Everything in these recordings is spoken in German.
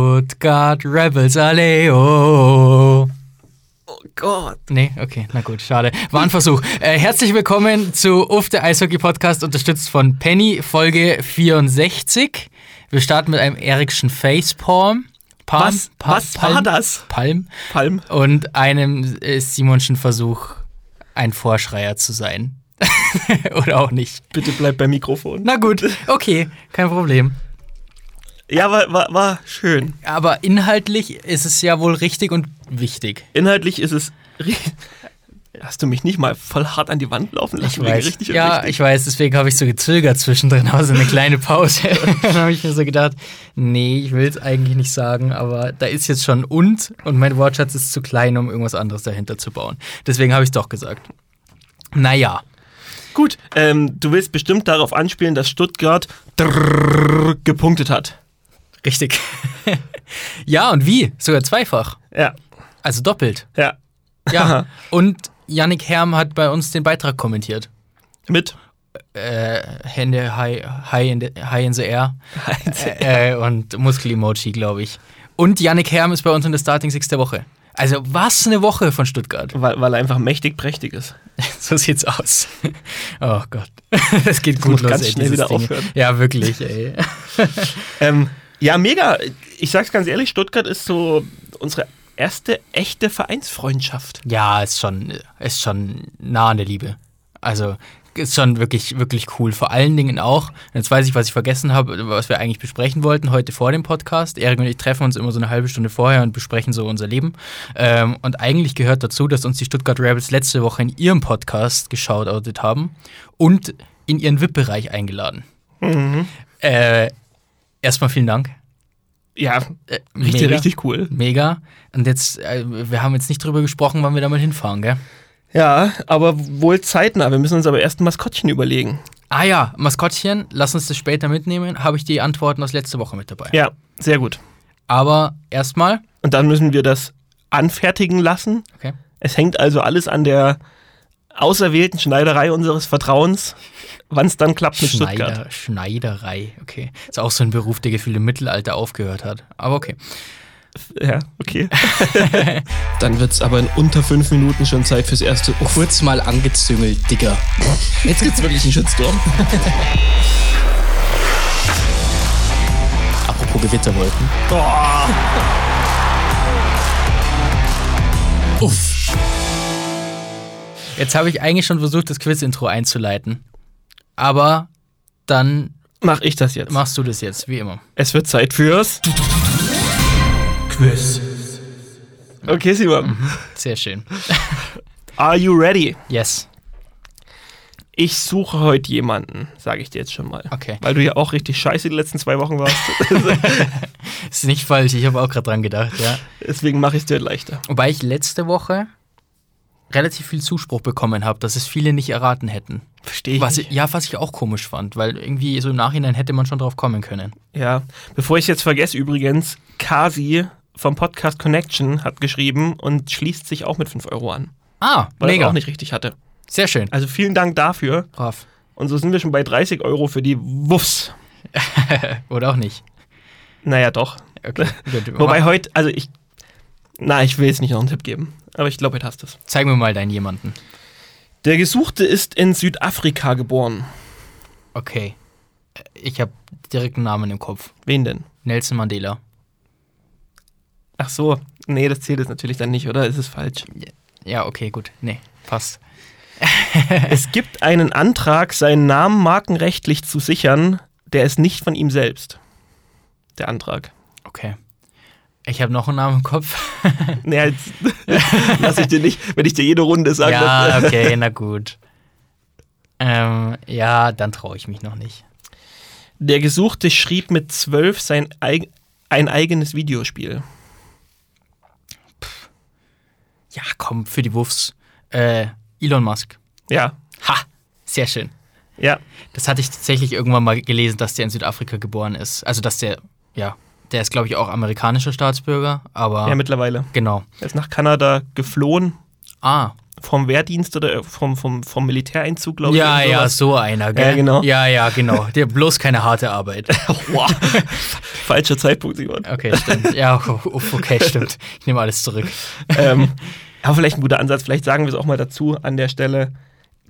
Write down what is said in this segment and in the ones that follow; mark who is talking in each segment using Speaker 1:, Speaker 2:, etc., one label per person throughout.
Speaker 1: Stuttgart Rebels Aleo.
Speaker 2: Oh Gott.
Speaker 1: Nee, okay, na gut, schade. War ein Versuch. Äh, herzlich willkommen zu Uff der Eishockey Podcast, unterstützt von Penny, Folge 64. Wir starten mit einem Erikschen Facepalm. Palm,
Speaker 2: Was- was war das?
Speaker 1: Palm.
Speaker 2: Palm.
Speaker 1: Und einem äh, Simonschen Versuch, ein Vorschreier zu sein. Oder auch nicht.
Speaker 2: Bitte bleib beim Mikrofon.
Speaker 1: Na gut, okay, kein Problem.
Speaker 2: Ja, war, war, war schön.
Speaker 1: Aber inhaltlich ist es ja wohl richtig und wichtig.
Speaker 2: Inhaltlich ist es. ri- Hast du mich nicht mal voll hart an die Wand laufen
Speaker 1: Ich
Speaker 2: lassen? wegen
Speaker 1: weiß.
Speaker 2: Richtig und
Speaker 1: ja,
Speaker 2: richtig?
Speaker 1: ich weiß, deswegen habe ich so gezögert zwischendrin, also eine kleine Pause. Dann habe ich mir so gedacht, nee, ich will es eigentlich nicht sagen, aber da ist jetzt schon und und mein Wortschatz ist zu klein, um irgendwas anderes dahinter zu bauen. Deswegen habe ich es doch gesagt. Naja,
Speaker 2: Gut, ähm, du willst bestimmt darauf anspielen, dass Stuttgart drrrr gepunktet hat.
Speaker 1: richtig. ja, und wie? Sogar zweifach.
Speaker 2: Ja,
Speaker 1: Also doppelt.
Speaker 2: ja.
Speaker 1: Ja. und Yannick Herm hat bei uns den Beitrag kommentiert.
Speaker 2: Mit.
Speaker 1: Äh, Hände high, high, in the, high in the air. äh, und Muskel-Emoji, glaube ich. Und Yannick Herm ist bei uns in der Starting Six der Woche. Also, was eine Woche von Stuttgart.
Speaker 2: Weil, weil er einfach mächtig prächtig ist.
Speaker 1: So sieht's aus. Oh Gott. Das geht gut
Speaker 2: muss
Speaker 1: los,
Speaker 2: ganz
Speaker 1: ey,
Speaker 2: schnell
Speaker 1: dieses
Speaker 2: wieder
Speaker 1: Ding.
Speaker 2: aufhören.
Speaker 1: Ja, wirklich, ey.
Speaker 2: Ähm, ja, mega. Ich sag's ganz ehrlich, Stuttgart ist so unsere erste echte Vereinsfreundschaft.
Speaker 1: Ja, ist schon, ist schon nah an der Liebe. Also ist schon wirklich, wirklich cool. Vor allen Dingen auch, jetzt weiß ich, was ich vergessen habe, was wir eigentlich besprechen wollten heute vor dem Podcast. Erik und ich treffen uns immer so eine halbe Stunde vorher und besprechen so unser Leben. Ähm, und eigentlich gehört dazu, dass uns die Stuttgart Rebels letzte Woche in ihrem Podcast geschautoutet haben und in ihren VIP-Bereich eingeladen.
Speaker 2: Mhm.
Speaker 1: Äh, erstmal vielen Dank.
Speaker 2: Ja,
Speaker 1: Äh,
Speaker 2: richtig,
Speaker 1: mega.
Speaker 2: richtig cool.
Speaker 1: Mega. Und jetzt, äh, wir haben jetzt nicht drüber gesprochen, wann wir damit hinfahren, gell?
Speaker 2: Ja, aber wohl zeitnah. Wir müssen uns aber erst ein Maskottchen überlegen.
Speaker 1: Ah ja, Maskottchen, lass uns das später mitnehmen. Habe ich die Antworten aus letzter Woche mit dabei.
Speaker 2: Ja, sehr gut.
Speaker 1: Aber erstmal,
Speaker 2: Und dann müssen wir das anfertigen lassen.
Speaker 1: okay,
Speaker 2: Es hängt also alles an der auserwählten Schneiderei unseres Vertrauens, wann es dann klappt mit Stuttgart.
Speaker 1: Schneider, Schneiderei, okay. Ist auch so ein Beruf, der gefühlt im Mittelalter aufgehört hat. Aber okay.
Speaker 2: Ja, okay. dann wird es aber in unter fünf Minuten schon Zeit fürs erste.
Speaker 3: kurz mal angezüngelt, Digga. Jetzt gibt's wirklich einen Shitstorm. Apropos Gewitterwolken. Uff.
Speaker 1: Jetzt habe ich eigentlich schon versucht, das Quiz-Intro einzuleiten. Aber dann
Speaker 2: Mach ich das jetzt.
Speaker 1: machst du das jetzt, wie immer.
Speaker 2: Es wird Zeit fürs Quiz. Okay, Simon.
Speaker 1: Sehr schön.
Speaker 2: Are you ready?
Speaker 1: Yes.
Speaker 2: Ich suche heute jemanden, sage ich dir jetzt schon mal.
Speaker 1: Okay.
Speaker 2: Weil du ja auch richtig scheiße die letzten zwei Wochen warst.
Speaker 1: Ist nicht falsch, ich habe auch gerade dran gedacht, ja.
Speaker 2: Deswegen mache ich es dir leichter.
Speaker 1: Wobei ich letzte Woche relativ viel Zuspruch bekommen habe, dass es viele nicht erraten hätten.
Speaker 2: Verstehe ich.
Speaker 1: Was ich,
Speaker 2: nicht.
Speaker 1: ja, was ich auch komisch fand, weil irgendwie so im Nachhinein hätte man schon drauf kommen können.
Speaker 2: Ja. Bevor ich jetzt vergesse, übrigens, Kasi vom Podcast Connection hat geschrieben und schließt sich auch mit 5 Euro an.
Speaker 1: Ah,
Speaker 2: Weil er es
Speaker 1: mega.
Speaker 2: auch nicht richtig hatte.
Speaker 1: Sehr schön.
Speaker 2: Also vielen Dank dafür.
Speaker 1: Brav.
Speaker 2: Und so sind wir schon bei 30 Euro für die Wuffs.
Speaker 1: Oder auch nicht.
Speaker 2: Naja, doch.
Speaker 1: Okay. Gut.
Speaker 2: Wobei
Speaker 1: Ma-
Speaker 2: heute, also ich. Na, ich will jetzt nicht noch einen Tipp geben. Aber ich glaube, heute hast du es.
Speaker 1: Zeig mir mal deinen jemanden.
Speaker 2: Der Gesuchte ist in Südafrika geboren.
Speaker 1: Okay. Ich habe direkt einen Namen im Kopf.
Speaker 2: Wen denn?
Speaker 1: Nelson Mandela.
Speaker 2: Ach so. Nee, das zählt jetzt natürlich dann nicht, oder? Ist es falsch?
Speaker 1: Ja, okay, gut. Nee, passt.
Speaker 2: Es gibt einen Antrag, seinen Namen markenrechtlich zu sichern, der ist nicht von ihm selbst. Der Antrag.
Speaker 1: Okay. Ich habe noch einen Namen im Kopf.
Speaker 2: Naja, jetzt lass ich dir nicht, wenn ich dir jede Runde sage,
Speaker 1: Ja,
Speaker 2: dass,
Speaker 1: okay, na gut. Ähm, ja, dann traue ich mich noch nicht.
Speaker 2: der Gesuchte schrieb mit zwölf sein eig ein eigenes Videospiel.
Speaker 1: Ja, komm, für die Wuffs. Äh, Elon Musk.
Speaker 2: Ja,
Speaker 1: Ha! Sehr schön.
Speaker 2: ja,
Speaker 1: Das hatte ich tatsächlich irgendwann mal gelesen, dass der in Südafrika geboren ist. Also, dass der, ja, der ist, glaube ich, auch
Speaker 2: Ah.
Speaker 1: amerikanischer Staatsbürger, aber.
Speaker 2: ja, mittlerweile.
Speaker 1: genau.
Speaker 2: Er ist nach Kanada geflohen
Speaker 1: Ah,
Speaker 2: vom Wehrdienst oder äh, vom, vom, vom Militäreinzug, glaube
Speaker 1: Ja,
Speaker 2: ich.
Speaker 1: ja,
Speaker 2: Oh, irgend sowas.
Speaker 1: so einer, gell?
Speaker 2: Ja, genau.
Speaker 1: Ja, ja, genau. Der bloß keine harte Arbeit.
Speaker 2: Wow. Falscher Zeitpunkt, Simon.
Speaker 1: Okay, stimmt. Ja, uff, okay, stimmt. Ich nehme alles zurück.
Speaker 2: ähm, aber vielleicht ein guter Ansatz, vielleicht sagen wir es auch mal dazu an der Stelle.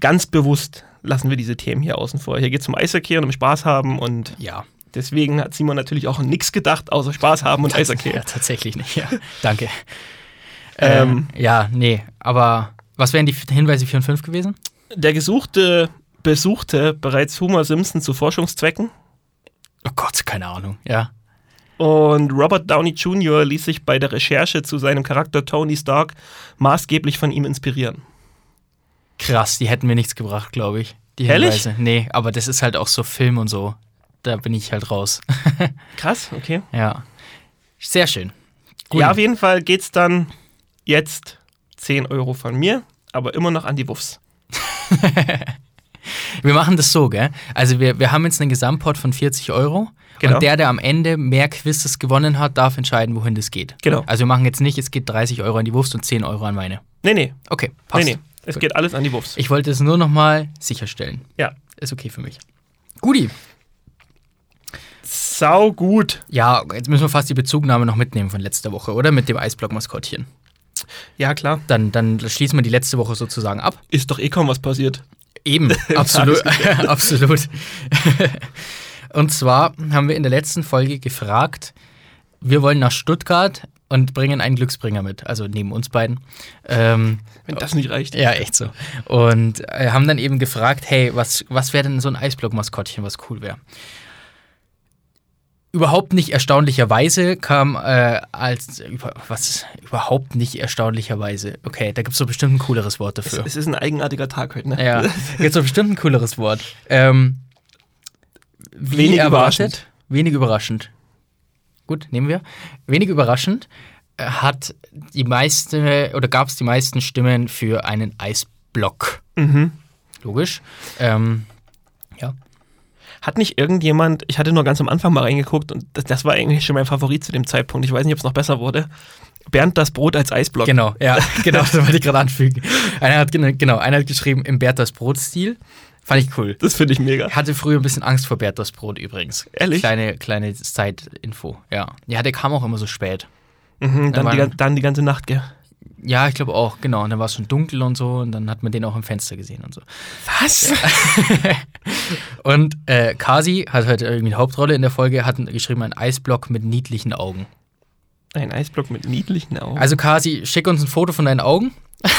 Speaker 2: Ganz bewusst lassen wir diese Themen hier außen vor. Hier geht es um Eishockey und um Spaß haben und
Speaker 1: Ja.
Speaker 2: deswegen hat Simon natürlich auch nichts gedacht, außer Spaß haben und Eishockey.
Speaker 1: Ja, tatsächlich nicht. Ja. Danke.
Speaker 2: Ähm,
Speaker 1: Äh, ja, nee. Aber was wären die F- Hinweise 4 und 5 gewesen?
Speaker 2: der Gesuchte besuchte bereits Homer Simpson zu Forschungszwecken
Speaker 1: Oh Gott, keine Ahnung. Ja.
Speaker 2: und Robert Downey Jr. ließ sich bei der Recherche zu seinem Charakter Tony Stark maßgeblich von ihm inspirieren.
Speaker 1: Krass, die hätten mir nichts gebracht, glaube ich. Die
Speaker 2: Ehrlich?
Speaker 1: Hinweise. Nee, aber das ist halt auch so Film und so. Da bin ich halt raus.
Speaker 2: Krass, okay.
Speaker 1: Ja. Sehr schön. Gut.
Speaker 2: Ja, auf jeden Fall geht's dann jetzt 10 Euro von mir, aber immer noch an die Wuffs.
Speaker 1: Wir machen das so, gell? Also wir, wir haben jetzt einen Gesamtpot von 40 Euro.
Speaker 2: Genau.
Speaker 1: Und der, der am Ende mehr Quizzes gewonnen hat, darf entscheiden, wohin das geht.
Speaker 2: Genau.
Speaker 1: Also wir machen jetzt nicht, es geht 30 Euro an die Wurst und 10 Euro an meine.
Speaker 2: Nee, nee,
Speaker 1: Okay,
Speaker 2: nee,
Speaker 1: passt.
Speaker 2: nee. Es
Speaker 1: Gut.
Speaker 2: geht alles an die Wuffs.
Speaker 1: Ich wollte es nur nochmal sicherstellen.
Speaker 2: Ja.
Speaker 1: Ist okay für mich. Guti.
Speaker 2: Sau gut.
Speaker 1: Ja, jetzt müssen wir fast die Bezugnahme noch mitnehmen von letzter Woche, oder? Mit dem Eisblock-Maskottchen.
Speaker 2: Ja, klar.
Speaker 1: Dann, dann schließen wir die letzte Woche sozusagen ab.
Speaker 2: Ist doch eh kaum was passiert.
Speaker 1: Eben, absolut. absolut. und zwar haben wir in der letzten Folge gefragt, wir wollen nach Stuttgart und bringen einen Glücksbringer mit, also neben uns beiden. Ähm,
Speaker 2: Wenn das nicht reicht.
Speaker 1: ja, echt so. Und äh, haben dann eben gefragt, hey, was, was wäre denn so ein Eisblock-Maskottchen, was cool wäre? Überhaupt nicht erstaunlicherweise kam äh, als über, was überhaupt nicht erstaunlicherweise. Okay, da gibt es so bestimmt ein cooleres Wort
Speaker 2: Es,
Speaker 1: dafür.
Speaker 2: es ist ein eigenartiger Tag heute, ne?
Speaker 1: Ja, jetzt so bestimmt ein cooleres Wort. Ähm, wie
Speaker 2: Wenig überraschend.
Speaker 1: erwartet, Wenig überraschend. Gut, nehmen wir. Wenig überraschend äh, hat die meiste oder gab es die meisten Stimmen für einen Eisblock.
Speaker 2: Mhm.
Speaker 1: Logisch. Ähm, ja.
Speaker 2: Hat nicht irgendjemand, ich hatte nur ganz am Anfang mal reingeguckt und das, das war eigentlich schon mein Favorit zu dem Zeitpunkt. Ich weiß nicht, ob es noch besser wurde. Bernd das Brot als Eisblock.
Speaker 1: Genau, ja, genau, das wollte ich gerade anfügen. Einer hat, gen- genau, einer hat geschrieben, im Berthas Brot-Stil. Fand ich cool.
Speaker 2: Das finde ich mega.
Speaker 1: Hatte früher ein bisschen Angst vor Berthas Brot übrigens.
Speaker 2: Ehrlich?
Speaker 1: Kleine, kleine Zeitinfo, ja. Ja, der kam auch immer so spät.
Speaker 2: Mhm, dann, die,
Speaker 1: Ja,
Speaker 2: gan- dann die ganze Nacht, gell?
Speaker 1: Ja, ich glaube auch, genau. Und dann war es schon dunkel und so und dann hat man den auch im Fenster gesehen und so.
Speaker 2: Was?
Speaker 1: Und äh, Kasi hat heute irgendwie eine Hauptrolle in der Folge, hat geschrieben, ein Eisblock mit niedlichen Augen.
Speaker 2: Ein Eisblock mit niedlichen Augen.
Speaker 1: Also Kasi, schick uns ein Foto von deinen Augen.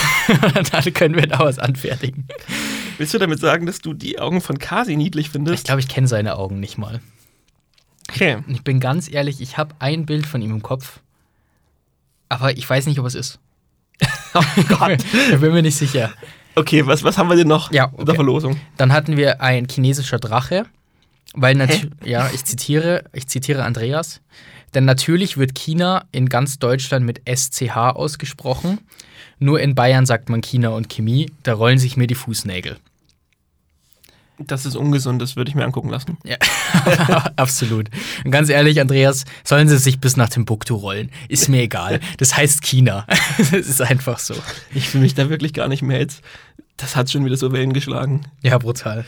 Speaker 1: dann können wir da was anfertigen.
Speaker 2: Willst du damit sagen, dass du die Augen von Kasi niedlich
Speaker 1: Ich
Speaker 2: findest?
Speaker 1: glaube, ich kenne seine Augen nicht mal.
Speaker 2: Okay.
Speaker 1: Und ich bin ganz ehrlich, ich habe ein Bild von ihm im Kopf, aber ich weiß nicht, ob es ist.
Speaker 2: Oh Gott.
Speaker 1: ich bin mir nicht sicher.
Speaker 2: Okay, was, was haben wir denn noch
Speaker 1: Ja,
Speaker 2: in der
Speaker 1: okay.
Speaker 2: Verlosung?
Speaker 1: Dann hatten wir ein chinesischer Drache, weil
Speaker 2: Hä?
Speaker 1: natürlich, ja, ich zitiere, ich zitiere Andreas, denn natürlich wird China in ganz Deutschland mit SCH ausgesprochen, nur in Bayern sagt man China und Chemie, da rollen sich mir die Fußnägel.
Speaker 2: Das ist ungesund, das würde ich mir angucken lassen.
Speaker 1: Absolut. Und ganz ehrlich, Andreas, sollen sie sich bis nach Timbuktu rollen? Ist mir egal. Das heißt China. Es ist einfach so.
Speaker 2: Ich fühle mich da wirklich gar nicht mehr jetzt. Das hat schon wieder so Wellen geschlagen.
Speaker 1: Ja, brutal.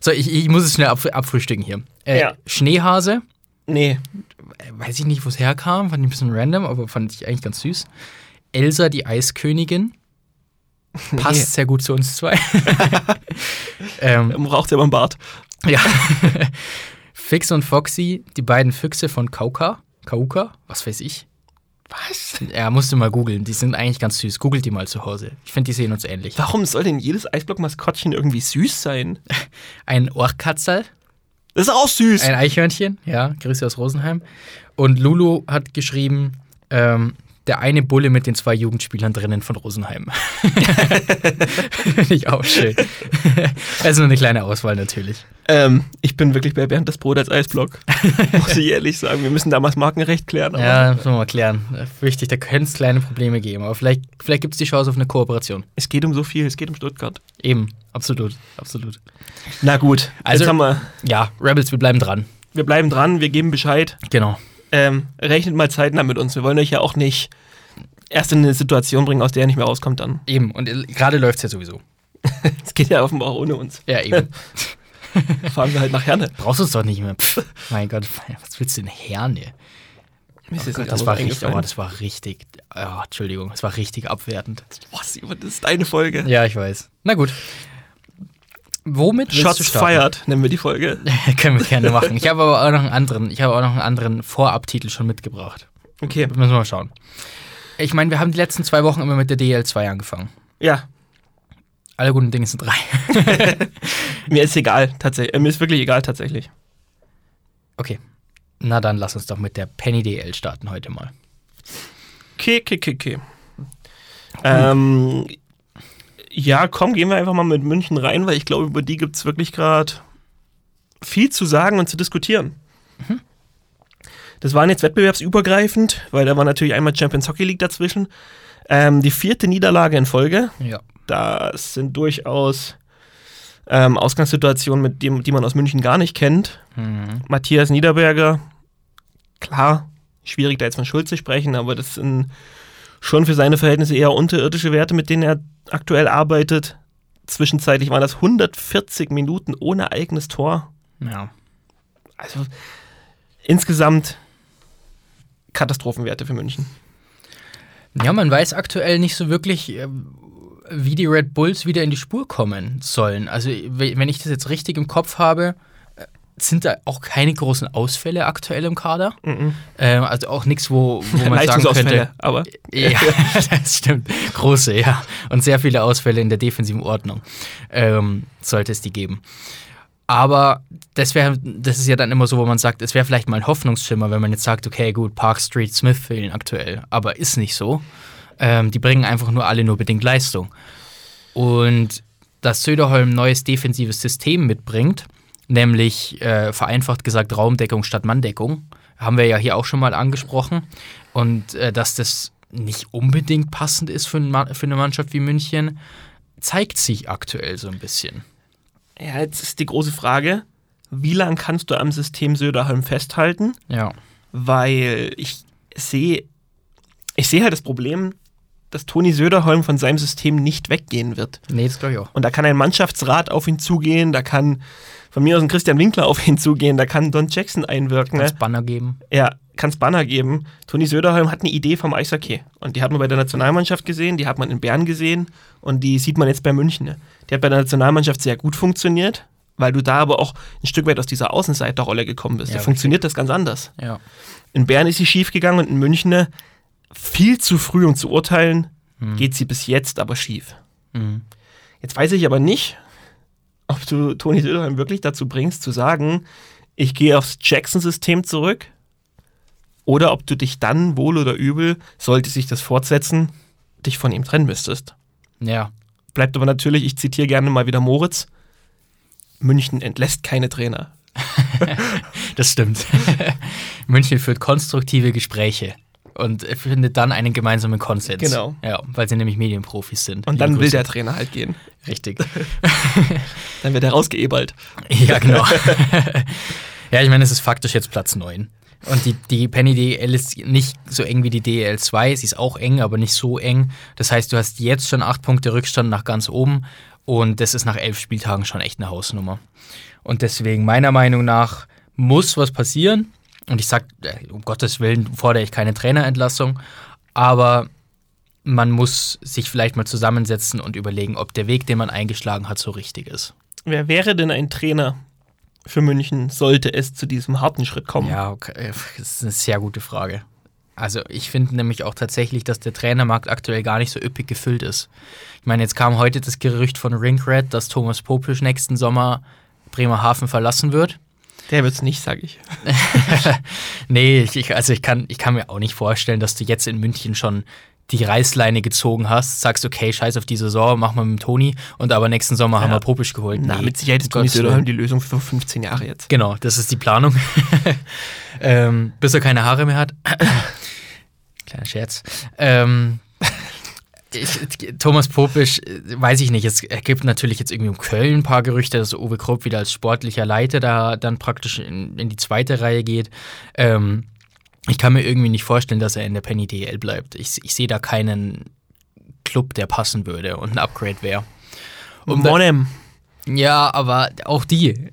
Speaker 1: So, ich, ich muss es schnell ab, abfrühstücken hier. Äh,
Speaker 2: Ja.
Speaker 1: Schneehase,
Speaker 2: Nee.
Speaker 1: weiß ich nicht, wo es herkam, fand ich ein bisschen random, aber fand ich eigentlich ganz süß. Elsa, die Eiskönigin. Passt
Speaker 2: Nee.
Speaker 1: sehr gut zu uns zwei. ähm,
Speaker 2: Man braucht ja beim Bart.
Speaker 1: ja. Fix und Foxy, die beiden Füchse von Kauka. Kauka, was weiß ich.
Speaker 2: Was?
Speaker 1: Ja, musst du mal googeln. Die sind eigentlich ganz süß. Googelt die mal zu Hause. Ich finde, die sehen uns ähnlich.
Speaker 2: Warum soll denn jedes Eisblock-Maskottchen irgendwie süß sein?
Speaker 1: Ein Ohrkatzel,
Speaker 2: Das ist auch süß.
Speaker 1: ein Eichhörnchen, ja, Grüße aus Rosenheim. Und Lulu hat geschrieben, ähm, der eine Bulle mit den zwei Jugendspielern drinnen von Rosenheim. Finde ich auch schön. also nur eine kleine Auswahl natürlich.
Speaker 2: Ähm, ich bin wirklich bei Bernd das Brot als Eisblock. Muss ich ehrlich sagen. Wir müssen damals Markenrecht klären. aber-
Speaker 1: Ja, müssen wir mal klären. Wichtig, da könnte es kleine Probleme geben, aber vielleicht, vielleicht gibt es die Chance auf eine Kooperation.
Speaker 2: Es geht um so viel, es geht um Stuttgart.
Speaker 1: Eben, absolut, absolut.
Speaker 2: Na gut,
Speaker 1: Also-
Speaker 2: also jetzt haben wir,
Speaker 1: Ja, Rebels, wir bleiben dran.
Speaker 2: wir bleiben dran, wir geben Bescheid.
Speaker 1: Genau.
Speaker 2: Ähm, rechnet mal zeitnah mit uns. Wir wollen euch ja auch nicht erst in eine Situation bringen, aus der er nicht mehr rauskommt dann.
Speaker 1: Eben, und äh, gerade läuft es ja sowieso.
Speaker 2: Das geht ja offenbar auch ohne uns.
Speaker 1: Ja, eben.
Speaker 2: Fahren wir halt nach Herne.
Speaker 1: Brauchst du es doch nicht mehr. Pff, mein Gott, was willst du denn Herne?
Speaker 2: Mir ist jetzt
Speaker 1: Oh Gott,
Speaker 2: nicht
Speaker 1: das
Speaker 2: anders
Speaker 1: war richtig,
Speaker 2: eingefallen.
Speaker 1: oh, das war richtig, oh, Entschuldigung, das war richtig abwertend.
Speaker 2: Was, Simon, das ist deine Folge.
Speaker 1: Ja, ich weiß. Na gut. Womit willst du
Speaker 2: Shots
Speaker 1: starten?
Speaker 2: fired, nennen wir die Folge.
Speaker 1: Können wir gerne machen. Ich habe aber auch noch einen anderen, ich habe auch noch einen anderen Vorabtitel schon mitgebracht.
Speaker 2: Okay,
Speaker 1: Müssen wir mal schauen. Ich meine, wir haben die letzten zwei Wochen immer mit der DL2 angefangen.
Speaker 2: ja,
Speaker 1: Alle guten Dinge sind drei.
Speaker 2: mir ist egal, tatsächlich. Äh, Mir ist wirklich egal, tatsächlich.
Speaker 1: Okay. Na dann lass uns doch mit der Penny DL starten heute mal.
Speaker 2: Okay, okay, okay, okay. Ähm, ja, komm, gehen wir einfach mal mit München rein, weil ich glaube, über die gibt es wirklich gerade viel zu sagen und zu diskutieren.
Speaker 1: Mhm.
Speaker 2: Das waren jetzt wettbewerbsübergreifend, weil da war natürlich einmal Champions Hockey League dazwischen. Ähm, die vierte Niederlage in Folge.
Speaker 1: Ja.
Speaker 2: Das sind durchaus ähm, Ausgangssituationen, mit dem, die man aus München gar nicht kennt.
Speaker 1: Mhm.
Speaker 2: Matthias Niederberger, klar, schwierig da jetzt von Schuld zu sprechen, aber das sind schon für seine Verhältnisse eher unterirdische Werte, mit denen er aktuell arbeitet. Zwischenzeitlich waren das 140 Minuten ohne eigenes Tor.
Speaker 1: Ja.
Speaker 2: Also insgesamt Katastrophenwerte für München.
Speaker 1: Ja, man weiß aktuell nicht so wirklich, äh, wie die Red Bulls wieder in die Spur kommen sollen. Also, we- wenn ich das jetzt richtig im Kopf habe, äh, sind da auch keine großen Ausfälle aktuell im Kader. Ähm, also auch nichts, wo, wo man sagen könnte.
Speaker 2: aber
Speaker 1: Ja, das stimmt. Große, ja. Und sehr viele Ausfälle in der defensiven Ordnung ähm, sollte es die geben. Aber das wäre, das ist ja dann immer so, wo man sagt, es wäre vielleicht mal ein Hoffnungsschimmer, wenn man jetzt sagt, okay, gut, Park Street Smith fehlen aktuell, aber ist nicht so. Ähm, die bringen einfach nur alle nur bedingt Leistung. Und dass Söderholm ein neues defensives System mitbringt, nämlich äh, vereinfacht gesagt Raumdeckung statt Manndeckung, haben wir ja hier auch schon mal angesprochen. Und äh, dass das nicht unbedingt passend ist für, einen Ma- für eine Mannschaft wie München, zeigt sich aktuell so ein bisschen.
Speaker 2: ja, jetzt ist die große Frage, wie lange kannst du am System Söderholm festhalten?
Speaker 1: Ja.
Speaker 2: weil ich sehe, ich sehe halt das Problem, dass Toni Söderholm von seinem System nicht weggehen wird.
Speaker 1: Nee, das glaube ich auch.
Speaker 2: Und da kann ein Mannschaftsrat auf ihn zugehen, da kann von mir aus ein Christian Winkler auf ihn zugehen, da kann Don Jackson einwirken.
Speaker 1: Kann's
Speaker 2: Ne?
Speaker 1: Banner geben.
Speaker 2: Ja, kann es Banner geben. Toni Söderholm hat eine Idee vom Eishockey. Und die hat man bei der Nationalmannschaft gesehen, die hat man in Bern gesehen und die sieht man jetzt bei München. Ne? Die hat bei der Nationalmannschaft sehr gut funktioniert, weil du da aber auch ein Stück weit aus dieser Außenseiterrolle gekommen bist.
Speaker 1: Ja,
Speaker 2: da funktioniert das ganz anders.
Speaker 1: Ja.
Speaker 2: In Bern ist sie schiefgegangen und in München ne, viel zu früh, um zu urteilen, geht sie bis jetzt aber schief.
Speaker 1: Mhm.
Speaker 2: Jetzt weiß ich aber nicht, ob du Toni Söderheim wirklich dazu bringst, zu sagen, ich gehe aufs Jackson-System zurück oder ob du dich dann wohl oder übel, sollte sich das fortsetzen, dich von ihm trennen müsstest.
Speaker 1: Ja.
Speaker 2: Bleibt aber natürlich, ich zitiere gerne mal wieder Moritz, München entlässt keine Trainer.
Speaker 1: Das stimmt. München führt konstruktive Gespräche und äh, findet dann einen gemeinsamen Konsens.
Speaker 2: Genau.
Speaker 1: Ja, weil sie nämlich Medienprofis sind.
Speaker 2: Und
Speaker 1: Liebe
Speaker 2: dann will
Speaker 1: Grüße.
Speaker 2: der Trainer halt gehen.
Speaker 1: Richtig.
Speaker 2: Dann wird er rausgeebelt.
Speaker 1: Ja, genau. ja, ich meine, es ist faktisch jetzt Platz 9. Und die, die Penny DL ist nicht so eng wie die DL 2. Sie ist auch eng, aber nicht so eng. Das heißt, du hast jetzt schon acht Punkte Rückstand nach ganz oben. Und das ist nach elf Spieltagen schon echt eine Hausnummer. Und deswegen, meiner Meinung nach, muss was passieren. Und ich sag, äh, um Gottes Willen fordere ich keine Trainerentlassung. Aber man muss sich vielleicht mal zusammensetzen und überlegen, ob der Weg, den man eingeschlagen hat, so richtig ist.
Speaker 2: Wer wäre denn ein Trainer für München, sollte es zu diesem harten Schritt kommen?
Speaker 1: Ja, okay. äh, das ist eine sehr gute Frage. Also ich finde nämlich auch tatsächlich, dass der Trainermarkt aktuell gar nicht so üppig gefüllt ist. Ich meine, jetzt kam heute das Gerücht von Ringred, dass Thomas Popisch nächsten Sommer Bremerhaven verlassen wird.
Speaker 2: Der wird es nicht, sage ich.
Speaker 1: Nee, ich, ich, also ich kann, ich kann mir auch nicht vorstellen, dass du jetzt in München schon die Reißleine gezogen hast, sagst, okay, scheiß auf die Saison, mach mal mit dem Toni und aber nächsten Sommer haben wir Popisch geholt.
Speaker 2: Na,
Speaker 1: Nee,
Speaker 2: mit Sicherheit
Speaker 1: um
Speaker 2: ist Toni
Speaker 1: Gottes Willen.
Speaker 2: Söderholm die Lösung für 15 Jahre jetzt.
Speaker 1: Genau, das ist die Planung. ähm, bis er keine Haare mehr hat. Kleiner Scherz. Ähm, ich, Thomas Popisch, äh, weiß ich nicht. Es gibt natürlich jetzt irgendwie um Köln ein paar Gerüchte, dass Uwe Krupp wieder als sportlicher Leiter da dann praktisch in, in die zweite Reihe geht. Ähm, Ich kann mir irgendwie nicht vorstellen, dass er in der Penny DL bleibt. Ich, ich sehe da keinen Club, der passen würde und ein Upgrade wäre. Und da-
Speaker 2: Monem.
Speaker 1: Ja, aber auch die.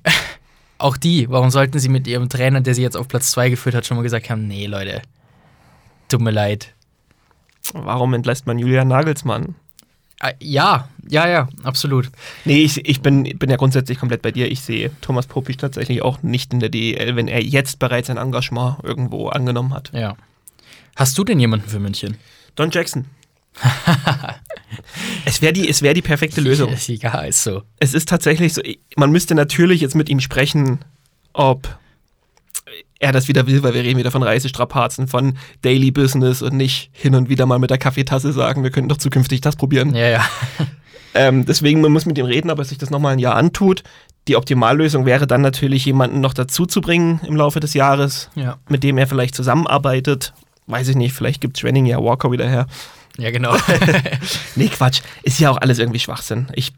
Speaker 1: Auch die. Warum sollten sie mit ihrem Trainer, der sie jetzt auf Platz 2 geführt hat, schon mal gesagt haben, nee, Leute, tut mir leid.
Speaker 2: Warum entlässt man Julian Nagelsmann?
Speaker 1: Ah, Ja, ja, ja, absolut.
Speaker 2: Nee, ich, ich bin, bin ja grundsätzlich komplett bei dir. Ich sehe Thomas Popisch tatsächlich auch nicht in der DEL, wenn er jetzt bereits ein Engagement irgendwo angenommen hat.
Speaker 1: Ja. Hast du denn jemanden für München?
Speaker 2: Don Jackson. es wäre die, es wär die perfekte Lösung.
Speaker 1: Ja, ist so.
Speaker 2: Es ist tatsächlich so, ich- man müsste natürlich jetzt mit ihm sprechen, ob er das wieder will, weil wir reden wieder von Reisestrapazen, von Daily Business und nicht hin und wieder mal mit der Kaffeetasse sagen, wir können doch zukünftig das probieren.
Speaker 1: Ja, ja.
Speaker 2: Ähm, deswegen, man muss mit ihm reden, ob er sich das nochmal ein Jahr antut. Die Optimallösung wäre dann natürlich, jemanden noch dazu zu bringen im Laufe des Jahres,
Speaker 1: Ja,
Speaker 2: mit dem er vielleicht zusammenarbeitet. Weiß ich nicht, vielleicht gibt Schwenning ja Walker wieder her.
Speaker 1: ja genau.
Speaker 2: Nee, Quatsch. Ist ja auch alles irgendwie Schwachsinn. Ich,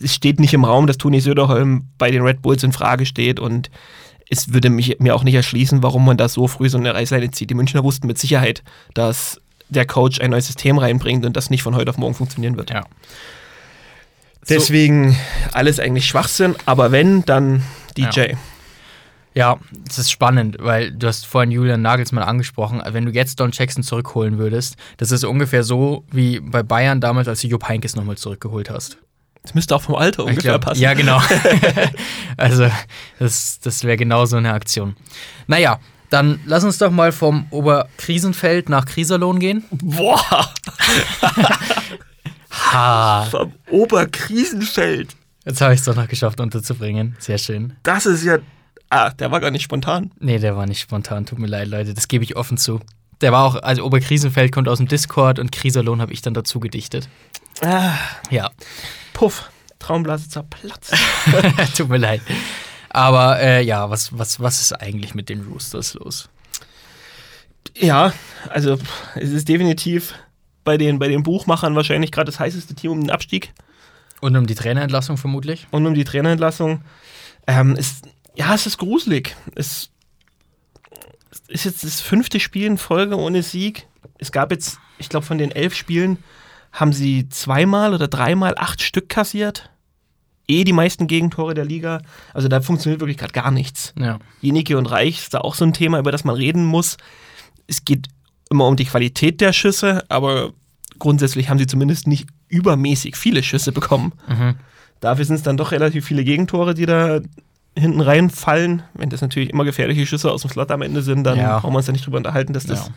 Speaker 2: es steht nicht im Raum, dass Toni Söderholm bei den Red Bulls in Frage steht und es würde mich, mir auch nicht erschließen, warum man da so früh so eine Reißleine zieht. Die Münchner wussten mit Sicherheit, dass der Coach ein neues System reinbringt und das nicht von heute auf morgen funktionieren wird.
Speaker 1: ja.
Speaker 2: Deswegen alles eigentlich Schwachsinn, aber wenn, dann DJ.
Speaker 1: Ja, es ist spannend, weil du hast vorhin Julian Nagelsmann angesprochen. Wenn du jetzt Don Jackson zurückholen würdest, das ist ungefähr so wie bei Bayern damals, als du Jupp Heynckes nochmal zurückgeholt hast.
Speaker 2: Das müsste auch vom Alter
Speaker 1: Ich
Speaker 2: ungefähr
Speaker 1: glaub,
Speaker 2: passen.
Speaker 1: Ja, genau. also, das, das wäre genau so eine Aktion. Naja, dann lass uns doch mal vom Oberkrisenfeld nach Kriserlohn gehen.
Speaker 2: Boah,
Speaker 1: Ha!
Speaker 2: vom Oberkrisenfeld.
Speaker 1: Jetzt habe ich es doch noch geschafft unterzubringen. Sehr schön.
Speaker 2: Das ist ja. Ah, der war gar nicht spontan.
Speaker 1: Nee, der war nicht spontan. Tut mir leid, Leute. Das gebe ich offen zu. Der war auch, also Oberkrisenfeld kommt aus dem Discord und Kriserlohn habe ich dann dazu gedichtet.
Speaker 2: Ah,
Speaker 1: Ja,
Speaker 2: puff, Traumblase zerplatzt.
Speaker 1: tut mir leid. Aber äh, ja, was, was, was ist eigentlich mit den Roosters los?
Speaker 2: Ja, also pff, es ist definitiv bei den, bei den Buchmachern wahrscheinlich gerade das heißeste Team um den Abstieg
Speaker 1: Und um die Trainerentlassung vermutlich?
Speaker 2: und um die Trainerentlassung. Ähm, es, ja, es ist gruselig. Es, es ist jetzt das fünfte Spiel in Folge ohne Sieg. Es gab jetzt, ich glaube, von den elf Spielen haben sie zweimal oder dreimal acht Stück kassiert. Eh die meisten Gegentore der Liga. Also da funktioniert wirklich gerade gar nichts.
Speaker 1: Ja.
Speaker 2: Jenike und Reich ist da auch so ein Thema, über das man reden muss. Es geht immer um die Qualität der Schüsse, aber grundsätzlich haben sie zumindest nicht übermäßig viele Schüsse bekommen.
Speaker 1: Mhm.
Speaker 2: Dafür sind es dann doch relativ viele Gegentore, die da hinten reinfallen. Wenn das natürlich immer gefährliche Schüsse aus dem Slot am Ende sind, dann
Speaker 1: Ja.
Speaker 2: brauchen wir uns da nicht drüber unterhalten, dass das.
Speaker 1: Ja.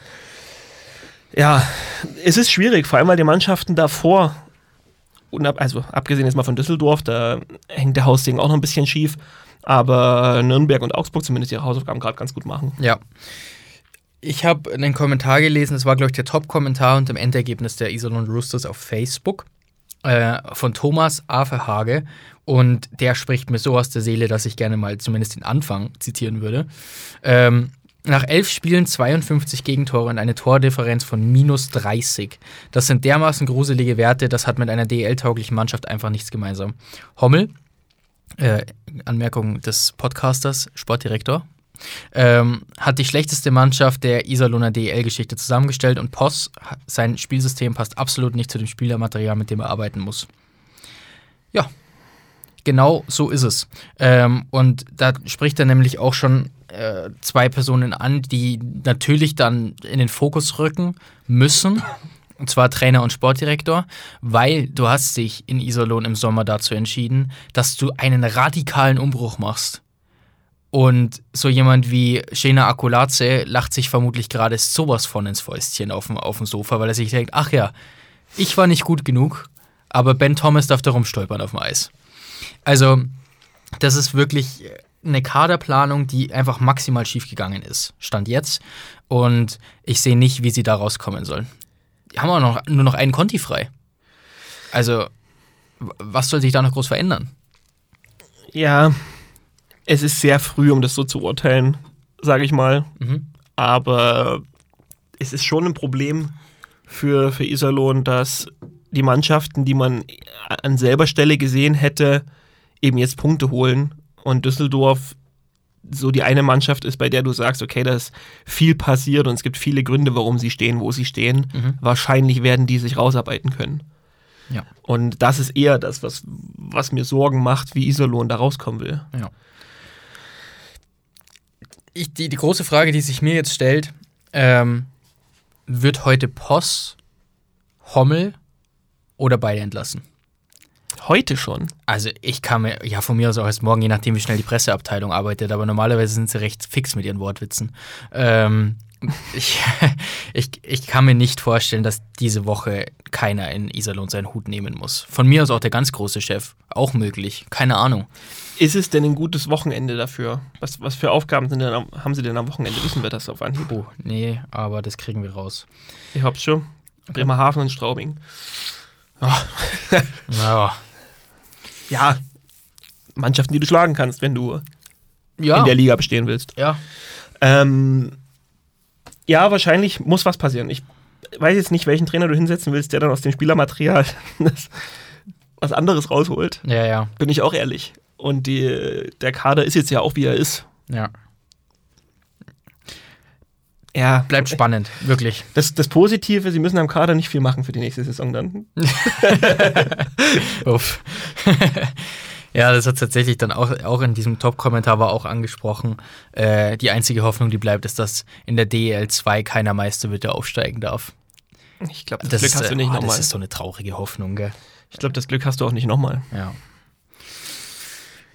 Speaker 2: Ja. es ist schwierig, vor allem weil die Mannschaften davor, unab, also abgesehen jetzt mal von Düsseldorf, da hängt der Hausding auch noch ein bisschen schief. Aber Nürnberg und Augsburg zumindest ihre Hausaufgaben gerade ganz gut machen.
Speaker 1: Ja. Ich habe einen Kommentar gelesen, das war, glaube ich, der Top-Kommentar und im Endergebnis der Isolon Roosters auf Facebook äh, von Thomas A. Verhage. Und der spricht mir so aus der Seele, dass ich gerne mal zumindest den Anfang zitieren würde. Ähm, nach elf Spielen 52 Gegentore und eine Tordifferenz von minus 30. Das sind dermaßen gruselige Werte, das hat mit einer DL-tauglichen Mannschaft einfach nichts gemeinsam. Hommel, äh, Anmerkung des Podcasters, Sportdirektor, ähm, hat die schlechteste Mannschaft der Iserlohner DEL-Geschichte zusammengestellt und Poss, ha- sein Spielsystem passt absolut nicht zu dem Spielermaterial, mit dem er arbeiten muss. Ja, genau so ist es. Ähm, und da spricht er nämlich auch schon äh, zwei Personen an, die natürlich dann in den Fokus rücken müssen. Und zwar Trainer und Sportdirektor, weil du hast dich in Iserlohn im Sommer dazu entschieden, dass du einen radikalen Umbruch machst. Und so jemand wie Shena Akulaze lacht sich vermutlich gerade sowas von ins Fäustchen auf dem, auf dem Sofa, weil er sich denkt, ach ja, ich war nicht gut genug, aber Ben Thomas darf da rumstolpern auf dem Eis. Also, das ist wirklich eine Kaderplanung, die einfach maximal schiefgegangen ist, stand jetzt. Und ich sehe nicht, wie sie da rauskommen sollen. Die haben auch noch, nur noch einen Conti frei. Also, w- was soll sich da noch groß verändern?
Speaker 2: Ja, es ist sehr früh, um das so zu urteilen, sage ich mal.
Speaker 1: Mhm.
Speaker 2: Aber es ist schon ein Problem für, für Iserlohn, dass die Mannschaften, die man an selber Stelle gesehen hätte, eben jetzt Punkte holen. Und Düsseldorf so die eine Mannschaft ist, bei der du sagst, okay, da ist viel passiert und es gibt viele Gründe, warum sie stehen, wo sie stehen. Wahrscheinlich werden die sich rausarbeiten können.
Speaker 1: Ja.
Speaker 2: Und das ist eher das, was, was mir Sorgen macht, wie Iserlohn da rauskommen will.
Speaker 1: Ja. Ich, die, die große Frage, die sich mir jetzt stellt, ähm, wird heute Poss, Hommel oder beide entlassen?
Speaker 2: Heute schon.
Speaker 1: Also ich kann mir, ja von mir aus auch erst morgen, je nachdem wie schnell die Presseabteilung arbeitet, aber normalerweise sind sie recht fix mit ihren Wortwitzen. Ähm, ich, ich, ich kann mir nicht vorstellen, dass diese Woche keiner in Iserlohn seinen Hut nehmen muss. Von mir aus auch der ganz große Chef, auch möglich, keine Ahnung.
Speaker 2: Ist es denn ein gutes Wochenende dafür? Was, was für Aufgaben sind denn, am- haben sie denn am Wochenende? Wissen wir das auf Anhieb?
Speaker 1: Oh, nee, aber das kriegen wir raus.
Speaker 2: Ich hab's schon. Bremerhaven und Straubing.
Speaker 1: Ja,
Speaker 2: Ja, Mannschaften, die du schlagen kannst, wenn du
Speaker 1: ja,
Speaker 2: in der Liga bestehen willst.
Speaker 1: ja.
Speaker 2: Ähm, ja, wahrscheinlich muss was passieren. Ich weiß jetzt nicht, welchen Trainer du hinsetzen willst, der dann aus dem Spielermaterial das, was anderes rausholt.
Speaker 1: Ja, ja,
Speaker 2: Bin ich auch ehrlich. Und die, der Kader ist jetzt ja auch, wie er ist.
Speaker 1: ja.
Speaker 2: Ja,
Speaker 1: Bleibt spannend, wirklich.
Speaker 2: Das, das Positive, sie müssen am Kader nicht viel machen für die nächste Saison dann.
Speaker 1: Uff. ja, das hat tatsächlich dann auch, auch in diesem Top-Kommentar war auch angesprochen. Äh, die einzige Hoffnung, die bleibt, ist, dass in der DEL2 keiner Meister wird, der aufsteigen darf.
Speaker 2: Ich glaube, das,
Speaker 1: Das,
Speaker 2: Glück
Speaker 1: ist,
Speaker 2: hast du
Speaker 1: äh,
Speaker 2: nicht
Speaker 1: oh,
Speaker 2: nochmal.
Speaker 1: das ist so eine traurige Hoffnung, gell?
Speaker 2: Ich glaube, das Glück hast du auch nicht nochmal.
Speaker 1: Ja.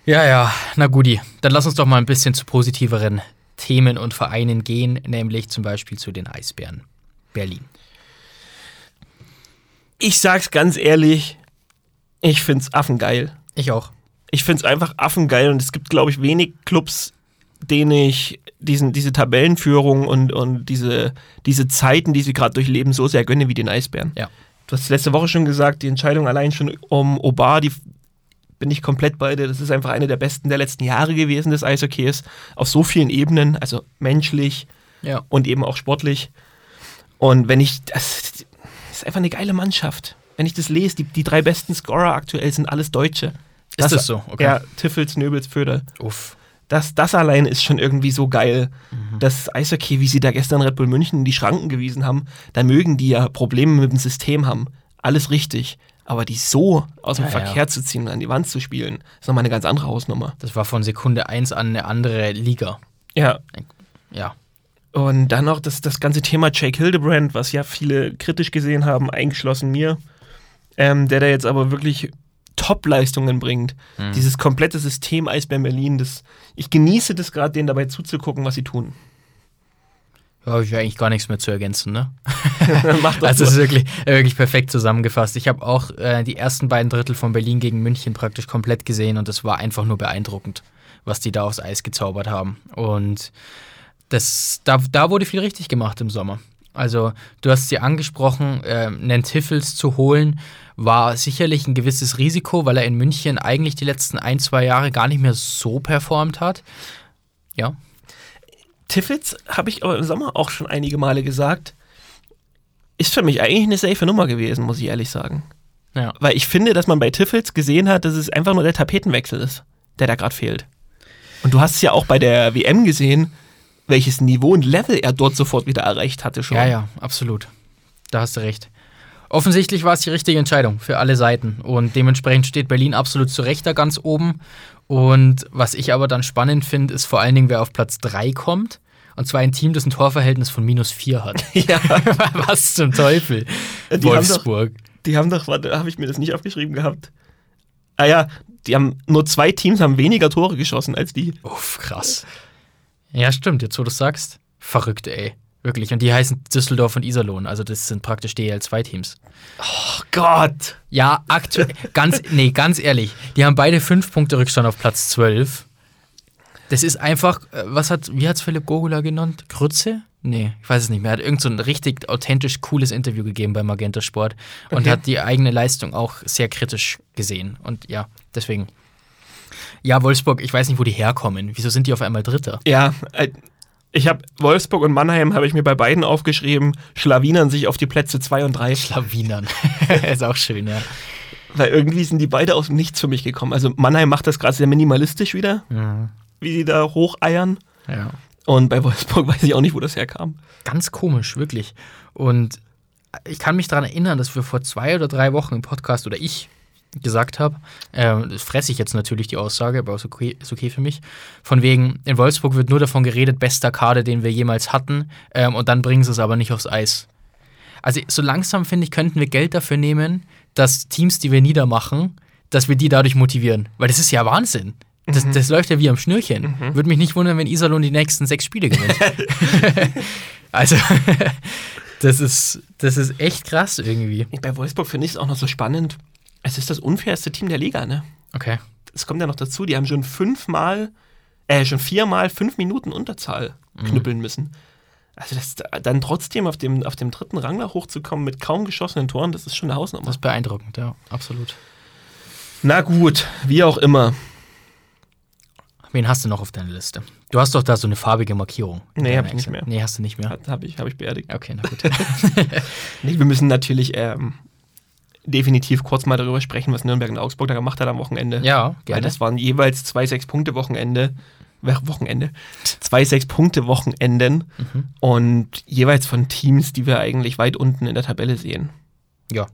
Speaker 1: Ja, ja, na guti. Dann lass uns doch mal ein bisschen zu positiveren Themen und Vereinen gehen, nämlich zum Beispiel zu den Eisbären Berlin.
Speaker 2: Ich sag's ganz ehrlich, ich find's affengeil.
Speaker 1: Ich auch.
Speaker 2: Ich find's einfach affengeil und es gibt, glaube ich, wenig Clubs, denen ich diesen, diese Tabellenführung und, und diese, diese Zeiten, die sie gerade durchleben, so sehr gönne wie den Eisbären.
Speaker 1: Ja.
Speaker 2: Du hast letzte Woche schon gesagt, die Entscheidung allein schon um Obar, die bin ich komplett bei dir. Das ist einfach eine der besten der letzten Jahre gewesen des Eishockeys. Auf so vielen Ebenen, also menschlich,
Speaker 1: Ja.
Speaker 2: und eben auch sportlich. Und wenn ich, das ist einfach eine geile Mannschaft. Wenn ich das lese, die, die drei besten Scorer aktuell sind alles Deutsche.
Speaker 1: Ist das so? Okay.
Speaker 2: Ja, Tiffels, Nöbels, Föder.
Speaker 1: Uff.
Speaker 2: Das, das allein ist schon irgendwie so geil.
Speaker 1: Mhm.
Speaker 2: Das Eishockey, wie sie da gestern Red Bull München in die Schranken gewiesen haben, da mögen die ja Probleme mit dem System haben. Alles richtig. Aber die so aus dem
Speaker 1: Ja, ja.
Speaker 2: Verkehr zu ziehen und an die Wand zu spielen, ist nochmal eine ganz andere Hausnummer.
Speaker 1: Das war von Sekunde 1 an eine andere Liga.
Speaker 2: Ja,
Speaker 1: Ja.
Speaker 2: Und dann noch das, das ganze Thema Jake Hildebrand, was ja viele kritisch gesehen haben, eingeschlossen mir, ähm, der da jetzt aber wirklich Top-Leistungen bringt.
Speaker 1: Mhm.
Speaker 2: Dieses komplette System Eisbären Berlin, das, ich genieße das gerade, denen dabei zuzugucken, was sie tun.
Speaker 1: Da habe ich eigentlich gar nichts mehr zu ergänzen, ne?
Speaker 2: Macht das
Speaker 1: Also
Speaker 2: so.
Speaker 1: es ist wirklich, wirklich perfekt zusammengefasst. Ich habe auch äh, die ersten beiden Drittel von Berlin gegen München praktisch komplett gesehen und es war einfach nur beeindruckend, was die da aufs Eis gezaubert haben. Und das, da, da wurde viel richtig gemacht im Sommer. Also du hast sie angesprochen, äh, einen Tiffels zu holen, war sicherlich ein gewisses Risiko, weil er in München eigentlich die letzten ein, zwei Jahre gar nicht mehr so performt hat. Ja,
Speaker 2: Tiffels habe ich aber im Sommer auch schon einige Male gesagt, ist für mich eigentlich eine safe Nummer gewesen, muss ich ehrlich sagen.
Speaker 1: ja.
Speaker 2: Weil ich finde, dass man bei Tiffels gesehen hat, dass es einfach nur der Tapetenwechsel ist, der da gerade fehlt. Und du hast es ja auch bei der WM gesehen, welches Niveau und Level er dort sofort wieder erreicht hatte schon.
Speaker 1: Ja, ja, absolut. Da hast du recht. Offensichtlich war es die richtige Entscheidung für alle Seiten. Und dementsprechend steht Berlin absolut zu Recht da ganz oben. Und was ich aber dann spannend finde, ist vor allen Dingen, wer auf Platz 3 kommt. Und zwar ein Team, das ein Torverhältnis von minus 4 hat.
Speaker 2: ja.
Speaker 1: was zum Teufel?
Speaker 2: Die
Speaker 1: Wolfsburg.
Speaker 2: Die haben doch, warte, habe ich mir das nicht aufgeschrieben gehabt? Ah ja, die haben nur zwei Teams haben weniger Tore geschossen als die.
Speaker 1: Uff, krass. Ja, stimmt, jetzt wo du sagst. Verrückt, ey. Wirklich. Und die heißen Düsseldorf und Iserlohn. Also, das sind praktisch DL2-Teams.
Speaker 2: Oh Gott.
Speaker 1: Ja, aktuell. ganz, nee, ganz ehrlich. Die haben beide fünf Punkte Rückstand auf Platz 12. Das ist einfach, äh, was hat, wie hat es Philipp Gogula genannt? Grütze? Nee, ich weiß es nicht mehr. Er hat irgend so ein richtig authentisch cooles Interview gegeben bei Magenta Sport und
Speaker 2: Okay.
Speaker 1: hat die eigene Leistung auch sehr kritisch gesehen. Und ja, deswegen. Ja, Wolfsburg, ich weiß nicht, wo die herkommen. Wieso sind die auf einmal Dritter?
Speaker 2: Ja, äh, ich habe Wolfsburg und Mannheim habe ich mir bei beiden aufgeschrieben, schlawinern sich auf die Plätze 2 und 3.
Speaker 1: Schlawinern. ist auch schön, ja.
Speaker 2: Weil irgendwie sind die beide aus dem Nichts für mich gekommen. Also Mannheim macht das gerade sehr minimalistisch wieder. wie sie da hocheiern.
Speaker 1: Ja.
Speaker 2: Und bei Wolfsburg weiß ich auch nicht, wo das herkam.
Speaker 1: Ganz komisch, wirklich. Und ich kann mich daran erinnern, dass wir vor zwei oder drei Wochen im Podcast oder ich gesagt habe, ähm, das fresse ich jetzt natürlich die Aussage, aber ist okay, ist okay für mich. Von wegen, in Wolfsburg wird nur davon geredet, bester Kader, den wir jemals hatten, ähm, und dann bringen sie es aber nicht aufs Eis. Also so langsam, finde ich, könnten wir Geld dafür nehmen, dass Teams, die wir niedermachen, dass wir die dadurch motivieren. Weil das ist ja Wahnsinn. Das, das läuft ja wie am Schnürchen. Würde mich nicht wundern, wenn Iserlohn die nächsten sechs Spiele gewinnt. also, das, ist, das ist echt krass irgendwie.
Speaker 2: Bei Wolfsburg finde ich es auch noch so spannend. Es ist das unfairste Team der Liga, ne?
Speaker 1: Okay.
Speaker 2: Es kommt ja noch dazu, die haben schon fünfmal, äh, schon viermal fünf Minuten Unterzahl knüppeln müssen. Also das, dann trotzdem auf dem, auf dem dritten Rang da hochzukommen mit kaum geschossenen Toren, das ist schon eine Hausnummer.
Speaker 1: Das ist beeindruckend, ja, absolut.
Speaker 2: Na gut, wie auch immer.
Speaker 1: Wen hast du noch auf deiner Liste? Du hast doch da so eine farbige Markierung. in
Speaker 2: Nee,
Speaker 1: deiner
Speaker 2: hab ich nicht
Speaker 1: Excel.
Speaker 2: mehr.
Speaker 1: Nee, hast du nicht mehr.
Speaker 2: Habe ich, hab ich beerdigt.
Speaker 1: Okay, na gut.
Speaker 2: Nee, wir müssen natürlich ähm, definitiv kurz mal darüber sprechen, was Nürnberg und Augsburg da gemacht hat am Wochenende.
Speaker 1: ja,
Speaker 2: Weil
Speaker 1: gerne.
Speaker 2: das waren jeweils zwei Sechs-Punkte-Wochenende. Wer- Wochenende. Zwei Sechs-Punkte-Wochenenden
Speaker 1: Mhm.
Speaker 2: und jeweils von Teams, die wir eigentlich weit unten in der Tabelle sehen.
Speaker 1: ja.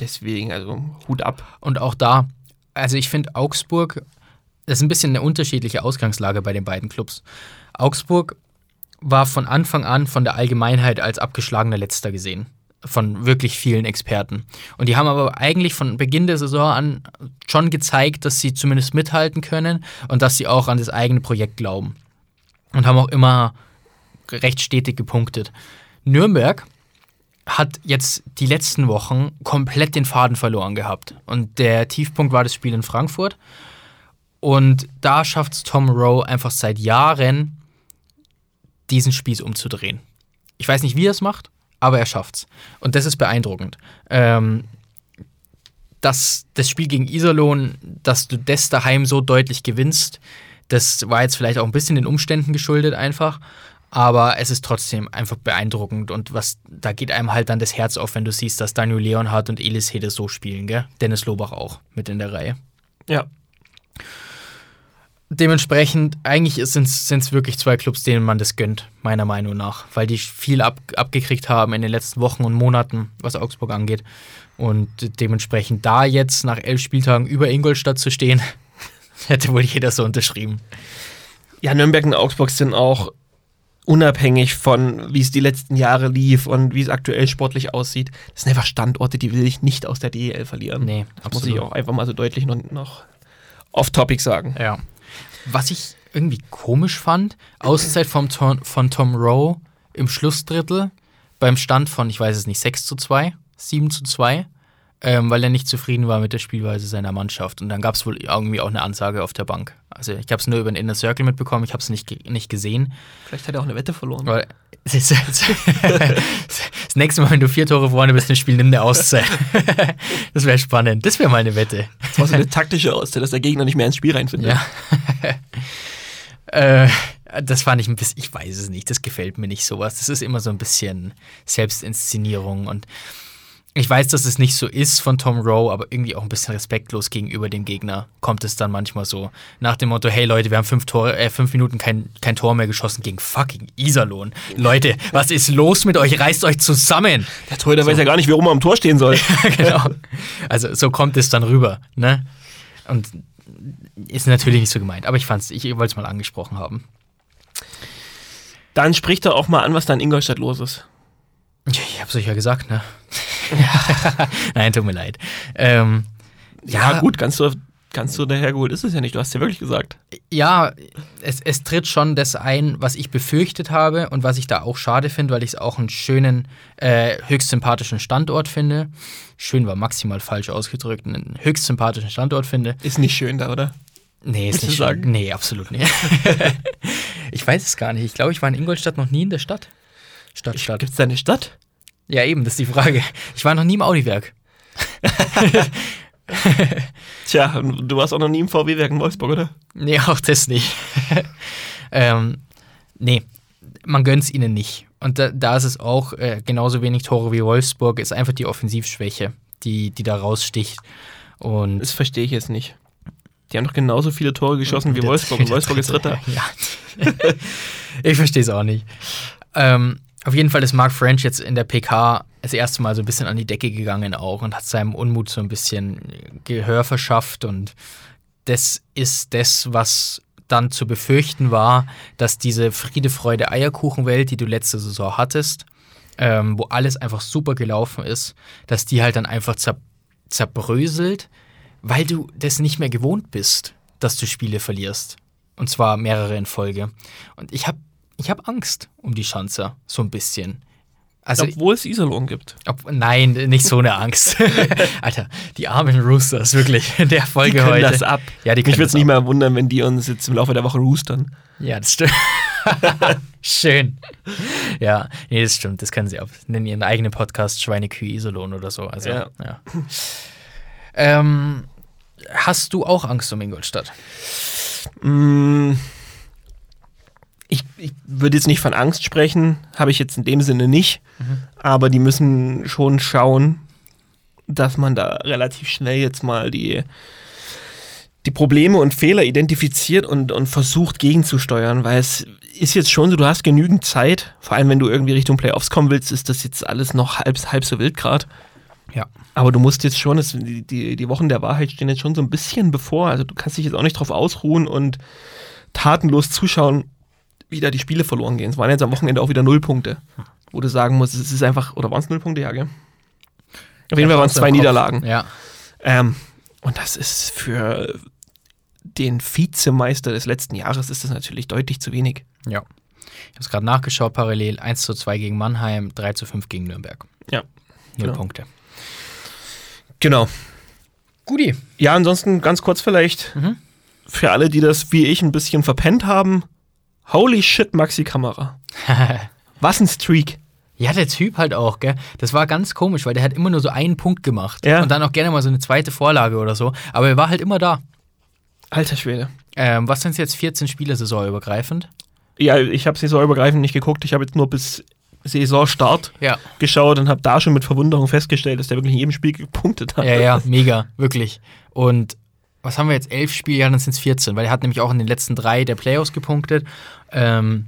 Speaker 2: Deswegen, also Hut ab.
Speaker 1: Und auch da, also ich finde Augsburg, das ist ein bisschen eine unterschiedliche Ausgangslage bei den beiden Clubs. Augsburg war von Anfang an von der Allgemeinheit als abgeschlagener Letzter gesehen. Von wirklich vielen Experten. Und die haben aber eigentlich von Beginn der Saison an schon gezeigt, dass sie zumindest mithalten können und dass sie auch an das eigene Projekt glauben. Und haben auch immer recht stetig gepunktet. Nürnberg hat jetzt die letzten Wochen komplett den Faden verloren gehabt. Und der Tiefpunkt war das Spiel in Frankfurt. Und da schafft es Tom Rowe einfach seit Jahren, diesen Spieß umzudrehen. Ich weiß nicht, wie er es macht, aber er schafft's. Und das ist beeindruckend. Ähm, dass das Spiel gegen Iserlohn, dass du das daheim so deutlich gewinnst, das war jetzt vielleicht auch ein bisschen den Umständen geschuldet einfach. Aber es ist trotzdem einfach beeindruckend und was, da geht einem halt dann das Herz auf, wenn du siehst, dass Daniel Leonhardt und Elis Hede so spielen, gell? Dennis Lobach auch mit in der Reihe.
Speaker 2: Ja.
Speaker 1: Dementsprechend, eigentlich sind es wirklich zwei Clubs, denen man das gönnt, meiner Meinung nach, weil die viel ab, abgekriegt haben in den letzten Wochen und Monaten, was Augsburg angeht. Und dementsprechend da jetzt nach elf Spieltagen über Ingolstadt zu stehen, hätte wohl jeder so unterschrieben.
Speaker 2: Ja, Nürnberg und Augsburg sind auch unabhängig von, wie es die letzten Jahre lief und wie es aktuell sportlich aussieht. Das sind einfach Standorte, die will ich nicht aus der DEL verlieren.
Speaker 1: Nee,
Speaker 2: das muss ich auch einfach mal so deutlich noch, noch off-topic sagen.
Speaker 1: Ja. Was ich irgendwie komisch fand, Auszeit vom Tom, von Tom Rowe im Schlussdrittel beim Stand von, ich weiß es nicht, 6 zu 2, 7 zu 2, ähm, weil er nicht zufrieden war mit der Spielweise seiner Mannschaft. Und dann gab es wohl irgendwie auch eine Ansage auf der Bank. Also ich habe es nur über den Inner Circle mitbekommen, ich habe es nicht, ge- nicht gesehen.
Speaker 2: Vielleicht hat er auch eine Wette verloren.
Speaker 1: Weil das, das nächste Mal, wenn du vier Tore vorne bist im Spiel, nimm eine Auszeit. das wäre spannend. Das wäre mal eine Wette.
Speaker 2: Das war so eine taktische Auszeit, dass der Gegner nicht mehr ins Spiel reinfindet.
Speaker 1: Ja. äh, das fand ich ein bisschen, ich weiß es nicht, das gefällt mir nicht sowas. Das ist immer so ein bisschen Selbstinszenierung und ich weiß, dass es nicht so ist von Tom Rowe, aber irgendwie auch ein bisschen respektlos gegenüber dem Gegner kommt es dann manchmal so. Nach dem Motto, hey Leute, wir haben fünf, Tore, äh, fünf Minuten kein, kein Tor mehr geschossen gegen fucking Iserlohn. Leute, was ist los mit euch? Reißt euch zusammen!
Speaker 2: Der Torhüter weiß ja gar nicht, warum er am Tor stehen soll.
Speaker 1: genau. Also so kommt es dann rüber, ne? Und ist natürlich nicht so gemeint, aber ich fand's, ich wollte es mal angesprochen haben.
Speaker 2: Dann spricht er auch mal an, was da in Ingolstadt los ist.
Speaker 1: Ja, Ich hab's euch ja gesagt, ne? Nein, tut mir leid. Ähm, ja,
Speaker 2: gut, ganz so, ganz so dahergeholt ist es ja nicht. Du hast ja wirklich gesagt.
Speaker 1: ja, es, es tritt schon das ein, was ich befürchtet habe und was ich da auch schade finde, weil ich es auch einen schönen, äh, höchst sympathischen Standort finde. Schön war maximal falsch ausgedrückt, einen höchst sympathischen Standort finde.
Speaker 2: Ist nicht schön da, oder?
Speaker 1: Nee, ist
Speaker 2: Würdest du
Speaker 1: nicht schön.
Speaker 2: sagen?
Speaker 1: Nee, absolut nicht. ich weiß es gar nicht. Ich glaube, ich war in Ingolstadt noch nie in der Stadt. Stadt, Stadt.
Speaker 2: Gibt's da eine Stadt?
Speaker 1: Ja, eben, das ist die Frage. Ich war noch nie im Audiwerk.
Speaker 2: Tja, und du warst auch noch nie im VW-Werk in Wolfsburg, oder?
Speaker 1: Nee, auch das nicht. ähm, nee, man gönnt's ihnen nicht. Und da, da ist es auch äh, genauso wenig Tore wie Wolfsburg, ist einfach die Offensivschwäche, die, die da raussticht. Und
Speaker 2: Das verstehe ich jetzt nicht. Die haben doch genauso viele Tore geschossen wie
Speaker 1: Der-
Speaker 2: Wolfsburg. Und
Speaker 1: der
Speaker 2: Wolfsburg ist Dritter.
Speaker 1: Ja. ich verstehe es auch nicht. Ähm, auf jeden Fall ist Mark French jetzt in der PK das erste Mal so ein bisschen an die Decke gegangen auch und hat seinem Unmut so ein bisschen Gehör verschafft und das ist das, was dann zu befürchten war, dass diese Friede, Freude, Eierkuchenwelt, die du letzte Saison hattest, ähm, wo alles einfach super gelaufen ist, dass die halt dann einfach zer zerbröselt, weil du das nicht mehr gewohnt bist, dass du Spiele verlierst. Und zwar mehrere in Folge. Und ich habe ich hab Angst um die Schanzer, so ein bisschen. Also,
Speaker 2: Obwohl es Iserlohn gibt.
Speaker 1: ob, nein, nicht so eine Angst. Alter, die armen Roosters, wirklich, in der Folge
Speaker 2: Die können
Speaker 1: heute.
Speaker 2: das ab.
Speaker 1: Ja, die
Speaker 2: Mich
Speaker 1: können
Speaker 2: würde es
Speaker 1: das
Speaker 2: nicht mehr wundern, wenn die uns jetzt im Laufe der Woche roostern.
Speaker 1: Ja, das stimmt. Schön. Ja, nee, das stimmt. Das können sie auch. Nennen ihren eigenen Podcast Schweinekühe Isolon oder so. Also, ja.
Speaker 2: Ja.
Speaker 1: Ähm, hast du auch Angst um Ingolstadt?
Speaker 2: Mm, Ich, ich würde jetzt nicht von Angst sprechen, habe ich jetzt in dem Sinne nicht. Aber die müssen schon schauen, dass man da relativ schnell jetzt mal die, die Probleme und Fehler identifiziert und, und versucht gegenzusteuern. Weil es ist jetzt schon so, du hast genügend Zeit. Vor allem, wenn du irgendwie Richtung Playoffs kommen willst, ist das jetzt alles noch halb, halb so wild gerade.
Speaker 1: Ja.
Speaker 2: Aber du musst jetzt schon, das, die, die, die Wochen der Wahrheit stehen jetzt schon so ein bisschen bevor. Also du kannst dich jetzt auch nicht drauf ausruhen und tatenlos zuschauen, wie da die Spiele verloren gehen. Es waren jetzt am Wochenende auch wieder Nullpunkte, wo du sagen musst, es ist einfach, oder waren es Nullpunkte? Ja, gell? Auf jeden Fall waren es zwei Niederlagen.
Speaker 1: Ja.
Speaker 2: Ähm, und das ist für den Vizemeister des letzten Jahres ist das natürlich deutlich zu wenig.
Speaker 1: Ja. Ich habe es gerade nachgeschaut, parallel 1 zu 2 gegen Mannheim, 3 zu 5 gegen Nürnberg.
Speaker 2: Ja.
Speaker 1: Null
Speaker 2: Genau.
Speaker 1: Punkte.
Speaker 2: Genau.
Speaker 1: Guti.
Speaker 2: Ja, ansonsten ganz kurz vielleicht
Speaker 1: Mhm.
Speaker 2: für alle, die das wie ich ein bisschen verpennt haben. Holy shit, Maxi Kamera. Was ein Streak.
Speaker 1: Ja, der Typ halt auch, gell? Das war ganz komisch, weil der hat immer nur so einen Punkt gemacht.
Speaker 2: Ja.
Speaker 1: Und dann auch gerne mal so eine zweite Vorlage oder so. Aber er war halt immer da.
Speaker 2: Alter Schwede.
Speaker 1: Ähm, was sind es jetzt? 14 Spiele saisonübergreifend?
Speaker 2: Ja, ich habe saisonübergreifend nicht geguckt. Ich habe jetzt nur bis Saisonstart
Speaker 1: Ja.
Speaker 2: geschaut und habe da schon mit Verwunderung festgestellt, dass der wirklich in jedem Spiel gepunktet hat.
Speaker 1: Ja, ja, mega, wirklich. Und was haben wir jetzt? Elf Spiele, ja, dann sind es 14, weil er hat nämlich auch in den letzten drei der Playoffs gepunktet. Ähm,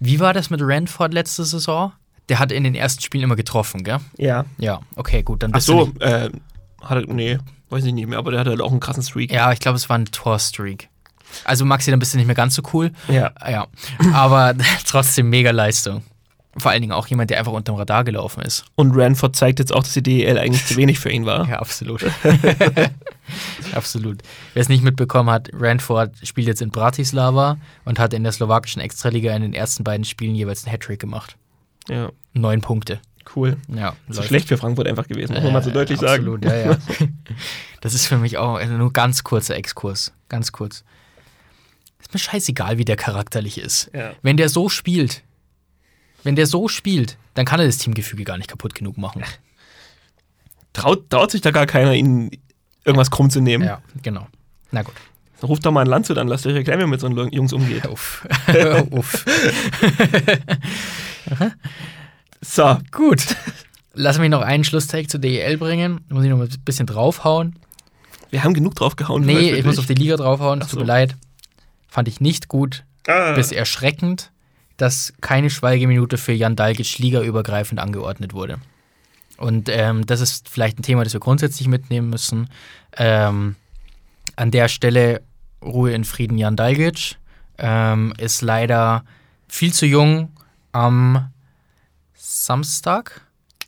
Speaker 1: wie war das mit Ranford letzte Saison? Der hat in den ersten Spielen immer getroffen, gell?
Speaker 2: ja.
Speaker 1: Ja, okay, gut, dann
Speaker 2: Ach
Speaker 1: du
Speaker 2: so,
Speaker 1: nicht-
Speaker 2: äh, hat er, nee, weiß ich nicht mehr, aber der hatte halt auch einen krassen Streak.
Speaker 1: Ja, ich glaube, es war ein Torstreak. Also, Maxi, dann bist du nicht mehr ganz so cool.
Speaker 2: Ja.
Speaker 1: Ja, aber trotzdem mega Leistung. Vor allen Dingen auch jemand, der einfach unterm Radar gelaufen ist.
Speaker 2: Und Ranford zeigt jetzt auch, dass die DEL eigentlich zu wenig für ihn war.
Speaker 1: Ja, absolut. absolut. Wer es nicht mitbekommen hat, Ranford spielt jetzt in Bratislava und hat in der slowakischen Extraliga in den ersten beiden Spielen jeweils einen Hattrick gemacht.
Speaker 2: Ja,
Speaker 1: Neun Punkte.
Speaker 2: cool.
Speaker 1: Ja,
Speaker 2: Zu
Speaker 1: läuft.
Speaker 2: schlecht für Frankfurt einfach gewesen, muss man mal so
Speaker 1: Äh,
Speaker 2: deutlich
Speaker 1: absolut,
Speaker 2: sagen.
Speaker 1: ja, ja. Das ist für mich auch also nur ganz kurzer Exkurs. Ganz kurz. Ist mir scheißegal, wie der charakterlich ist.
Speaker 2: Ja.
Speaker 1: Wenn der so spielt, wenn der so spielt, dann kann er das Teamgefüge gar nicht kaputt genug machen.
Speaker 2: Traut, traut sich da gar keiner, ihn irgendwas krumm zu nehmen.
Speaker 1: Ja, genau. Na gut.
Speaker 2: Ruft doch mal einen Landshut an, lasst euch erklären, wie man mit so einen Jungs umgeht.
Speaker 1: Uff. Uff.
Speaker 2: So,
Speaker 1: Gut. Lass mich noch einen Schlusstag zur DEL bringen. Muss ich noch ein bisschen draufhauen.
Speaker 2: wir haben genug draufgehauen.
Speaker 1: Nee,
Speaker 2: vielleicht
Speaker 1: ich muss auf
Speaker 2: wirklich.
Speaker 1: die Liga draufhauen. Es
Speaker 2: Ach
Speaker 1: tut
Speaker 2: so.
Speaker 1: mir leid. Fand ich nicht gut.
Speaker 2: Ah.
Speaker 1: Bis erschreckend, dass keine Schweigeminute für Jan Dalgic ligaübergreifend angeordnet wurde. Und ähm, das ist vielleicht ein Thema, das wir grundsätzlich mitnehmen müssen. Ähm, an der Stelle Ruhe in Frieden Jan Dalgic. Ähm, ist leider viel zu jung am Samstag.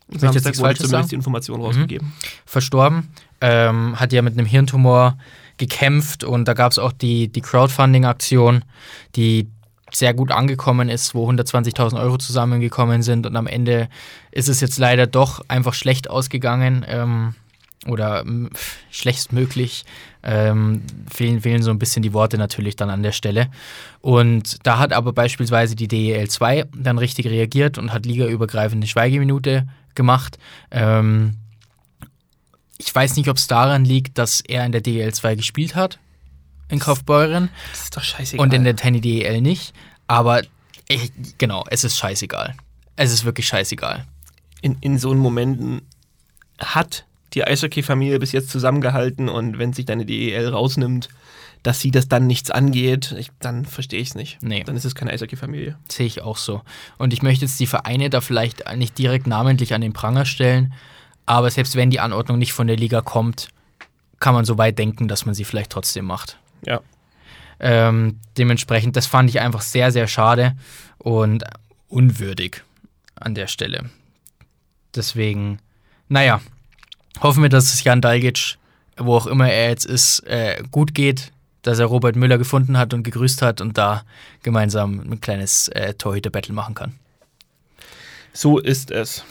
Speaker 1: Möchte ich jetzt
Speaker 2: Samstag
Speaker 1: nichts
Speaker 2: wurde
Speaker 1: Falsches sagen? Mhm.
Speaker 2: zumindest die Information rausgegeben.
Speaker 1: verstorben. Ähm, hat ja mit einem Hirntumor gekämpft und da gab es auch die, die Crowdfunding-Aktion, die sehr gut angekommen ist, wo 120.000 Euro zusammengekommen sind und am Ende ist es jetzt leider doch einfach schlecht ausgegangen ähm, oder mm, schlechtstmöglich. Ähm, fehlen, fehlen so ein bisschen die Worte natürlich dann an der Stelle. Und da hat aber beispielsweise die DEL 2 dann richtig reagiert und hat ligaübergreifende Schweigeminute gemacht. Ähm, ich weiß nicht, ob es daran liegt, dass er in der DEL2 gespielt hat, in Kaufbeuren,
Speaker 2: Das ist doch scheißegal.
Speaker 1: und in der Tenny DEL nicht. Aber ich, genau, es ist scheißegal. Es ist wirklich scheißegal.
Speaker 2: in, in so einen Momenten hat die Eishockey-Familie bis jetzt zusammengehalten und wenn sich deine DEL E rausnimmt, dass sie das dann nichts angeht, ich, dann verstehe ich es nicht.
Speaker 1: Nee.
Speaker 2: Dann ist es keine Eishockey-Familie.
Speaker 1: Sehe ich auch so. Und ich möchte jetzt die Vereine da vielleicht nicht direkt namentlich an den Pranger stellen, aber selbst wenn die Anordnung nicht von der Liga kommt, kann man so weit denken, dass man sie vielleicht trotzdem macht.
Speaker 2: Ja.
Speaker 1: Ähm, dementsprechend, das fand ich einfach sehr, sehr schade und unwürdig an der Stelle. Deswegen, naja, hoffen wir, dass es Jan Dalgic, wo auch immer er jetzt ist, äh, gut geht, dass er Robert Müller gefunden hat und gegrüßt hat und da gemeinsam ein kleines äh, Torhüter-Battle machen kann.
Speaker 2: So ist es.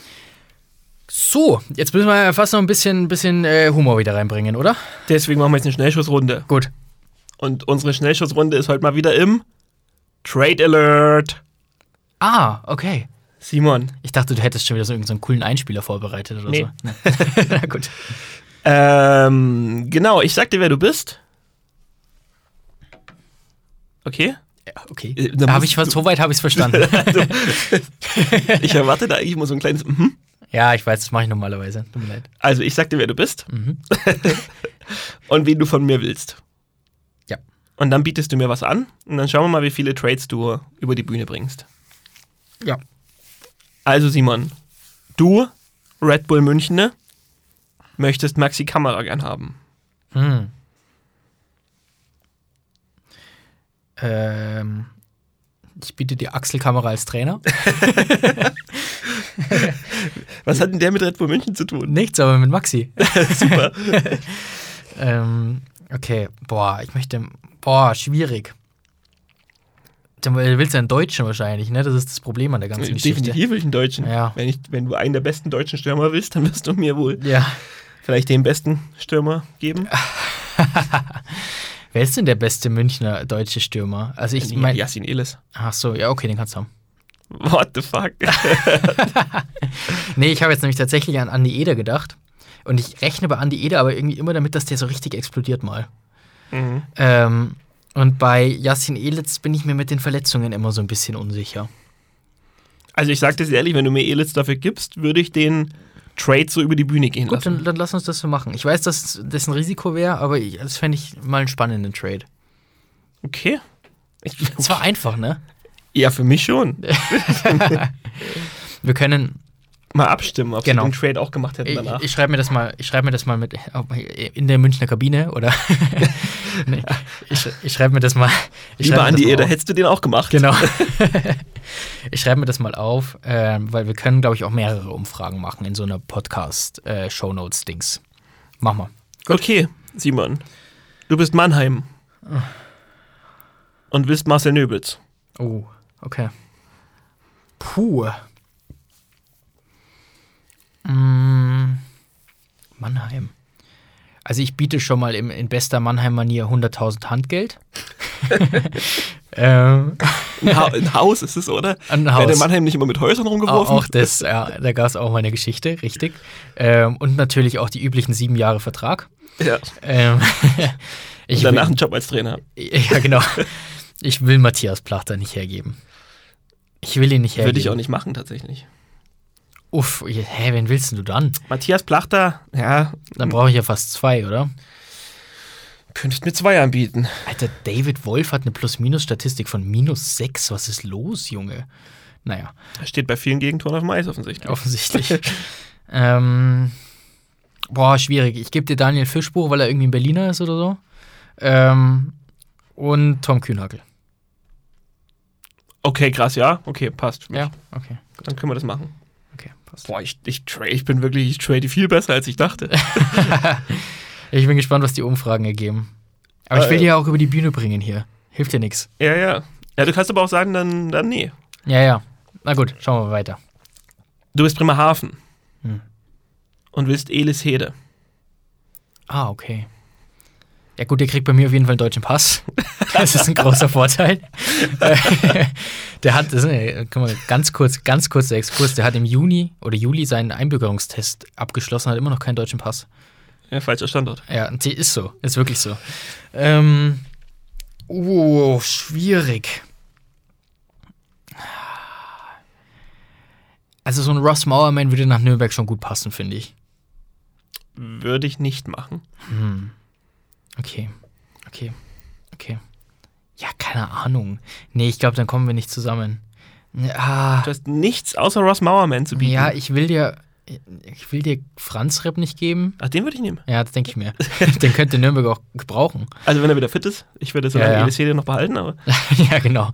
Speaker 1: So, jetzt müssen wir ja fast noch ein bisschen, bisschen äh, Humor wieder reinbringen, oder?
Speaker 2: Deswegen machen wir jetzt eine Schnellschussrunde.
Speaker 1: Gut.
Speaker 2: Und unsere Schnellschussrunde ist heute mal wieder im Trade Alert.
Speaker 1: Ah, okay.
Speaker 2: Simon,
Speaker 1: Ich dachte, du hättest schon wieder so irgendeinen coolen Einspieler vorbereitet oder
Speaker 2: Nee.
Speaker 1: so. Nee. Na gut.
Speaker 2: ähm, genau, ich sag dir, wer du bist. Okay?
Speaker 1: Okay.
Speaker 2: Äh, da
Speaker 1: Da hab
Speaker 2: musst
Speaker 1: ich, was- so weit habe ich es verstanden.
Speaker 2: Ich erwarte da eigentlich immer so ein kleines mhm.
Speaker 1: ja, ich weiß, das mache ich normalerweise. Tut mir leid.
Speaker 2: Also, ich sag dir, wer du bist
Speaker 1: Mhm.
Speaker 2: und wen du von mir willst.
Speaker 1: Ja.
Speaker 2: Und dann bietest du mir was an und dann schauen wir mal, wie viele Trades du über die Bühne bringst.
Speaker 1: Ja.
Speaker 2: Also, Simon, du, Red Bull München, ne, möchtest Maxi Kamera gern haben.
Speaker 1: Hm. Ähm, ich biete dir Axel Kamera als Trainer.
Speaker 2: Was hat denn der mit Red Bull München zu tun?
Speaker 1: Nichts, aber mit Maxi.
Speaker 2: Super.
Speaker 1: Ähm, okay, boah, ich möchte. Boah, schwierig. Du willst ja einen Deutschen wahrscheinlich, ne? Das ist das Problem an der ganzen Geschichte.
Speaker 2: Äh, Definitiv will ich einen Deutschen.
Speaker 1: Ja.
Speaker 2: Wenn, ich, wenn du einen der besten deutschen Stürmer willst, dann wirst du mir wohl
Speaker 1: Ja.
Speaker 2: vielleicht den besten Stürmer geben.
Speaker 1: Wer ist denn der beste Münchner deutsche Stürmer? Also ich
Speaker 2: meine,
Speaker 1: meine.
Speaker 2: Yassin Elis.
Speaker 1: Ach so, ja, okay, den kannst du haben.
Speaker 2: What the fuck?
Speaker 1: Nee, ich habe jetzt nämlich tatsächlich an Andi Eder gedacht. Und ich rechne bei Andi Eder aber irgendwie immer damit, dass der so richtig explodiert mal.
Speaker 2: Mhm.
Speaker 1: Ähm, und bei Yassin Elitz bin ich mir mit den Verletzungen immer so ein bisschen unsicher.
Speaker 2: also ich sag das ehrlich, wenn du mir Elis dafür gibst, würde ich den Trade so über die Bühne gehen
Speaker 1: Gut,
Speaker 2: lassen.
Speaker 1: dann, dann lass uns das so machen. Ich weiß, dass das ein Risiko wäre, aber ich, das fände ich mal einen spannenden Trade.
Speaker 2: Okay. Ich,
Speaker 1: Es war einfach, ne?
Speaker 2: ja, für mich schon.
Speaker 1: Wir können.
Speaker 2: Mal abstimmen, ob
Speaker 1: Genau.
Speaker 2: sie den Trade auch gemacht hätten
Speaker 1: Ich,
Speaker 2: danach.
Speaker 1: ich schreibe mir das mal. Ich schreibe mir das mal mit in der Münchner Kabine oder. nee, ich, ich schreibe mir das mal. Ich
Speaker 2: Lieber
Speaker 1: schreibe mir das
Speaker 2: Andi,
Speaker 1: mal
Speaker 2: da
Speaker 1: auf.
Speaker 2: hättest du den auch gemacht.
Speaker 1: Genau. ich schreibe mir das mal auf, ähm, weil wir können, glaube ich, auch mehrere Umfragen machen in so einer äh, Podcast-Shownotes-Dings. Mach mal.
Speaker 2: Okay, Simon. Du bist Mannheim.
Speaker 1: Ah.
Speaker 2: Und bist Marcel Nöbels.
Speaker 1: Oh, okay. Puh. Mm, Mannheim. Also ich biete schon mal im, in bester Mannheim-Manier 100.000 Handgeld. ähm,
Speaker 2: Ein, ha ein Haus ist es, oder?
Speaker 1: Ein
Speaker 2: Wird
Speaker 1: Haus.
Speaker 2: in Mannheim nicht immer mit Häusern rumgeworfen?
Speaker 1: Auch das, ja, da gab es auch mal eine Geschichte, richtig. Ähm, und natürlich auch die üblichen sieben Jahre Vertrag.
Speaker 2: Ja.
Speaker 1: Ähm,
Speaker 2: Und
Speaker 1: ich
Speaker 2: danach einen
Speaker 1: will,
Speaker 2: Job als Trainer.
Speaker 1: ja, genau. Ich will Matthias Plachter nicht hergeben. Ich will ihn nicht hergeben.
Speaker 2: Würde ich auch nicht machen, tatsächlich.
Speaker 1: Uff, je- hä, wen willst denn du dann?
Speaker 2: Matthias Plachter, ja,
Speaker 1: Dann brauche ich ja fast zwei, oder?
Speaker 2: könntest mir zwei anbieten.
Speaker 1: Alter, David Wolf hat eine Plus-Minus-Statistik von minus sechs. Was ist los, Junge? Naja,
Speaker 2: Er steht bei vielen Gegentoren auf dem Eis offensichtlich.
Speaker 1: offensichtlich. ähm, boah, schwierig. Ich gebe dir Daniel Fischbuch, weil er irgendwie ein Berliner ist oder so. Ähm, und Tom Kühnhackel.
Speaker 2: Okay, krass, ja. Okay, passt. für mich.
Speaker 1: Ja, okay.
Speaker 2: Dann können wir das machen.
Speaker 1: Okay, passt.
Speaker 2: Boah, ich, ich, tra- ich bin wirklich, ich trade viel besser, als ich dachte.
Speaker 1: Ich bin gespannt, was die Umfragen ergeben. Aber ich will
Speaker 2: Äh,
Speaker 1: die ja auch über die Bühne bringen hier. Hilft dir nichts.
Speaker 2: ja, ja. Ja, du kannst aber auch sagen, dann, dann nee.
Speaker 1: Ja, ja. Na gut, schauen wir weiter.
Speaker 2: Du bist Bremerhaven.
Speaker 1: Hm.
Speaker 2: Und willst Elis Hede.
Speaker 1: Ah, okay. Ja gut, ihr kriegt bei mir auf jeden Fall einen deutschen Pass. Das ist ein großer Vorteil. der hat, das ist, äh, guck mal, ganz kurz, ganz kurzer Exkurs, der hat im Juni oder Juli seinen Einbürgerungstest abgeschlossen, hat immer noch keinen deutschen Pass.
Speaker 2: Ja, falscher Standort.
Speaker 1: Ja, die ist so, ist wirklich so. Ähm, oh, schwierig. Also so ein Ross Mauerman würde nach Nürnberg schon gut passen, finde ich. Hm.
Speaker 2: Würde ich nicht machen.
Speaker 1: Okay, okay. Okay. Ja, keine Ahnung. Nee, ich glaube, dann kommen wir nicht zusammen. Ah,
Speaker 2: Du hast nichts außer Ross Mauerman zu bieten.
Speaker 1: ja, ich will dir. Ich will dir Franz Ripp nicht geben.
Speaker 2: Ach, den würde ich nehmen.
Speaker 1: Ja, das denke ich mir. Den könnte Nürnberg auch gebrauchen.
Speaker 2: Also wenn er wieder fit ist. Ich würde so
Speaker 1: Ja,
Speaker 2: lange
Speaker 1: ja.
Speaker 2: jede Szene noch behalten, aber
Speaker 1: ja, genau.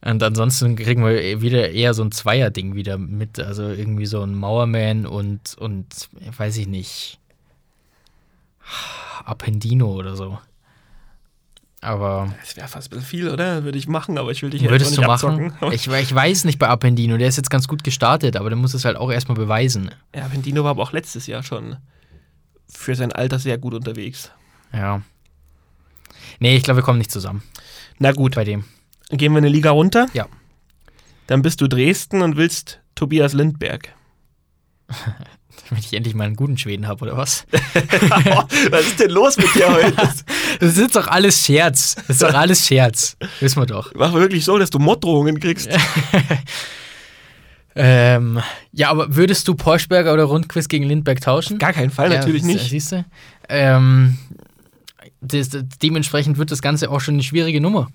Speaker 1: Und ansonsten kriegen wir wieder eher so ein Zweier-Ding wieder mit. Also irgendwie so ein Mauerman und, und äh, weiß ich nicht, Appendino oder so. Aber
Speaker 2: das wäre fast ein bisschen viel, oder? Würde ich machen, aber ich will dich
Speaker 1: würdest
Speaker 2: jetzt
Speaker 1: du
Speaker 2: auch nicht
Speaker 1: machen?
Speaker 2: abzocken.
Speaker 1: Ich, we- ich weiß nicht bei Appendino, der ist jetzt ganz gut gestartet, aber der muss es halt auch erstmal beweisen.
Speaker 2: Ja, Vendino war aber auch letztes Jahr schon für sein Alter sehr gut unterwegs.
Speaker 1: Ja. Nee, ich glaube, wir kommen nicht zusammen
Speaker 2: Na gut,
Speaker 1: bei dem.
Speaker 2: gehen wir eine Liga runter.
Speaker 1: Ja.
Speaker 2: Dann bist du Dresden und willst Tobias Lindberg.
Speaker 1: Wenn ich endlich mal einen guten Schweden habe, oder was?
Speaker 2: Was ist denn los mit dir heute?
Speaker 1: Das ist doch alles Scherz. Das ist doch alles Scherz. Wissen wir doch.
Speaker 2: Mach wirklich so, dass du Morddrohungen kriegst.
Speaker 1: Ähm, ja, aber würdest du Porschberger oder Rundquist gegen Lindberg tauschen?
Speaker 2: Gar keinen Fall, natürlich nicht.
Speaker 1: Siehst du? Ähm, das, das, dementsprechend wird das Ganze auch schon eine schwierige Nummer.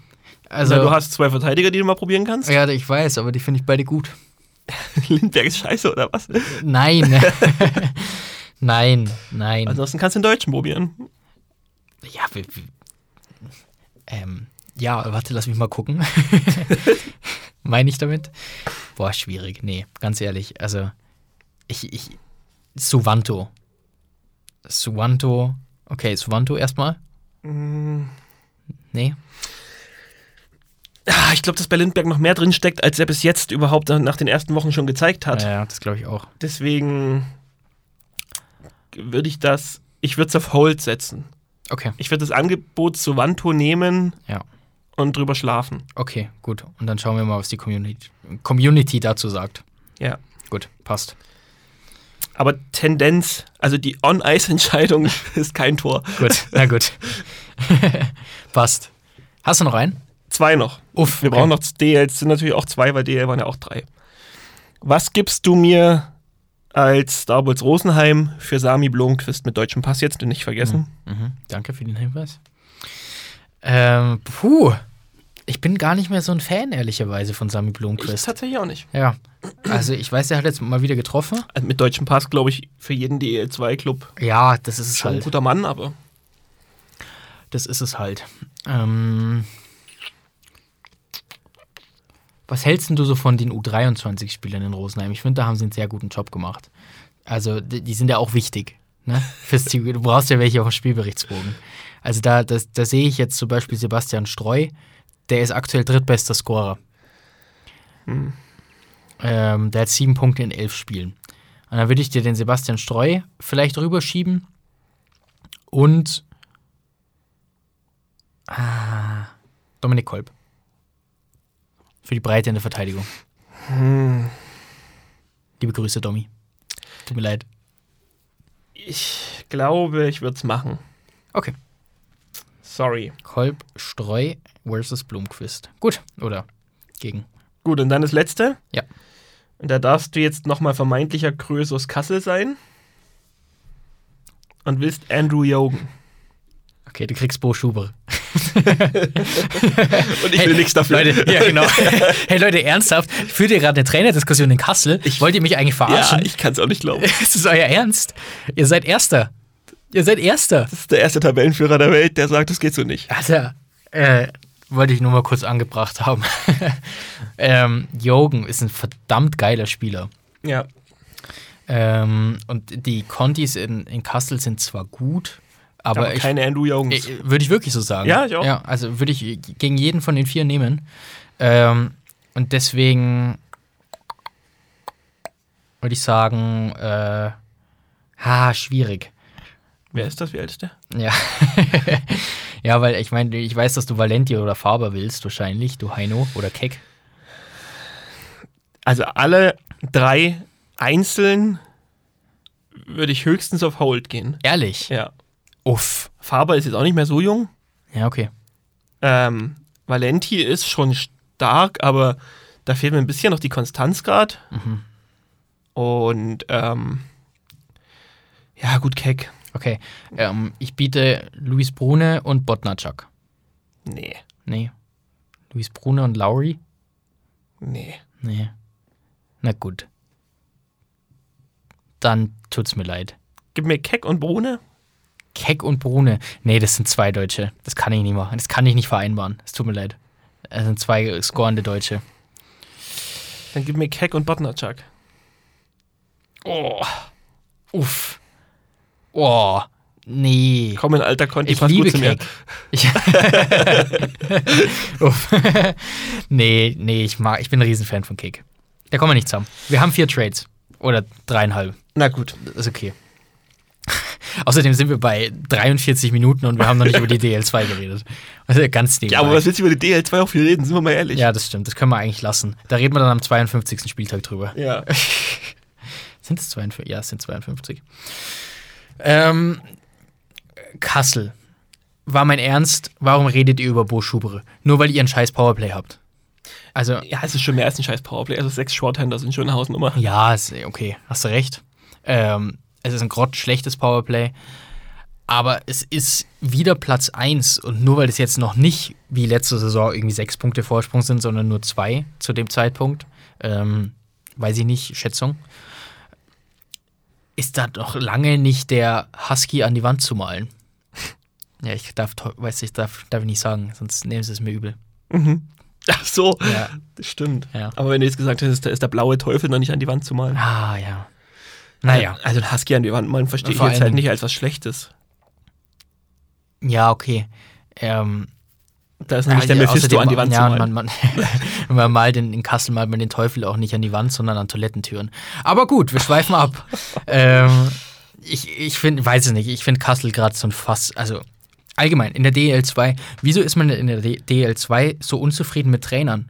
Speaker 1: Also,
Speaker 2: Na, du hast zwei Verteidiger, die du mal probieren kannst.
Speaker 1: ja, ich weiß, aber die finde ich beide gut.
Speaker 2: Lindberg ist scheiße, oder was?
Speaker 1: Nein. nein, nein.
Speaker 2: Ansonsten kannst du den Deutschen probieren.
Speaker 1: ja, wir, wir, ähm, ja, warte, lass mich mal gucken. Meine ich damit? Boah, schwierig. Nee, ganz ehrlich. Also, ich, ich, Suvanto. Suvanto. Okay, Suvanto erstmal.
Speaker 2: Mm.
Speaker 1: Nee.
Speaker 2: Ah, Ich glaube, dass bei Lindberg noch mehr drin steckt, als er bis jetzt überhaupt nach den ersten Wochen schon gezeigt hat.
Speaker 1: Ja, das glaube ich auch.
Speaker 2: Deswegen würde ich das, ich würde es auf Hold setzen.
Speaker 1: Okay,
Speaker 2: Ich würde das Angebot zu Wanto nehmen
Speaker 1: ja.
Speaker 2: und drüber schlafen.
Speaker 1: Okay, gut. Und dann schauen wir mal, was die Community, Community dazu sagt.
Speaker 2: Ja.
Speaker 1: Gut, passt.
Speaker 2: Aber Tendenz, also die On-Ice-Entscheidung ist kein Tor.
Speaker 1: Gut, na gut. passt. Hast du noch einen?
Speaker 2: Zwei noch.
Speaker 1: Uff,
Speaker 2: Wir
Speaker 1: okay.
Speaker 2: brauchen noch DL, es sind natürlich auch zwei, weil DL waren ja auch drei. Was gibst du mir als Star Wars Rosenheim für Sami Blomqvist mit deutschem Pass jetzt, den nicht vergessen?
Speaker 1: Mhm, danke für den Hinweis. Ähm, puh, ich bin gar nicht mehr so ein Fan, ehrlicherweise, von Sami Blomqvist.
Speaker 2: tatsächlich auch nicht.
Speaker 1: Ja, also ich weiß, er hat jetzt mal wieder getroffen.
Speaker 2: Also mit deutschem Pass, glaube ich, für jeden DL2-Club
Speaker 1: Ja, das ist es
Speaker 2: schon ein
Speaker 1: halt.
Speaker 2: guter Mann, aber
Speaker 1: Das ist es halt. Ähm, was hältst denn du so von den U23-Spielern in Rosenheim? Ich finde, da haben sie einen sehr guten Job gemacht. Also, die, die sind ja auch wichtig. Ne? Fürs Team. Du brauchst ja welche auf dem Spielberichtsbogen. Also, da, das, da sehe ich jetzt zum Beispiel Sebastian Streu, der ist aktuell drittbester Scorer. Ähm, der hat sieben Punkte in elf Spielen. Und dann würde ich dir den Sebastian Streu vielleicht rüberschieben und Dominik Kolb. Für die Breite in der Verteidigung.
Speaker 2: Hm.
Speaker 1: Liebe Grüße, Domi. Tut mir leid.
Speaker 2: ich glaube, ich würde es machen.
Speaker 1: Okay.
Speaker 2: Sorry.
Speaker 1: Kolb, Streu versus Blomqvist. Gut, oder? Gegen.
Speaker 2: Gut, und dann das letzte.
Speaker 1: Ja.
Speaker 2: Und da darfst du jetzt nochmal vermeintlicher Krösus Kassel sein. Und willst Andrew Jogen.
Speaker 1: Okay, du kriegst Bo Schuber.
Speaker 2: Und ich will nichts dafür.
Speaker 1: Leute, ja, genau. hey, Leute, ernsthaft? Führt ihr gerade eine Trainerdiskussion in Kassel? Ich Wollt ihr mich eigentlich
Speaker 2: ja,
Speaker 1: verarschen?
Speaker 2: ich kann es auch nicht glauben.
Speaker 1: ist es euer Ernst? Ihr seid Erster. Ihr seid Erster.
Speaker 2: Das ist der erste Tabellenführer der Welt, der sagt, das geht so nicht.
Speaker 1: Alter, äh, wollte ich nur mal kurz angebracht haben. ähm, Jogen ist ein verdammt geiler Spieler.
Speaker 2: Ja.
Speaker 1: Ähm, und die Contis in, in Kassel sind zwar gut, aber,
Speaker 2: Aber
Speaker 1: ich,
Speaker 2: keine Andrew Jogens.
Speaker 1: äh, würde ich wirklich so sagen.
Speaker 2: Ja, ich auch.
Speaker 1: Ja, also würde ich gegen jeden von den vier nehmen. Ähm, und deswegen würde ich sagen, äh, ha, schwierig.
Speaker 2: Wer ist das? Wie alt ist der?
Speaker 1: Ja. ja, weil ich meine, ich weiß, dass du Valenti oder Faber willst, wahrscheinlich, du Heino oder Keck.
Speaker 2: Also alle drei einzeln würde ich höchstens auf Hold gehen.
Speaker 1: Ehrlich?
Speaker 2: Ja.
Speaker 1: Uff.
Speaker 2: Faber ist jetzt auch nicht mehr so jung.
Speaker 1: Ja, okay.
Speaker 2: Ähm, Valenti ist schon stark, aber da fehlt mir ein bisschen noch die Konstanz gerade. Und ähm, ja, gut, Keck.
Speaker 1: Okay. Ähm, ich biete Luis Brune und Botnatschak.
Speaker 2: Nee,
Speaker 1: Nee. Luis Brunner und Lowry?
Speaker 2: nee.
Speaker 1: Nee. Na gut. Dann tut's mir leid.
Speaker 2: Gib mir Keck und Brune.
Speaker 1: Keck und Brune. Nee, das sind zwei Deutsche. Das kann ich nicht machen. Das kann ich nicht vereinbaren. Es tut mir leid. Das sind zwei scorende Deutsche.
Speaker 2: Dann gib mir Keck und Botnarczak.
Speaker 1: Oh. Uff. Oh. Nee.
Speaker 2: Komm in alter Conti,
Speaker 1: Ich
Speaker 2: passt
Speaker 1: liebe
Speaker 2: gut zu mir.
Speaker 1: Cake. Ich Uff. nee, nee, ich mag, ich bin ein Riesenfan von Cake. Da kommen wir nicht zusammen. Wir haben vier Trades. Oder dreieinhalb.
Speaker 2: Na gut.
Speaker 1: Das ist okay. Außerdem sind wir bei 43 Minuten und wir haben noch nicht über die DL2 geredet. Also ganz nebenbei.
Speaker 2: Ja, aber was willst du über die DL2 auch viel reden? Sind wir mal ehrlich.
Speaker 1: ja, das stimmt. Das können wir eigentlich lassen. Da reden wir dann am 52. Spieltag drüber.
Speaker 2: ja.
Speaker 1: Sind es 52? Ja, es sind 52. Ähm, Kassel. War mein Ernst, warum redet ihr über Bo Schubre? Nur weil ihr einen scheiß Powerplay habt. Also,
Speaker 2: Ja, es ist schon mehr als ein scheiß Powerplay. Also sechs Shorthander sind schon eine Hausnummer.
Speaker 1: ja, ist okay, hast du recht. Ähm, es ist ein grottschlechtes Powerplay. Aber es ist wieder Platz 1. Und nur weil es jetzt noch nicht wie letzte Saison irgendwie sechs Punkte Vorsprung sind, sondern nur zwei zu dem Zeitpunkt, ähm, weiß ich nicht, Schätzung, ist da noch lange nicht der Husky an die Wand zu malen. Ja, ich darf, to- weiß ich, darf, darf ich nicht sagen, sonst nehmen sie es mir übel.
Speaker 2: Ach so.
Speaker 1: Ja.
Speaker 2: Das stimmt.
Speaker 1: Ja.
Speaker 2: Aber wenn du jetzt gesagt hättest, da ist der blaue Teufel noch nicht an die Wand zu malen.
Speaker 1: Ah, ja. Naja.
Speaker 2: Also ein Husky an die Wand malen verstehe ich
Speaker 1: Vor
Speaker 2: jetzt
Speaker 1: allen
Speaker 2: halt
Speaker 1: Dingen-
Speaker 2: nicht als was Schlechtes.
Speaker 1: Ja, okay. Ähm,
Speaker 2: Da ist nämlich
Speaker 1: Ja,
Speaker 2: der Mephisto
Speaker 1: außerdem-
Speaker 2: an die Wand
Speaker 1: ja,
Speaker 2: zu
Speaker 1: und
Speaker 2: malen.
Speaker 1: Man, man, man malt in, in Kassel malt man den Teufel auch nicht an die Wand, sondern an Toilettentüren. Aber gut, wir schweifen ab. Ähm, ich ich finde, weiß es nicht, ich finde Kassel gerade so ein Fass, also allgemein in der DL2, wieso ist man in der D- DL2 so unzufrieden mit Trainern?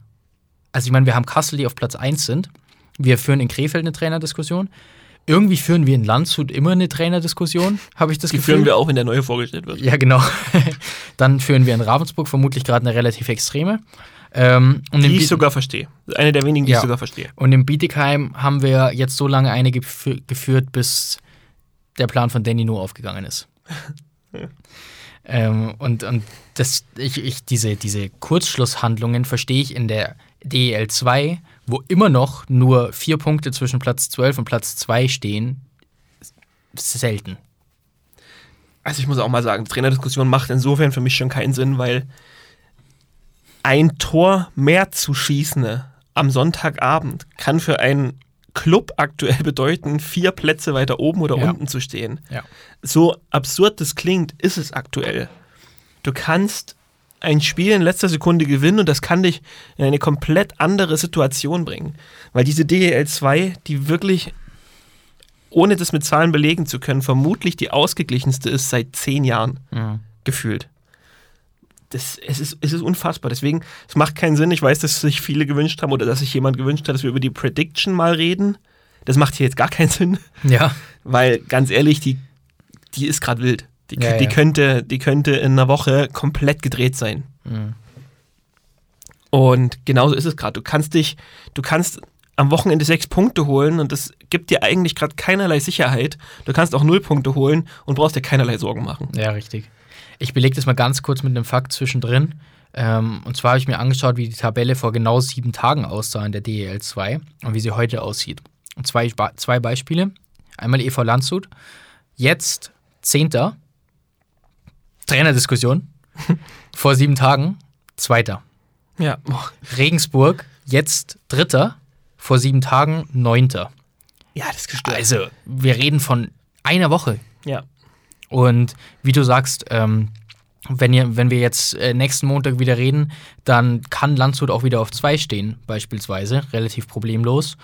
Speaker 1: Also ich meine, wir haben Kassel, die auf Platz 1 sind. Wir führen in Krefeld eine Trainerdiskussion. Irgendwie führen wir in Landshut immer eine Trainerdiskussion, habe ich das
Speaker 2: Die
Speaker 1: Gefühl.
Speaker 2: führen wir auch, wenn der neue vorgestellt wird.
Speaker 1: Ja, genau. Dann führen wir in Ravensburg vermutlich gerade eine relativ extreme. Ähm, und,
Speaker 2: Die
Speaker 1: in
Speaker 2: ich
Speaker 1: Biet-
Speaker 2: sogar verstehe. Eine der wenigen, die
Speaker 1: Ja.
Speaker 2: ich sogar verstehe.
Speaker 1: und in Bietigheim haben wir jetzt so lange eine gefü- geführt, bis der Plan von Danny No aufgegangen ist. ähm, und und das, ich, ich, diese, diese Kurzschlusshandlungen verstehe ich in der DEL 2, wo immer noch nur vier Punkte zwischen Platz 12 und Platz 2 stehen, selten.
Speaker 2: Also ich muss auch mal sagen, Trainerdiskussion macht insofern für mich schon keinen Sinn, weil ein Tor mehr zu schießen am Sonntagabend kann für einen Club aktuell bedeuten, vier Plätze weiter oben oder
Speaker 1: Ja.
Speaker 2: unten zu stehen.
Speaker 1: Ja.
Speaker 2: So absurd das klingt, ist es aktuell. Du kannst ein Spiel in letzter Sekunde gewinnen und das kann dich in eine komplett andere Situation bringen. Weil diese DEL 2, die wirklich, ohne das mit Zahlen belegen zu können, vermutlich die ausgeglichenste ist seit zehn Jahren gefühlt. Das, es, ist, es ist unfassbar. Deswegen, es macht keinen Sinn. Ich weiß, dass sich viele gewünscht haben oder dass sich jemand gewünscht hat, dass wir über die Prediction mal reden. Das macht hier jetzt gar keinen Sinn.
Speaker 1: Ja.
Speaker 2: Weil ganz ehrlich, die, die ist gerade wild. Die,
Speaker 1: Ja,
Speaker 2: die,
Speaker 1: ja.
Speaker 2: Könnte, die könnte in einer Woche komplett gedreht sein.
Speaker 1: Mhm.
Speaker 2: Und genauso ist es gerade. Du kannst dich, du kannst am Wochenende sechs Punkte holen und das gibt dir eigentlich gerade keinerlei Sicherheit. Du kannst auch null Punkte holen und brauchst dir keinerlei Sorgen machen.
Speaker 1: Ja, richtig. Ich belege das mal ganz kurz mit einem Fakt zwischendrin. Ähm, und zwar habe ich mir angeschaut, wie die Tabelle vor genau sieben Tagen aussah in der DEL 2 und wie sie heute aussieht. Und zwei, Ba- zwei Beispiele. Einmal EV Landshut. Jetzt Zehnter. Trainerdiskussion. vor sieben Tagen Zweiter.
Speaker 2: Ja,
Speaker 1: Regensburg. Jetzt Dritter. Vor sieben Tagen Neunter.
Speaker 2: ja das ist gestört.
Speaker 1: Also, wir reden von einer Woche.
Speaker 2: Ja.
Speaker 1: Und wie du sagst, ähm, wenn, ihr, wenn wir jetzt äh, nächsten Montag wieder reden, dann kann Landshut auch wieder auf zwei stehen, beispielsweise, relativ problemlos.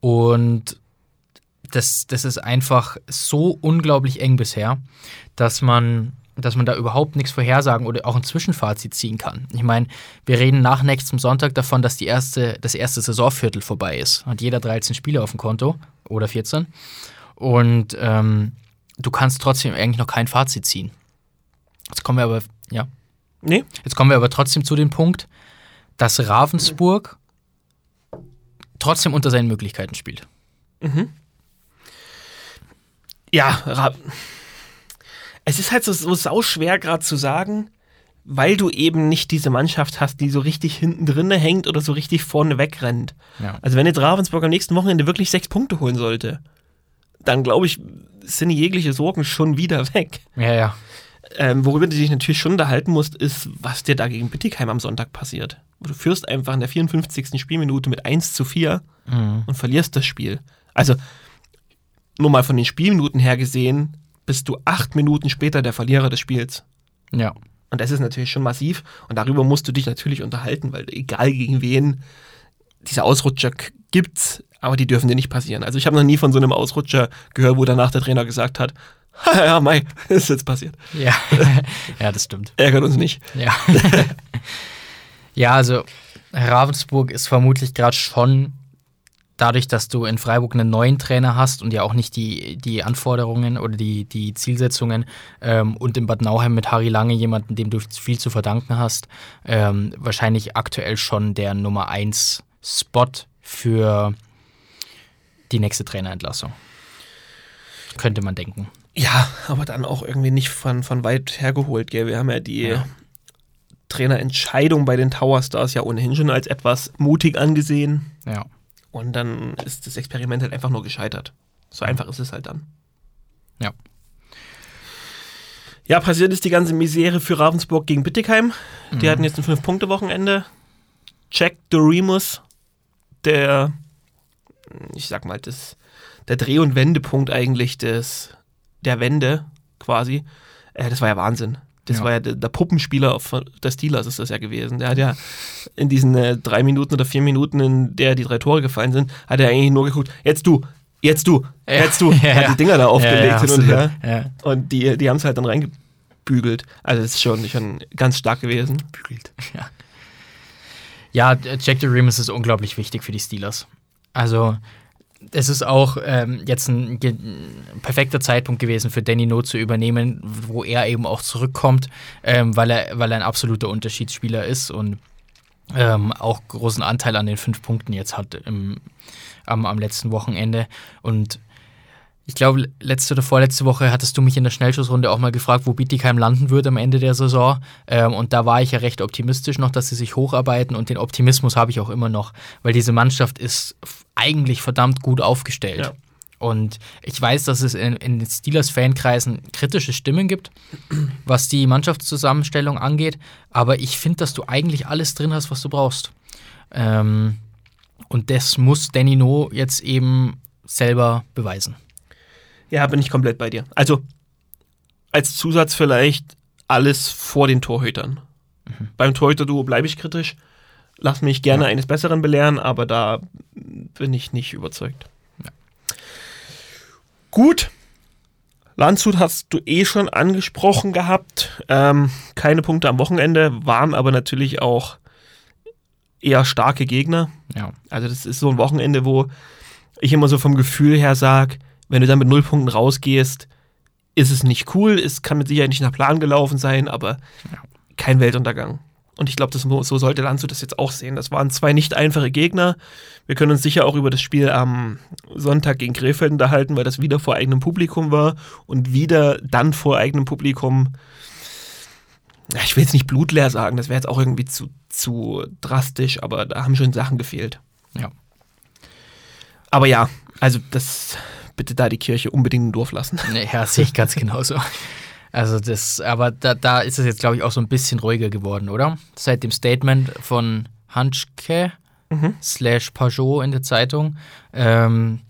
Speaker 1: Und das, das ist einfach so unglaublich eng bisher, dass man, dass man da überhaupt nichts vorhersagen oder auch ein Zwischenfazit ziehen kann. Ich meine, wir reden nach nächstem Sonntag davon, dass die erste, das erste Saisonviertel vorbei ist. Hat jeder 13 Spiele auf dem Konto oder 14. Und ähm, du kannst trotzdem eigentlich noch kein Fazit ziehen. Jetzt kommen wir aber, ja,
Speaker 2: Nee,
Speaker 1: jetzt kommen wir aber trotzdem zu dem Punkt, dass Ravensburg trotzdem unter seinen Möglichkeiten spielt.
Speaker 2: ja, Ra es ist halt so, so sauschwer gerade zu sagen, weil du eben nicht diese Mannschaft hast, die so richtig hinten drinne hängt oder so richtig vorne wegrennt.
Speaker 1: Ja.
Speaker 2: Also wenn jetzt Ravensburg am nächsten Wochenende wirklich sechs Punkte holen sollte, dann glaube ich, sind jegliche Sorgen schon wieder weg.
Speaker 1: ja, ja.
Speaker 2: Ähm, worüber du dich natürlich schon unterhalten musst, ist, was dir da gegen Bittigheim am Sonntag passiert. Du führst einfach in der 54. Spielminute mit 1 zu 4
Speaker 1: Mhm.
Speaker 2: und verlierst das Spiel. Also, nur mal von den Spielminuten her gesehen, bist du acht Minuten später der Verlierer des Spiels.
Speaker 1: Ja.
Speaker 2: Und das ist natürlich schon massiv. Und darüber musst du dich natürlich unterhalten, weil egal gegen wen, diese Ausrutscher k- gibt's, aber die dürfen dir nicht passieren. Also ich habe noch nie von so einem Ausrutscher gehört, wo danach der Trainer gesagt hat, ja, Mai, ist jetzt passiert.
Speaker 1: Ja. ja, das stimmt.
Speaker 2: Ärgert uns nicht.
Speaker 1: Ja. ja, also Ravensburg ist vermutlich gerade schon dadurch, dass du in Freiburg einen neuen Trainer hast und ja auch nicht die, die Anforderungen oder die, die Zielsetzungen ähm, und in Bad Nauheim mit Harry Lange jemanden, dem du viel zu verdanken hast, ähm, wahrscheinlich aktuell schon der Nummer 1 Spot für die nächste Trainerentlassung. Könnte man denken.
Speaker 2: Ja, aber dann auch irgendwie nicht von, von weit hergeholt, gell? Wir haben ja die
Speaker 1: Ja.
Speaker 2: Trainerentscheidung bei den Tower Stars ja ohnehin schon als etwas mutig angesehen.
Speaker 1: Ja.
Speaker 2: Und dann ist das Experiment halt einfach nur gescheitert. So einfach ist es halt dann.
Speaker 1: Ja.
Speaker 2: Ja, passiert ist die ganze Misere für Ravensburg gegen Bittigheim.
Speaker 1: Mhm.
Speaker 2: Die hatten jetzt ein Fünf-Punkte-Wochenende. Jack Doremus, der, ich sag mal, das, der Dreh- und Wendepunkt eigentlich des, der Wende quasi, äh, das war ja Wahnsinn. Das
Speaker 1: Ja.
Speaker 2: war ja der, der Puppenspieler auf- der Steelers ist das ja gewesen. Der hat ja in diesen äh, drei Minuten oder vier Minuten, in der die drei Tore gefallen sind, hat er eigentlich nur geguckt, jetzt du, jetzt du, jetzt du.
Speaker 1: Ja,
Speaker 2: Er
Speaker 1: ja.
Speaker 2: hat die Dinger da aufgelegt
Speaker 1: Ja, ja,
Speaker 2: hin und
Speaker 1: absolut.
Speaker 2: her.
Speaker 1: Ja.
Speaker 2: Und die, die haben es halt dann reingebügelt. Also das ist schon, schon ganz stark gewesen.
Speaker 1: Ja. Ja, äh, Jack DeRemus ist unglaublich wichtig für die Steelers. Also, es ist auch ähm, jetzt ein, ge- ein perfekter Zeitpunkt gewesen für Danny No zu übernehmen, wo er eben auch zurückkommt, ähm, weil, er, weil er ein absoluter Unterschiedsspieler ist und ähm, auch großen Anteil an den fünf Punkten jetzt hat im, am, am letzten Wochenende. Und ich glaube, letzte oder vorletzte Woche hattest du mich in der Schnellschussrunde auch mal gefragt, wo Bietigheim landen wird am Ende der Saison. Ähm, und da war ich ja recht optimistisch noch, dass sie sich hocharbeiten. Und den Optimismus habe ich auch immer noch, weil diese Mannschaft ist f- eigentlich verdammt gut aufgestellt.
Speaker 2: Ja.
Speaker 1: Und ich weiß, dass es in, in den Steelers-Fankreisen kritische Stimmen gibt, was die Mannschaftszusammenstellung angeht. Aber ich finde, dass du eigentlich alles drin hast, was du brauchst. Ähm, und das muss Danny No jetzt eben selber beweisen.
Speaker 2: Ja, bin ich komplett bei dir. Also als Zusatz vielleicht alles vor den Torhütern. Beim Torhüter-Duo bleibe ich kritisch. Lass mich gerne eines Besseren belehren, aber da bin ich nicht überzeugt. Gut. Landshut hast du eh schon angesprochen gehabt. Ähm, keine Punkte am Wochenende, waren aber natürlich auch eher starke Gegner.
Speaker 1: Ja.
Speaker 2: Also das ist so ein Wochenende, wo ich immer so vom Gefühl her sage, wenn du dann mit null Punkten rausgehst, ist es nicht cool, es kann mit Sicherheit nicht nach Plan gelaufen sein, aber
Speaker 1: Ja.
Speaker 2: kein Weltuntergang. Und ich glaube, das mo- so sollte Landshut das jetzt auch sehen. Das waren zwei nicht einfache Gegner. Wir können uns sicher auch über das Spiel am Sonntag gegen Krefeld unterhalten, weil das wieder vor eigenem Publikum war und wieder dann vor eigenem Publikum. Ja, Ich will jetzt nicht blutleer sagen, das wäre jetzt auch irgendwie zu, zu drastisch, aber da haben schon Sachen gefehlt.
Speaker 1: Ja.
Speaker 2: Aber ja, also das bitte da die Kirche unbedingt im Dorf lassen.
Speaker 1: Nee, ja, sehe ich ganz genauso. Also das, aber da, da ist es jetzt, glaube ich, auch so ein bisschen ruhiger geworden, oder? Seit dem Statement von Hanschke slash Pajot in der Zeitung ähm,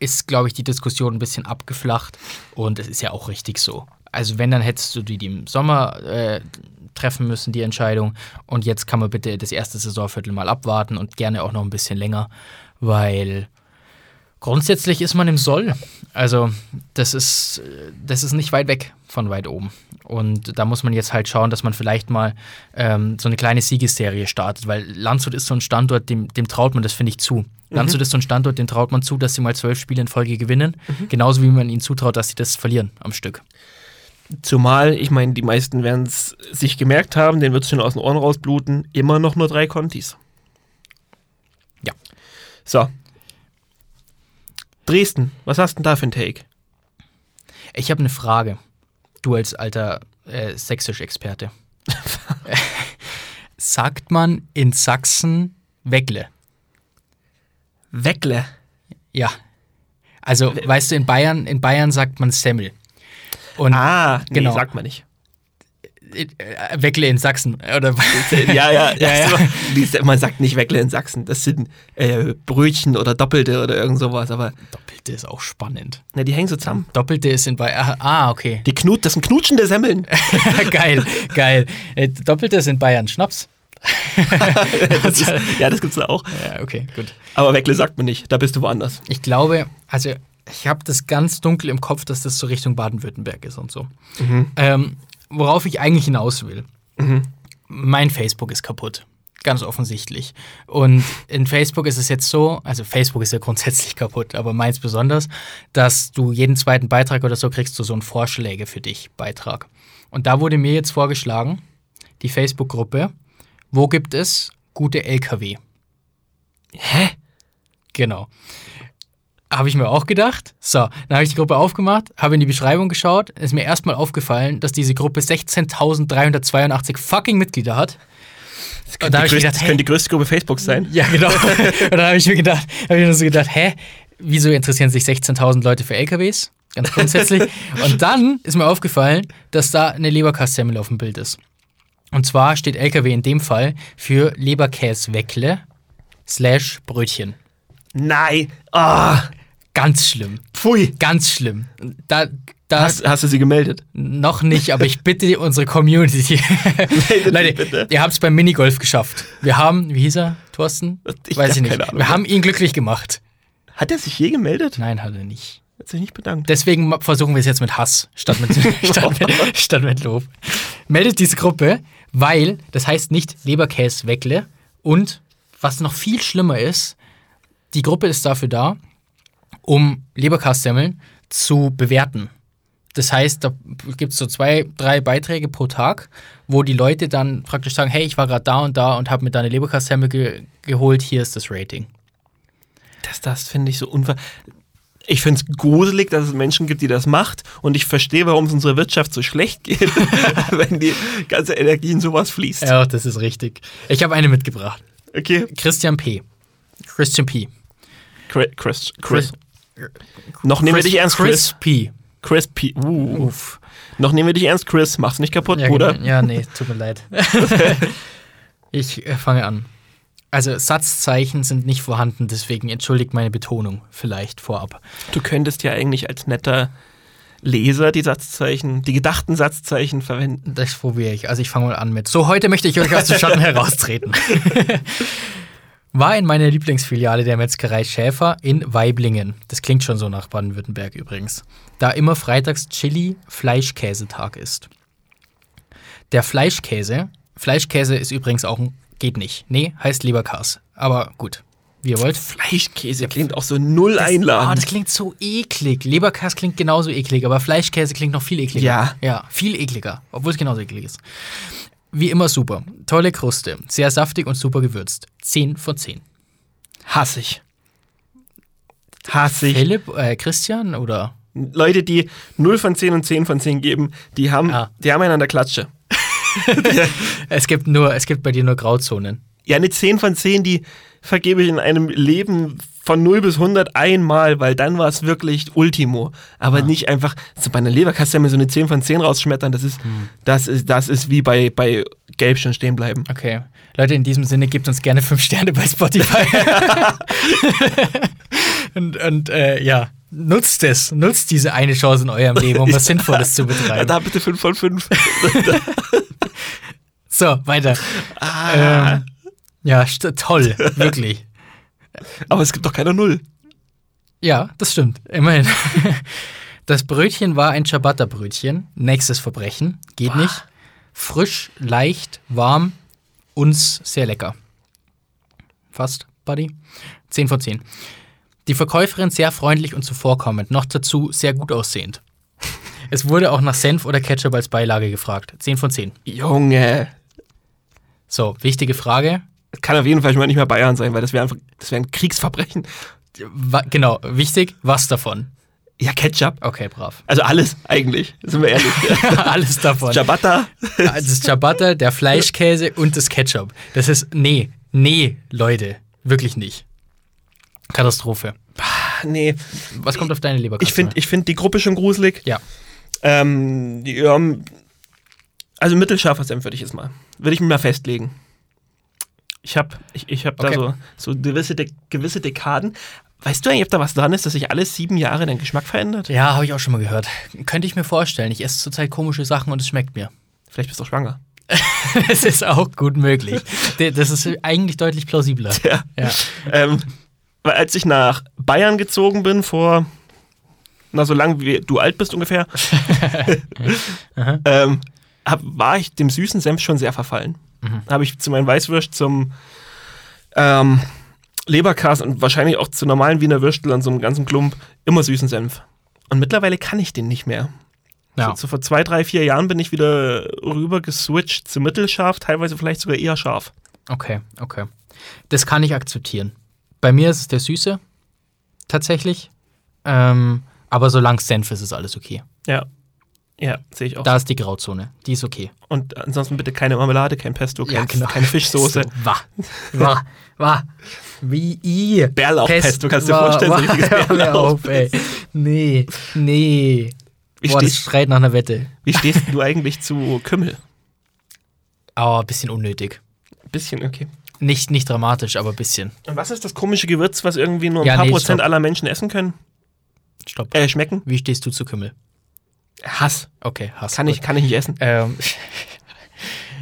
Speaker 1: ist, glaube ich, die Diskussion ein bisschen abgeflacht und es ist ja auch richtig so. Also wenn, dann hättest du die, die im Sommer äh, treffen müssen, die Entscheidung. Und jetzt kann man bitte das erste Saisonviertel mal abwarten und gerne auch noch ein bisschen länger, weil Grundsätzlich ist man im Soll. Also, das ist, äh, das ist nicht weit weg von weit oben. Und da muss man jetzt halt schauen, dass man vielleicht mal ähm, so eine kleine Siegesserie startet, weil Landshut ist so ein Standort, dem, dem traut man das, finde ich, zu. Landshut ist so ein Standort, dem traut man zu, dass sie mal zwölf Spiele in Folge gewinnen. Genauso wie man ihnen zutraut, dass sie das verlieren am Stück.
Speaker 2: Zumal, ich meine, die meisten werden es sich gemerkt haben, denen wird es schon aus den Ohren rausbluten, immer noch nur drei Contis.
Speaker 1: Ja.
Speaker 2: So. Dresden, was hast denn da für ein Take?
Speaker 1: Ich habe eine Frage. Du als alter äh, Sächsisch-Experte. Sagt man in Sachsen Wegle?
Speaker 2: Weckle.
Speaker 1: Ja. Also, weißt du, in Bayern, in Bayern sagt man Semmel. Und
Speaker 2: Ah, nee,
Speaker 1: Genau.
Speaker 2: sagt man nicht.
Speaker 1: äh, Wegle in Sachsen. Oder
Speaker 2: Ja, ja,
Speaker 1: Ja,
Speaker 2: ja.
Speaker 1: ja.
Speaker 2: ja. Man sagt nicht Weckle in Sachsen. Das sind äh, Brötchen oder Doppelte oder irgend sowas. Aber
Speaker 1: Doppelte ist auch spannend.
Speaker 2: na, die hängen so zusammen.
Speaker 1: Doppelte ist in Bayern. Ah, okay.
Speaker 2: Die Knut, das sind knutschende Semmeln.
Speaker 1: geil, geil. Äh, Doppelte ist in Bayern Schnaps.
Speaker 2: Das ist, ja, das gibt's da auch.
Speaker 1: Ja, okay, gut.
Speaker 2: Aber Weckle sagt man nicht. Da bist du woanders.
Speaker 1: Ich glaube, also ich habe das ganz dunkel im Kopf, dass das so Richtung Baden-Württemberg ist und so. Ähm, worauf ich eigentlich hinaus will. Mein Facebook ist kaputt. Ganz offensichtlich. Und in Facebook ist es jetzt so, also Facebook ist ja grundsätzlich kaputt, aber meins besonders, dass du jeden zweiten Beitrag oder so kriegst du so einen Vorschläge für dich Beitrag. Und da wurde mir jetzt vorgeschlagen, die Facebook-Gruppe, wo gibt es gute LKW?
Speaker 2: Hä?
Speaker 1: Genau. Habe ich mir auch gedacht. So, dann habe ich die Gruppe aufgemacht, habe in die Beschreibung geschaut. Ist mir erstmal aufgefallen, dass diese Gruppe 16.382 fucking Mitglieder hat.
Speaker 2: Das
Speaker 1: da
Speaker 2: könnte,
Speaker 1: hab
Speaker 2: die,
Speaker 1: ich
Speaker 2: größte,
Speaker 1: gedacht,
Speaker 2: das
Speaker 1: hey.
Speaker 2: könnte die größte Gruppe Facebooks sein.
Speaker 1: Ja, genau. Und dann habe ich mir gedacht, habe ich mir so gedacht, hä, wieso interessieren sich 16.000 Leute für LKWs? Ganz grundsätzlich. Und dann ist mir aufgefallen, dass da eine Leberkassemmel auf dem Bild ist. Und zwar steht LKW in dem Fall für Leberkäsweckle slash Brötchen.
Speaker 2: Nein. Ah,
Speaker 1: Ganz schlimm.
Speaker 2: pfui.
Speaker 1: Ganz schlimm. Da, da
Speaker 2: Hast, hast du sie gemeldet?
Speaker 1: noch nicht, aber ich bitte unsere Community.
Speaker 2: Meldet
Speaker 1: Leute,
Speaker 2: sie bitte.
Speaker 1: ihr habt es beim Minigolf geschafft. Wir haben, wie hieß er? Thorsten?
Speaker 2: Ich
Speaker 1: Weiß
Speaker 2: hab
Speaker 1: ich nicht.
Speaker 2: keine Ahnung.
Speaker 1: Wir haben ihn glücklich gemacht.
Speaker 2: Hat er sich je gemeldet?
Speaker 1: Nein, hat er nicht.
Speaker 2: Hat sich nicht bedankt.
Speaker 1: Deswegen ma- versuchen wir es jetzt mit Hass statt mit, statt, mit, statt mit Lob. Meldet diese Gruppe, weil das heißt nicht Leberkäsweckle und was noch viel schlimmer ist, die Gruppe ist dafür da, um Leberkassemmeln zu bewerten. Das heißt, da gibt es so zwei, drei Beiträge pro Tag, wo die Leute dann praktisch sagen, hey, ich war gerade da und da und habe mir da eine Leberkastemmel ge geholt, hier ist das Rating.
Speaker 2: Das, das finde ich so unver. Ich finde es gruselig, dass es Menschen gibt, die das macht. Und ich verstehe, warum es unserer Wirtschaft so schlecht geht, wenn die ganze Energie in sowas fließt.
Speaker 1: Ja, das ist richtig. Ich habe eine mitgebracht.
Speaker 2: Okay.
Speaker 1: Christian P. Christian P.
Speaker 2: Chris. Chris. Chris. Noch nehmen wir dich ernst, Chris.
Speaker 1: Crispy.
Speaker 2: Chris P. Uh.
Speaker 1: Uff.
Speaker 2: Noch nehmen wir dich ernst, Chris. Mach's nicht kaputt,
Speaker 1: Ja,
Speaker 2: Bruder.
Speaker 1: genau. ja, nee, tut mir leid. ich äh, fange an. Also Satzzeichen sind nicht vorhanden, deswegen entschuldigt meine Betonung vielleicht vorab.
Speaker 2: Du könntest ja eigentlich als netter Leser die Satzzeichen, die gedachten Satzzeichen verwenden.
Speaker 1: Das probiere ich. Also ich fange mal an mit. So, heute möchte ich euch aus dem Schatten heraustreten. War in meiner Lieblingsfiliale der Metzgerei Schäfer in Weiblingen. Das klingt schon so nach Baden-Württemberg übrigens. Da immer freitags Chili Fleischkäsetag ist. Der Fleischkäse, Fleischkäse ist übrigens auch ein, geht nicht. Nee, heißt Leberkas. Aber gut, wie ihr wollt.
Speaker 2: Fleischkäse klingt auch so null
Speaker 1: Ah,
Speaker 2: einladend.
Speaker 1: das klingt so eklig. Leberkäse klingt genauso eklig, aber Fleischkäse klingt noch viel ekliger.
Speaker 2: Ja.
Speaker 1: Ja, viel ekliger, obwohl es genauso eklig ist. Wie immer super. Tolle Kruste. Sehr saftig und super gewürzt. 10 von 10.
Speaker 2: Hass ich. Hass ich.
Speaker 1: Philipp, äh, Christian oder?
Speaker 2: Leute, die 0 von 10 und 10 von 10 geben, die haben,
Speaker 1: Ah.
Speaker 2: die haben einander Klatsche.
Speaker 1: Es gibt nur, es gibt bei dir nur Grauzonen.
Speaker 2: Ja, eine 10 von 10, die vergebe ich in einem Leben von 0 bis 100 einmal, weil dann war es wirklich Ultimo. Aber nicht einfach so bei einer Leberkastemme so eine 10 von 10 rausschmettern, das ist, das ist, das ist wie bei, bei Gelb schon stehen bleiben.
Speaker 1: Okay. Leute, in diesem Sinne gebt uns gerne 5 Sterne bei Spotify. und und äh, ja, nutzt es. Nutzt diese eine Chance in eurem Leben, um was Sinnvolles zu
Speaker 2: Ja,
Speaker 1: betreiben.
Speaker 2: da bitte 5 von 5.
Speaker 1: So, weiter. Ähm, ja, st- toll, wirklich.
Speaker 2: Aber es gibt doch keine Null.
Speaker 1: Ja, das stimmt, immerhin. Das Brötchen war ein Ciabatta-Brötchen. Nächstes Verbrechen, geht nicht. Frisch, leicht, warm, uns sehr lecker. Fast, Buddy. 10 von 10. Die Verkäuferin sehr freundlich und zuvorkommend, noch dazu sehr gut aussehend. Es wurde auch nach Senf oder Ketchup als Beilage gefragt. 10 von 10.
Speaker 2: Junge.
Speaker 1: So, wichtige Frage.
Speaker 2: Das kann auf jeden Fall schon mal nicht mehr Bayern sein, weil das wäre einfach, das wäre ein Kriegsverbrechen.
Speaker 1: Wa genau, wichtig, was davon?
Speaker 2: Ja, Ketchup.
Speaker 1: Okay, brav.
Speaker 2: Also alles eigentlich, sind wir ehrlich.
Speaker 1: Alles davon.
Speaker 2: Ciabatta.
Speaker 1: Das Ciabatta, der Fleischkäse und das Ketchup. Das ist, nee, nee, Leute, wirklich nicht. Katastrophe.
Speaker 2: Ah, Nee,
Speaker 1: Was kommt auf deine Leberkatze?
Speaker 2: ich finde ich find die Gruppe schon gruselig.
Speaker 1: Ja,
Speaker 2: Ähm, die, ähm, also mittelscharfer Senf würde ich jetzt mal. Würde ich mir mal festlegen. Ich habe ich, ich hab
Speaker 1: Okay.
Speaker 2: da so, so gewisse, De gewisse Dekaden. Weißt du eigentlich, ob da was dran ist, dass sich alle sieben Jahre dein Geschmack verändert?
Speaker 1: ja habe ich auch schon mal gehört. Könnte ich mir vorstellen. Ich esse zurzeit komische Sachen und es schmeckt mir.
Speaker 2: Vielleicht bist du auch schwanger.
Speaker 1: Es ist auch gut möglich. D- Das ist eigentlich deutlich plausibler.
Speaker 2: Ja.
Speaker 1: Ja.
Speaker 2: ähm, weil als ich nach Bayern gezogen bin, vor, na, so lang wie du alt bist ungefähr, ähm, hab, war ich dem süßen Senf schon sehr verfallen. Habe ich zu meinen Weißwürst, zum ähm, Leberkäse und wahrscheinlich auch zu normalen Wiener Würstel an so einem ganzen Klump immer süßen Senf. Und mittlerweile kann ich den nicht mehr.
Speaker 1: Ja.
Speaker 2: So, so vor zwei, drei, vier Jahren bin ich wieder rüber geswitcht zu mittelscharf, teilweise vielleicht sogar eher scharf.
Speaker 1: Okay, okay. Das kann ich akzeptieren. Bei mir ist es der Süße, tatsächlich. Ähm, aber solange es Senf ist, ist alles okay.
Speaker 2: Ja. Ja, sehe ich auch.
Speaker 1: Da ist die Grauzone. Die ist okay.
Speaker 2: Und ansonsten bitte keine Marmelade, kein Pesto, kein,
Speaker 1: genau.
Speaker 2: keine Fischsoße.
Speaker 1: So, Wah, wah, wah. Wie i.
Speaker 2: Bärlauchpesto, kannst du dir
Speaker 1: wah,
Speaker 2: vorstellen, so
Speaker 1: wah.
Speaker 2: richtiges
Speaker 1: Hör mir auf, ey. Nee, nee.
Speaker 2: Wie
Speaker 1: Boah, das
Speaker 2: stehst-
Speaker 1: schreit nach einer Wette.
Speaker 2: Wie stehst du eigentlich zu Kümmel?
Speaker 1: Aber ein bisschen unnötig.
Speaker 2: Bisschen, okay.
Speaker 1: Nicht, nicht dramatisch, aber ein bisschen.
Speaker 2: Und was ist das komische Gewürz, was irgendwie nur ein
Speaker 1: Ja,
Speaker 2: paar
Speaker 1: nee,
Speaker 2: Prozent
Speaker 1: stopp.
Speaker 2: aller Menschen essen können?
Speaker 1: Stopp.
Speaker 2: Äh, schmecken?
Speaker 1: Wie stehst du zu Kümmel?
Speaker 2: Hass.
Speaker 1: Okay, Hass.
Speaker 2: Kann ich, kann ich nicht essen.
Speaker 1: Ähm,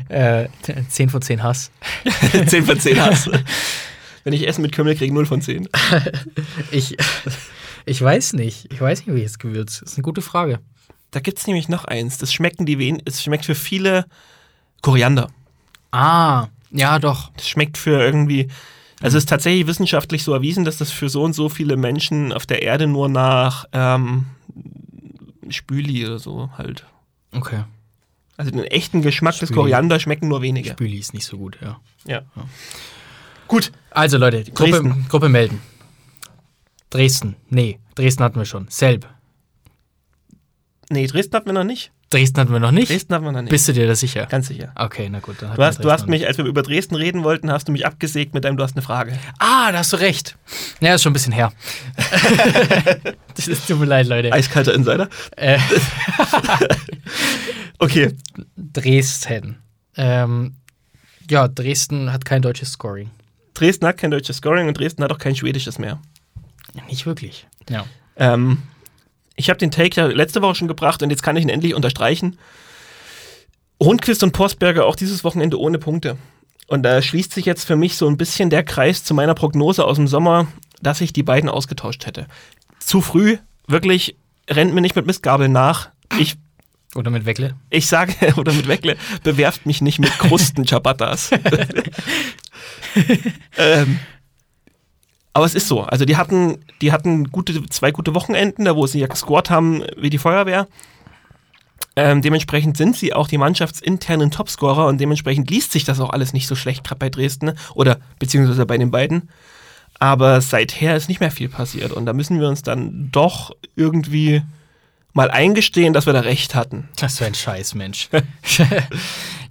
Speaker 1: äh, 10 von 10 Hass.
Speaker 2: 10 von 10 Hass. Wenn ich Essen mit Kümmel kriege, 0 von 10.
Speaker 1: Ich, ich weiß nicht. Ich weiß nicht, welches Gewürz. Das ist eine gute Frage.
Speaker 2: Da gibt es nämlich noch eins. Das schmecken die wen. Es schmeckt für viele Koriander.
Speaker 1: Ah, ja, doch.
Speaker 2: Das schmeckt für irgendwie. Also es ist tatsächlich wissenschaftlich so erwiesen, dass das für so und so viele Menschen auf der Erde nur nach ähm, Spüli oder so halt.
Speaker 1: Okay.
Speaker 2: Also den echten Geschmack des
Speaker 1: Spüli.
Speaker 2: Koriander schmecken nur wenige.
Speaker 1: Spüli ist nicht so gut, ja.
Speaker 2: Ja.
Speaker 1: Gut. Also, Leute, die Gruppe,
Speaker 2: Dresden.
Speaker 1: Gruppe melden. Dresden. Nee, Dresden hatten wir schon. Selb.
Speaker 2: Nee, Dresden hatten wir noch nicht.
Speaker 1: Dresden hatten wir noch nicht.
Speaker 2: Dresden hatten wir noch nicht.
Speaker 1: Bist du dir da sicher?
Speaker 2: Ganz sicher.
Speaker 1: Okay, na gut. Dann hatten
Speaker 2: Du
Speaker 1: wir
Speaker 2: hast, du
Speaker 1: Dresden
Speaker 2: hast
Speaker 1: noch nicht.
Speaker 2: mich, als wir über Dresden reden wollten, hast du mich abgesägt mit deinem, du hast eine Frage.
Speaker 1: Ah, da hast du recht. Ja, ist schon ein bisschen her. das ist, tut mir leid, Leute.
Speaker 2: Eiskalter Insider.
Speaker 1: Äh.
Speaker 2: okay.
Speaker 1: Dresden. Ähm, ja, Dresden hat kein deutsches Scoring.
Speaker 2: Dresden hat kein deutsches Scoring und Dresden hat auch kein schwedisches mehr.
Speaker 1: Nicht wirklich. Ja.
Speaker 2: Ähm, ich habe den Take ja letzte Woche schon gebracht und jetzt kann ich ihn endlich unterstreichen. Rundquist und Postberger auch dieses Wochenende ohne Punkte. Und da schließt sich jetzt für mich so ein bisschen der Kreis zu meiner Prognose aus dem Sommer, dass ich die beiden ausgetauscht hätte. Zu früh, wirklich, rennt mir nicht mit Mistgabeln nach. Ich,
Speaker 1: Oder mit Weckle?
Speaker 2: ich sage, oder mit Weckle, bewerft mich nicht mit Krusten Ciabattas. ähm, aber es ist so. Also die hatten, die hatten gute, zwei gute Wochenenden, da wo sie ja gescored haben wie die Feuerwehr. Ähm, dementsprechend sind sie auch die mannschaftsinternen Topscorer und dementsprechend liest sich das auch alles nicht so schlecht gerade bei Dresden oder beziehungsweise bei den beiden. Aber seither ist nicht mehr viel passiert und da müssen wir uns dann doch irgendwie mal eingestehen, dass wir da recht hatten.
Speaker 1: Das wäre ein Scheiß, Mensch.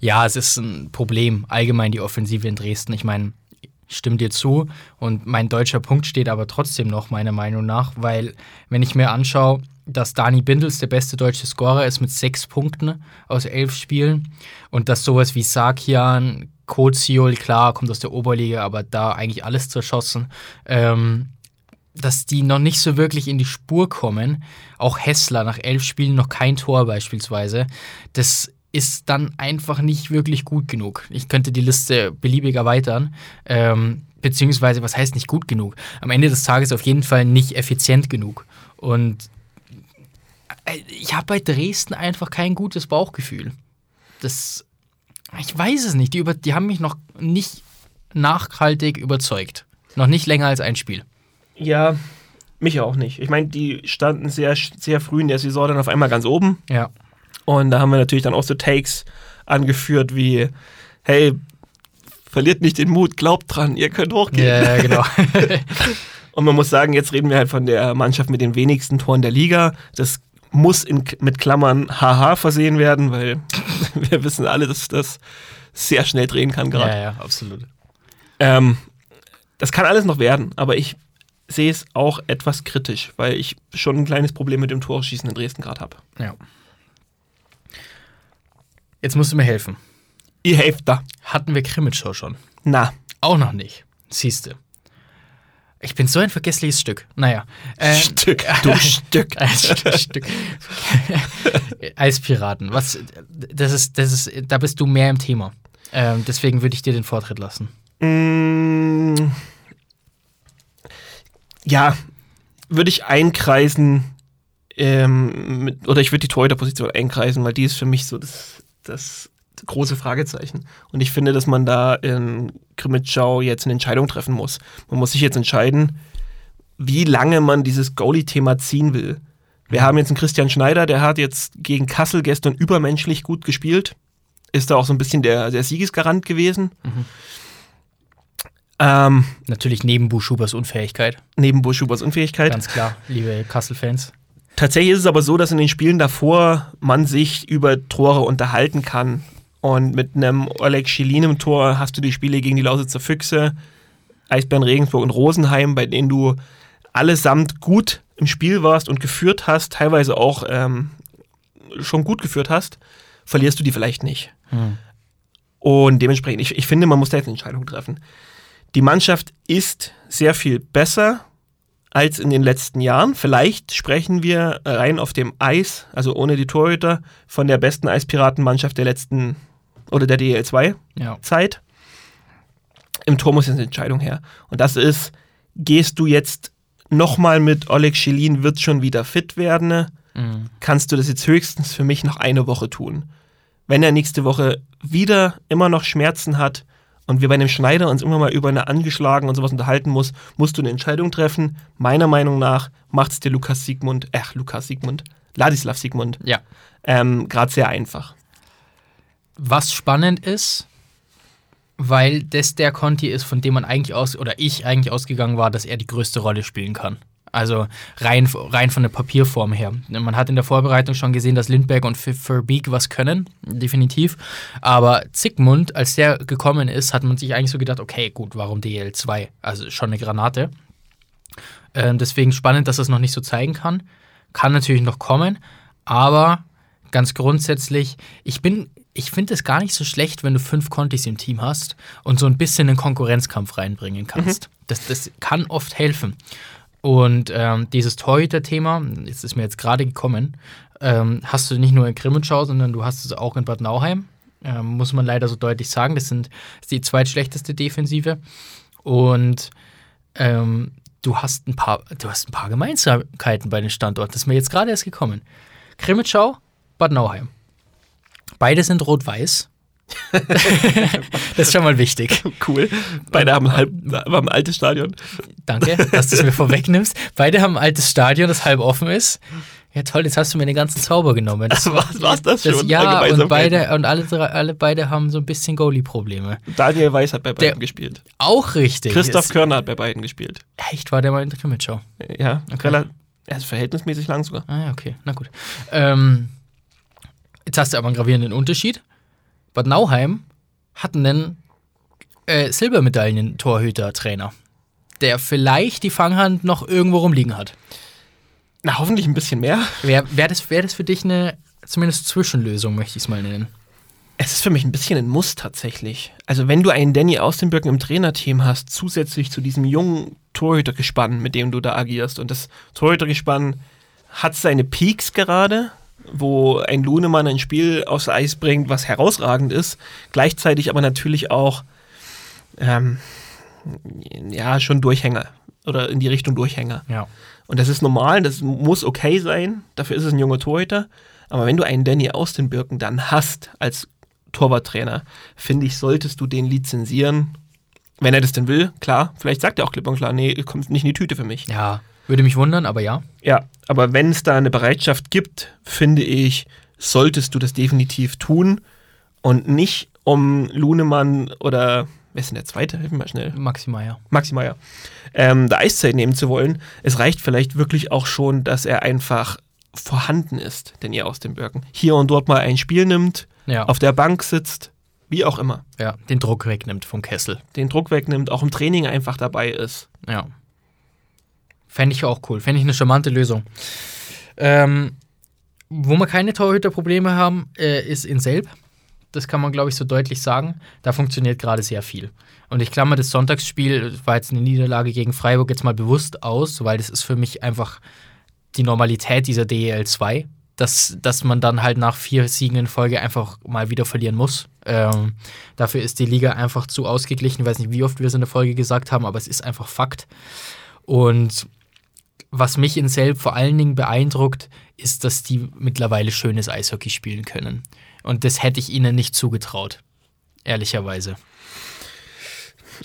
Speaker 1: ja, es ist ein Problem. Allgemein die Offensive in Dresden. Ich meine, ich stimme dir zu. Und mein deutscher Punkt steht aber trotzdem noch, meiner Meinung nach. Weil, wenn ich mir anschaue, dass Dani Bindels der beste deutsche Scorer ist mit sechs Punkten aus elf Spielen. Und dass sowas wie Sakian, Koziol, klar, kommt aus der Oberliga, aber da eigentlich alles zerschossen. Ähm, dass die noch nicht so wirklich in die Spur kommen. Auch Hessler nach elf Spielen noch kein Tor beispielsweise. Das ist dann einfach nicht wirklich gut genug. Ich könnte die Liste beliebig erweitern. Ähm, beziehungsweise, was heißt nicht gut genug? Am Ende des Tages auf jeden Fall nicht effizient genug. Und äh, ich habe bei Dresden einfach kein gutes Bauchgefühl. Das, ich weiß es nicht. Die, über, die haben mich noch nicht nachhaltig überzeugt. Noch nicht länger als ein Spiel.
Speaker 2: Ja, mich auch nicht. Ich meine, die standen sehr, sehr früh in der Saison dann auf einmal ganz oben.
Speaker 1: Ja.
Speaker 2: Und da haben wir natürlich dann auch so Takes angeführt wie, hey, verliert nicht den Mut, glaubt dran, ihr könnt hochgehen.
Speaker 1: Ja, ja, genau.
Speaker 2: Und man muss sagen, jetzt reden wir halt von der Mannschaft mit den wenigsten Toren der Liga. Das muss in, mit Klammern haha versehen werden, weil wir wissen alle, dass das sehr schnell drehen kann gerade.
Speaker 1: Ja, ja, absolut.
Speaker 2: Ähm, das kann alles noch werden, aber ich sehe es auch etwas kritisch, weil ich schon ein kleines Problem mit dem Torschießen in Dresden gerade habe.
Speaker 1: Ja. Jetzt musst du mir helfen.
Speaker 2: Ihr helft da.
Speaker 1: Hatten wir Krimitschau schon?
Speaker 2: Na,
Speaker 1: Auch noch nicht. Siehste. Ich bin so ein vergessliches Stück. Naja. Ähm,
Speaker 2: Stück, du Stück.
Speaker 1: Ein Stück. Eispiraten. Was, das ist, das ist, da bist du mehr im Thema. Ähm, deswegen würde ich dir den Vortritt lassen.
Speaker 2: Mm, ja, würde ich einkreisen ähm, mit, oder ich würde die Torhüterposition einkreisen, weil die ist für mich so das, das große Fragezeichen. Und ich finde, dass man da in Krimitschau jetzt eine Entscheidung treffen muss. Man muss sich jetzt entscheiden, wie lange man dieses Goalie-Thema ziehen will. Wir haben jetzt einen Christian Schneider, der hat jetzt gegen Kassel gestern übermenschlich gut gespielt. Ist da auch so ein bisschen der, der Siegesgarant gewesen. Ähm,
Speaker 1: Natürlich neben Buschubers Unfähigkeit.
Speaker 2: neben Buschubers Unfähigkeit.
Speaker 1: Ganz klar, liebe Kassel-Fans.
Speaker 2: Tatsächlich ist es aber so, dass in den Spielen davor man sich über Tore unterhalten kann. Und mit einem Oleg Schilin im Tor hast du die Spiele gegen die Lausitzer Füchse, Eisbären Regensburg und Rosenheim, bei denen du allesamt gut im Spiel warst und geführt hast, teilweise auch ähm, schon gut geführt hast, verlierst du die vielleicht nicht.
Speaker 1: Hm.
Speaker 2: Und dementsprechend, ich, ich finde, man muss da jetzt eine Entscheidung treffen. Die Mannschaft ist sehr viel besser als in den letzten Jahren. Vielleicht sprechen wir rein auf dem Eis, also ohne die Torhüter, von der besten Eispiratenmannschaft der letzten oder der DEL2-Zeit.
Speaker 1: Ja.
Speaker 2: Im Tor muss jetzt eine Entscheidung her. Und das ist, gehst du jetzt nochmal mit Oleg Schilin, wird schon wieder fit werden?
Speaker 1: Mhm.
Speaker 2: kannst du das jetzt höchstens für mich noch eine Woche tun. Wenn er nächste Woche wieder immer noch Schmerzen hat und wir bei einem Schneider uns immer mal über eine angeschlagen und sowas unterhalten muss, musst du eine Entscheidung treffen. Meiner Meinung nach macht's dir Lukas Siegmund, äh, Lukas Siegmund, Ladislav Siegmund,
Speaker 1: ja.
Speaker 2: ähm, gerade sehr einfach.
Speaker 1: Was spannend ist, weil das der Conti ist, von dem man eigentlich aus, oder ich eigentlich ausgegangen war, dass er die größte Rolle spielen kann. Also rein, rein von der Papierform her. Man hat in der Vorbereitung schon gesehen, dass Lindberg und Verbeek was können, definitiv. Aber Zigmund, als der gekommen ist, hat man sich eigentlich so gedacht, okay, gut, warum DL2? Also schon eine Granate. Ähm, deswegen spannend, dass er es noch nicht so zeigen kann. Kann natürlich noch kommen, aber ganz grundsätzlich, ich bin, ich finde es gar nicht so schlecht, wenn du fünf Contis im Team hast und so ein bisschen einen Konkurrenzkampf reinbringen kannst. Das, das kann oft helfen. Und ähm, dieses Torhüter-Thema, das ist mir jetzt gerade gekommen, ähm, hast du nicht nur in Grimmitschau, sondern du hast es auch in Bad Nauheim. Ähm, muss man leider so deutlich sagen. Das, sind, das ist die zweitschlechteste Defensive. Und ähm, du hast ein paar, du hast ein paar Gemeinsamkeiten bei den Standorten. Das ist mir jetzt gerade erst gekommen. Krimitschau, Bad Nauheim. Beide sind rot-weiß. das ist schon mal wichtig.
Speaker 2: Cool. Beide haben, halb, haben ein altes Stadion.
Speaker 1: Danke, dass du es mir vorwegnimmst. Beide haben ein altes Stadion, das halb offen ist. Ja toll, jetzt hast du mir den ganzen Zauber genommen. Das,
Speaker 2: Was war's Also, das
Speaker 1: das
Speaker 2: schon? Eine
Speaker 1: ja und
Speaker 2: Gemeinsamkeit?
Speaker 1: beide und alle, drei- alle beide haben so ein bisschen Goalie-Probleme.
Speaker 2: Daniel Weiß hat bei beiden
Speaker 1: Der-
Speaker 2: gespielt.
Speaker 1: Auch richtig.
Speaker 2: Christoph
Speaker 1: Ist-
Speaker 2: Körner hat bei beiden gespielt.
Speaker 1: Echt war der mal in der Krimitschau.
Speaker 2: Ja,
Speaker 1: Okay.
Speaker 2: rela- er ist verhältnismäßig lang sogar.
Speaker 1: Ah ja, okay, na gut. Ähm, jetzt hast du aber einen gravierenden Unterschied. Bad Nauheim hat einen äh, Silbermedaillentorhüter-Trainer, der vielleicht die Fanghand noch irgendwo rumliegen hat.
Speaker 2: Na, hoffentlich ein bisschen mehr.
Speaker 1: Wäre wär das, wär das für dich eine zumindest Zwischenlösung, möchte ich es mal nennen?
Speaker 2: Es ist für mich ein bisschen ein Muss tatsächlich. Also wenn du einen Danny aus den Birken im Trainerteam hast, zusätzlich zu diesem jungen Torhütergespann, mit dem du da agierst. Und das Torhütergespann hat seine Peaks gerade, wo ein Lunemann ein Spiel aufs Eis bringt, was herausragend ist. Gleichzeitig aber natürlich auch ähm, ja schon Durchhänger oder in die Richtung Durchhänger.
Speaker 1: Ja.
Speaker 2: Und das ist normal, das muss okay sein. Dafür ist es ein junger Torhüter. Aber wenn du einen Danny aus den Birken dann hast als Torwarttrainer, finde ich, solltest du den lizenzieren. Wenn er das denn will, klar. Vielleicht sagt er auch klipp und klar, nee, kommt nicht in die Tüte für mich.
Speaker 1: Ja, würde mich wundern, aber ja.
Speaker 2: Ja, aber wenn es da eine Bereitschaft gibt, finde ich, solltest du das definitiv tun und nicht um Lunemann oder wer ist denn der zweite? Helfen mal schnell.
Speaker 1: Maxi Meyer.
Speaker 2: Maxi Meyer, ähm, der Eiszeit nehmen zu wollen. Es reicht vielleicht wirklich auch schon, dass er einfach vorhanden ist, denn ihr aus den Birken. Hier und dort mal ein Spiel nimmt,
Speaker 1: Ja.
Speaker 2: auf der Bank sitzt, wie auch immer.
Speaker 1: ja, den Druck wegnimmt vom Kessel.
Speaker 2: Den Druck wegnimmt, auch im Training einfach dabei ist.
Speaker 1: Ja. Fände ich auch cool. Fände ich eine charmante Lösung. Ähm, wo wir keine Torhüterprobleme haben, äh, ist in Selb. Das kann man, glaube ich, so deutlich sagen. Da funktioniert gerade sehr viel. Und ich klammer das Sonntagsspiel, das war jetzt eine Niederlage gegen Freiburg, jetzt mal bewusst aus, weil das ist für mich einfach die Normalität dieser DEL 2, dass, dass man dann halt nach vier Siegen in Folge einfach mal wieder verlieren muss. Ähm, dafür ist die Liga einfach zu ausgeglichen. Ich weiß nicht, wie oft wir es in der Folge gesagt haben, aber es ist einfach Fakt. Und was mich in Selb vor allen Dingen beeindruckt, ist, dass die mittlerweile schönes Eishockey spielen können. Und das hätte ich ihnen nicht zugetraut. Ehrlicherweise.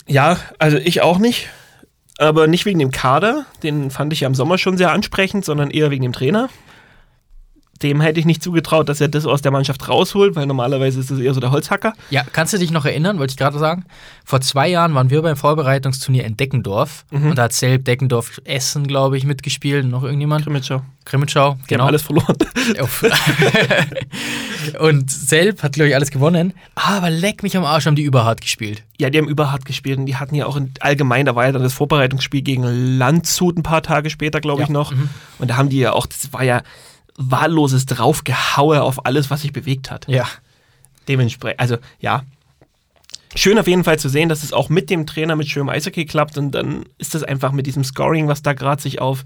Speaker 2: Ja, also ich auch nicht. Aber nicht wegen dem Kader, den fand ich ja im Sommer schon sehr ansprechend, sondern eher wegen dem Trainer. Dem hätte ich nicht zugetraut, dass er das aus der Mannschaft rausholt, weil normalerweise ist es eher so der Holzhacker.
Speaker 1: Ja, kannst du dich noch erinnern, wollte ich gerade sagen? Vor zwei Jahren waren wir beim Vorbereitungsturnier in Deckendorf.
Speaker 2: Mhm.
Speaker 1: Und da hat Selb, Deckendorf, Essen, glaube ich, mitgespielt. und Noch irgendjemand?
Speaker 2: Grimmitschau.
Speaker 1: Grimmitschau, genau.
Speaker 2: Die haben Genau. alles verloren.
Speaker 1: Uff. und Selb hat, glaube ich, alles gewonnen. Aber leck mich am Arsch, haben die überhart gespielt.
Speaker 2: Ja, die haben überhart gespielt und die hatten ja auch in, allgemein, da war ja dann das Vorbereitungsspiel gegen Landshut ein paar Tage später, glaube ich,
Speaker 1: Ja, mhm.
Speaker 2: noch. Und da haben die ja auch, das war ja wahlloses Draufgehaue auf alles, was sich bewegt hat.
Speaker 1: Ja.
Speaker 2: Dementsprechend, also ja. Schön auf jeden Fall zu sehen, dass es auch mit dem Trainer mit schönem Eishockey klappt und dann ist das einfach mit diesem Scoring, was da gerade sich auf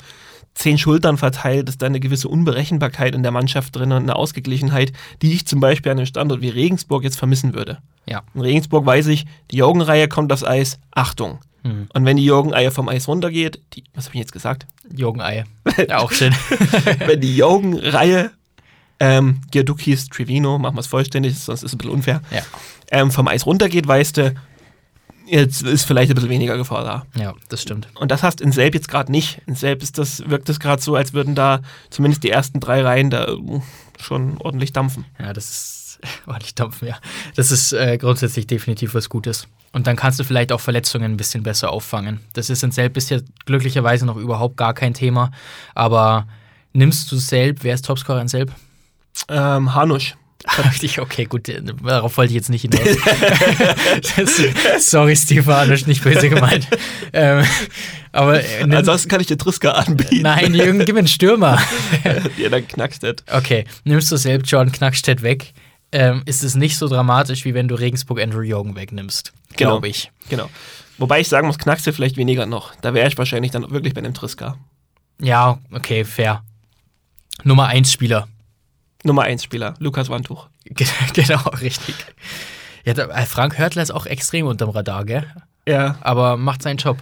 Speaker 2: zehn Schultern verteilt, ist da eine gewisse Unberechenbarkeit in der Mannschaft drin und eine Ausgeglichenheit, die ich zum Beispiel an einem Standort wie Regensburg jetzt vermissen würde.
Speaker 1: Ja.
Speaker 2: In Regensburg weiß ich, die Jogenreihe kommt aufs Eis, Achtung.
Speaker 1: Hm.
Speaker 2: Und wenn die Jogenreihe vom Eis runtergeht, die, was habe ich jetzt gesagt?
Speaker 1: Jogenei. Ja, auch schön.
Speaker 2: wenn die Jogenreihe ähm, Giardukis, Trivino, machen wir es vollständig, sonst ist es ein bisschen unfair,
Speaker 1: Ja.
Speaker 2: ähm, vom Eis runtergeht, weißt du, jetzt ist vielleicht ein bisschen weniger Gefahr da.
Speaker 1: Ja, das stimmt.
Speaker 2: Und das hast in Selb jetzt gerade nicht. In Selb ist das, wirkt es gerade so, als würden da zumindest die ersten drei Reihen da äh, schon ordentlich dampfen.
Speaker 1: Ja, das ist. Oh, ich dampfen, ja. Das ist äh, grundsätzlich definitiv was Gutes. Und dann kannst du vielleicht auch Verletzungen ein bisschen besser auffangen. Das ist in Selb bisher glücklicherweise noch überhaupt gar kein Thema. Aber nimmst du Selb, wer ist Topscorer in Selb?
Speaker 2: Ähm, Hanusch.
Speaker 1: Richtig, okay, gut, äh, darauf wollte ich jetzt nicht hinaus. das, sorry, Stefanisch, nicht böse gemeint. ähm, aber äh, nimm, Äh,
Speaker 2: Ansonsten kann ich dir Triska anbieten,
Speaker 1: nein, Jürgen, gib mir einen Stürmer.
Speaker 2: der dann knackst hat.
Speaker 1: Okay, nimmst du selbst John Knackstedt weg, ähm, ist es nicht so dramatisch, wie wenn du Regensburg Andrew Jorgen wegnimmst,
Speaker 2: Genau.
Speaker 1: glaube ich.
Speaker 2: Genau. Wobei ich sagen muss, knackst du vielleicht weniger noch. Da wäre ich wahrscheinlich dann wirklich bei einem Triska.
Speaker 1: Ja, okay, fair. Nummer 1 Spieler.
Speaker 2: Nummer 1 Spieler, Lukas Wandtuch.
Speaker 1: Ge- genau, richtig. Ja, da, äh, Frank Hörtler ist auch extrem unterm Radar, gell?
Speaker 2: Ja,
Speaker 1: Aber macht seinen Job.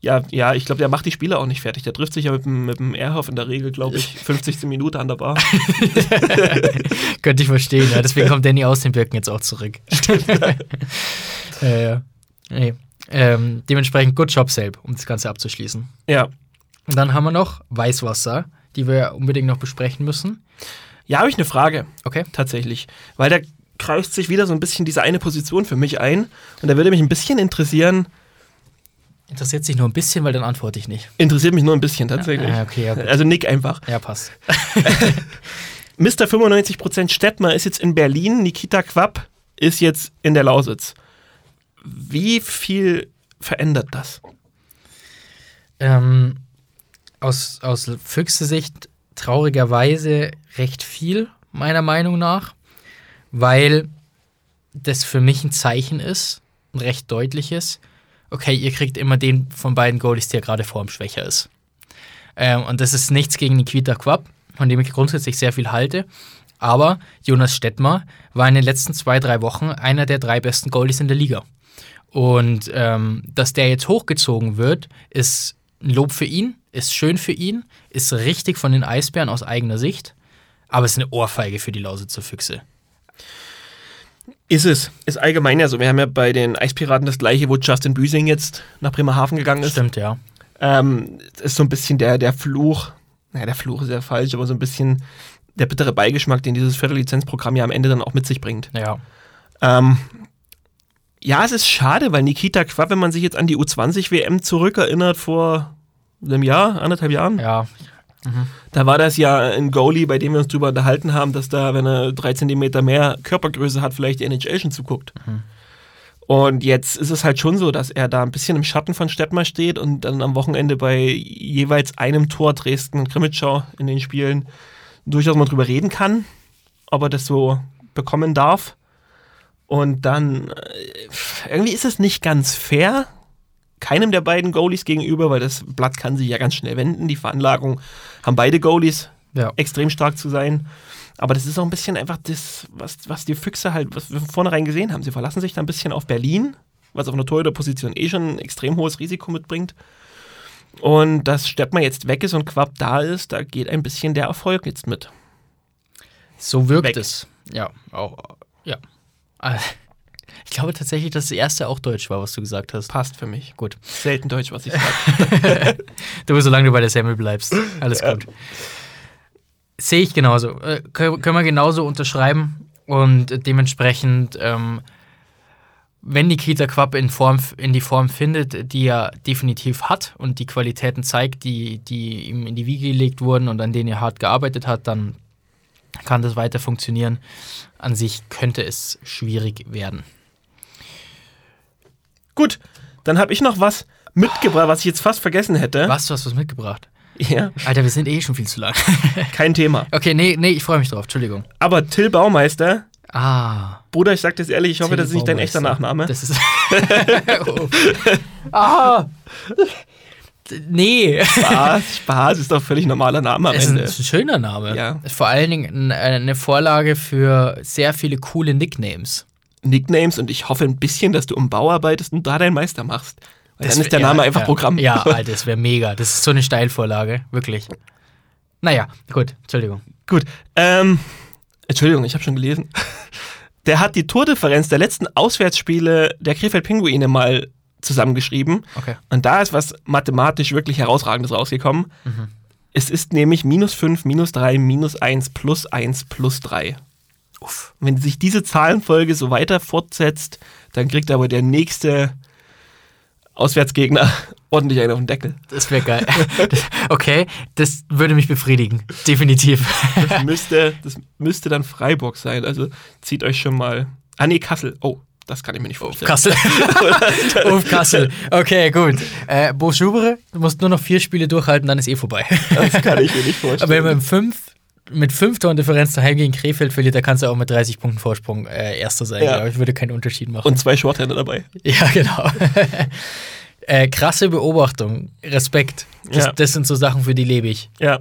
Speaker 2: Ja, ja, ich glaube, der macht die Spieler auch nicht fertig. Der trifft sich ja mit dem, mit dem Erhoff in der Regel, glaube ich, 50. Minute an der Bar.
Speaker 1: Könnte ich verstehen, ja. Deswegen kommt Danny aus den Birken jetzt auch zurück. äh, ja. nee. ähm, dementsprechend Good Job Selb, um das Ganze abzuschließen.
Speaker 2: ja.
Speaker 1: Und dann haben wir noch Weißwasser, die wir unbedingt noch besprechen müssen.
Speaker 2: Ja, habe ich eine Frage,
Speaker 1: Okay.
Speaker 2: tatsächlich. Weil da kreist sich wieder so ein bisschen diese eine Position für mich ein. Und da würde mich ein bisschen interessieren,
Speaker 1: Interessiert sich nur ein bisschen, weil dann antworte ich nicht.
Speaker 2: interessiert mich nur ein bisschen tatsächlich.
Speaker 1: Ah, okay, ja, gut.
Speaker 2: also nick einfach.
Speaker 1: Ja, passt.
Speaker 2: Mr. 95% Stettmer ist jetzt in Berlin, Nikita Quapp ist jetzt in der Lausitz. Wie viel verändert das?
Speaker 1: Ähm, aus, aus Füchse Sicht traurigerweise recht viel, meiner Meinung nach, weil das für mich ein Zeichen ist, ein recht deutliches. Okay, ihr kriegt immer den von beiden Goalies, der gerade formschwächer ist. Ähm, und das ist nichts gegen Nikita Quapp, von dem ich grundsätzlich sehr viel halte. Aber Jonas Stettmar war in den letzten zwei, drei Wochen einer der drei besten Goalies in der Liga. Und ähm, dass der jetzt hochgezogen wird, ist ein Lob für ihn, ist schön für ihn, ist richtig von den Eisbären aus eigener Sicht, aber es ist eine Ohrfeige für die Lausitzer Füchse.
Speaker 2: Ist es. Ist allgemein ja so. Wir haben ja bei den Eispiraten das gleiche, wo Justin Büsing jetzt nach Bremerhaven gegangen ist.
Speaker 1: Stimmt, ja.
Speaker 2: ähm, ist so ein bisschen der, der Fluch, naja, der Fluch ist ja falsch, aber so ein bisschen der bittere Beigeschmack, den dieses Förderlizenzprogramm ja am Ende dann auch mit sich bringt.
Speaker 1: Ja.
Speaker 2: Ähm, Ja, es ist schade, weil Nikita Quapp, wenn man sich jetzt an die U20-WM zurückerinnert vor einem Jahr, anderthalb Jahren,
Speaker 1: Ja,
Speaker 2: da war das ja ein Goalie, bei dem wir uns drüber unterhalten haben, dass da, wenn er drei Zentimeter mehr Körpergröße hat, vielleicht die NHL schon zuguckt. Und jetzt ist es halt schon so, dass er da ein bisschen im Schatten von Stettmar steht und dann am Wochenende bei jeweils einem Tor Dresden und Krimitschau in den Spielen durchaus mal drüber reden kann, ob er das so bekommen darf. Und dann äh, irgendwie ist es nicht ganz fair, keinem der beiden Goalies gegenüber, weil das Blatt kann sich ja ganz schnell wenden. Die Veranlagung haben beide Goalies,
Speaker 1: ja.
Speaker 2: extrem stark zu sein. Aber das ist auch ein bisschen einfach das, was, was die Füchse halt, was wir von vornherein gesehen haben. Sie verlassen sich da ein bisschen auf Berlin, was auf einer Torhüter-Position eh schon ein extrem hohes Risiko mitbringt. Und dass Steppmann jetzt weg ist und Quapp da ist, da geht ein bisschen der Erfolg jetzt mit.
Speaker 1: So wirkt
Speaker 2: Weg.
Speaker 1: es. Ja, auch, ja. Äh, Ich glaube tatsächlich, dass das erste auch deutsch war, was du gesagt hast.
Speaker 2: Passt für mich.
Speaker 1: Gut.
Speaker 2: Selten Deutsch, was ich sage.
Speaker 1: Du, solange du bei der Semmel bleibst. Alles gut. Sehe ich genauso. Äh, kö- können wir genauso unterschreiben. Und äh, dementsprechend, ähm, wenn Nikita Quapp in, Form, f- in die Form findet, die er definitiv hat und die Qualitäten zeigt, die, die ihm in die Wiege gelegt wurden und an denen er hart gearbeitet hat, dann kann das weiter funktionieren. An sich könnte es schwierig werden.
Speaker 2: Gut, dann habe ich noch was mitgebracht, was ich jetzt fast vergessen hätte.
Speaker 1: Was, du hast was mitgebracht?
Speaker 2: Ja,
Speaker 1: Alter, wir sind eh schon viel zu lang.
Speaker 2: kein Thema.
Speaker 1: Okay, nee, nee, ich freue mich drauf. Entschuldigung.
Speaker 2: Aber Till Baumeister,
Speaker 1: Ah.
Speaker 2: Bruder, ich sag das ehrlich, ich hoffe, das ist nicht dein echter Nachname.
Speaker 1: Das ist. oh. Ah! Nee.
Speaker 2: Spaß, Spaß ist doch völlig normaler Name am
Speaker 1: Es ist, ein,
Speaker 2: Ende.
Speaker 1: es ist ein schöner Name.
Speaker 2: ne. Ja.
Speaker 1: Ist Vor allen Dingen ein- eine Vorlage für sehr viele coole Nicknames.
Speaker 2: Nicknames und ich hoffe ein bisschen, dass du im Bau arbeitest und da deinen Meister machst. Weil dann
Speaker 1: wär-
Speaker 2: ist der
Speaker 1: ja,
Speaker 2: Name einfach
Speaker 1: ja,
Speaker 2: Programm.
Speaker 1: Ja, Alter, das wäre mega. Das ist so eine Steilvorlage, wirklich. Naja, gut, Entschuldigung.
Speaker 2: Gut. Ähm, Entschuldigung, ich habe schon gelesen. Der hat die Tordifferenz der letzten Auswärtsspiele der Krefeld Pinguine mal zusammengeschrieben.
Speaker 1: Okay.
Speaker 2: Und da ist was mathematisch wirklich Herausragendes rausgekommen.
Speaker 1: Mhm.
Speaker 2: Es ist nämlich minus 5, minus 3, minus 1, plus 1, plus 3. Uff. Wenn sich diese Zahlenfolge so weiter fortsetzt, dann kriegt aber der nächste Auswärtsgegner ordentlich einen auf den Deckel.
Speaker 1: Das wäre geil. das, okay, das würde mich befriedigen. Definitiv.
Speaker 2: Das müsste, das müsste dann Freiburg sein. Also zieht euch schon mal. Ah, nee, Kassel. Oh, das kann ich mir nicht vorstellen.
Speaker 1: Kassel. Auf Kassel. Okay, gut. Äh, Bo Schubere, du musst nur noch vier Spiele durchhalten, dann ist eh vorbei.
Speaker 2: Das kann ich mir nicht
Speaker 1: Aber wenn
Speaker 2: vorstellen.
Speaker 1: man im fünf, mit fünf Toren Differenz daheim gegen Krefeld verliert, da kannst du auch mit 30 Punkten Vorsprung äh, Erster sein.
Speaker 2: Ja.
Speaker 1: glaube Ich würde keinen Unterschied machen.
Speaker 2: Und zwei Shorthänder dabei.
Speaker 1: ja, genau. äh, krasse Beobachtung. Respekt. Das,
Speaker 2: Ja.
Speaker 1: das sind so Sachen, für die lebe ich.
Speaker 2: Ja.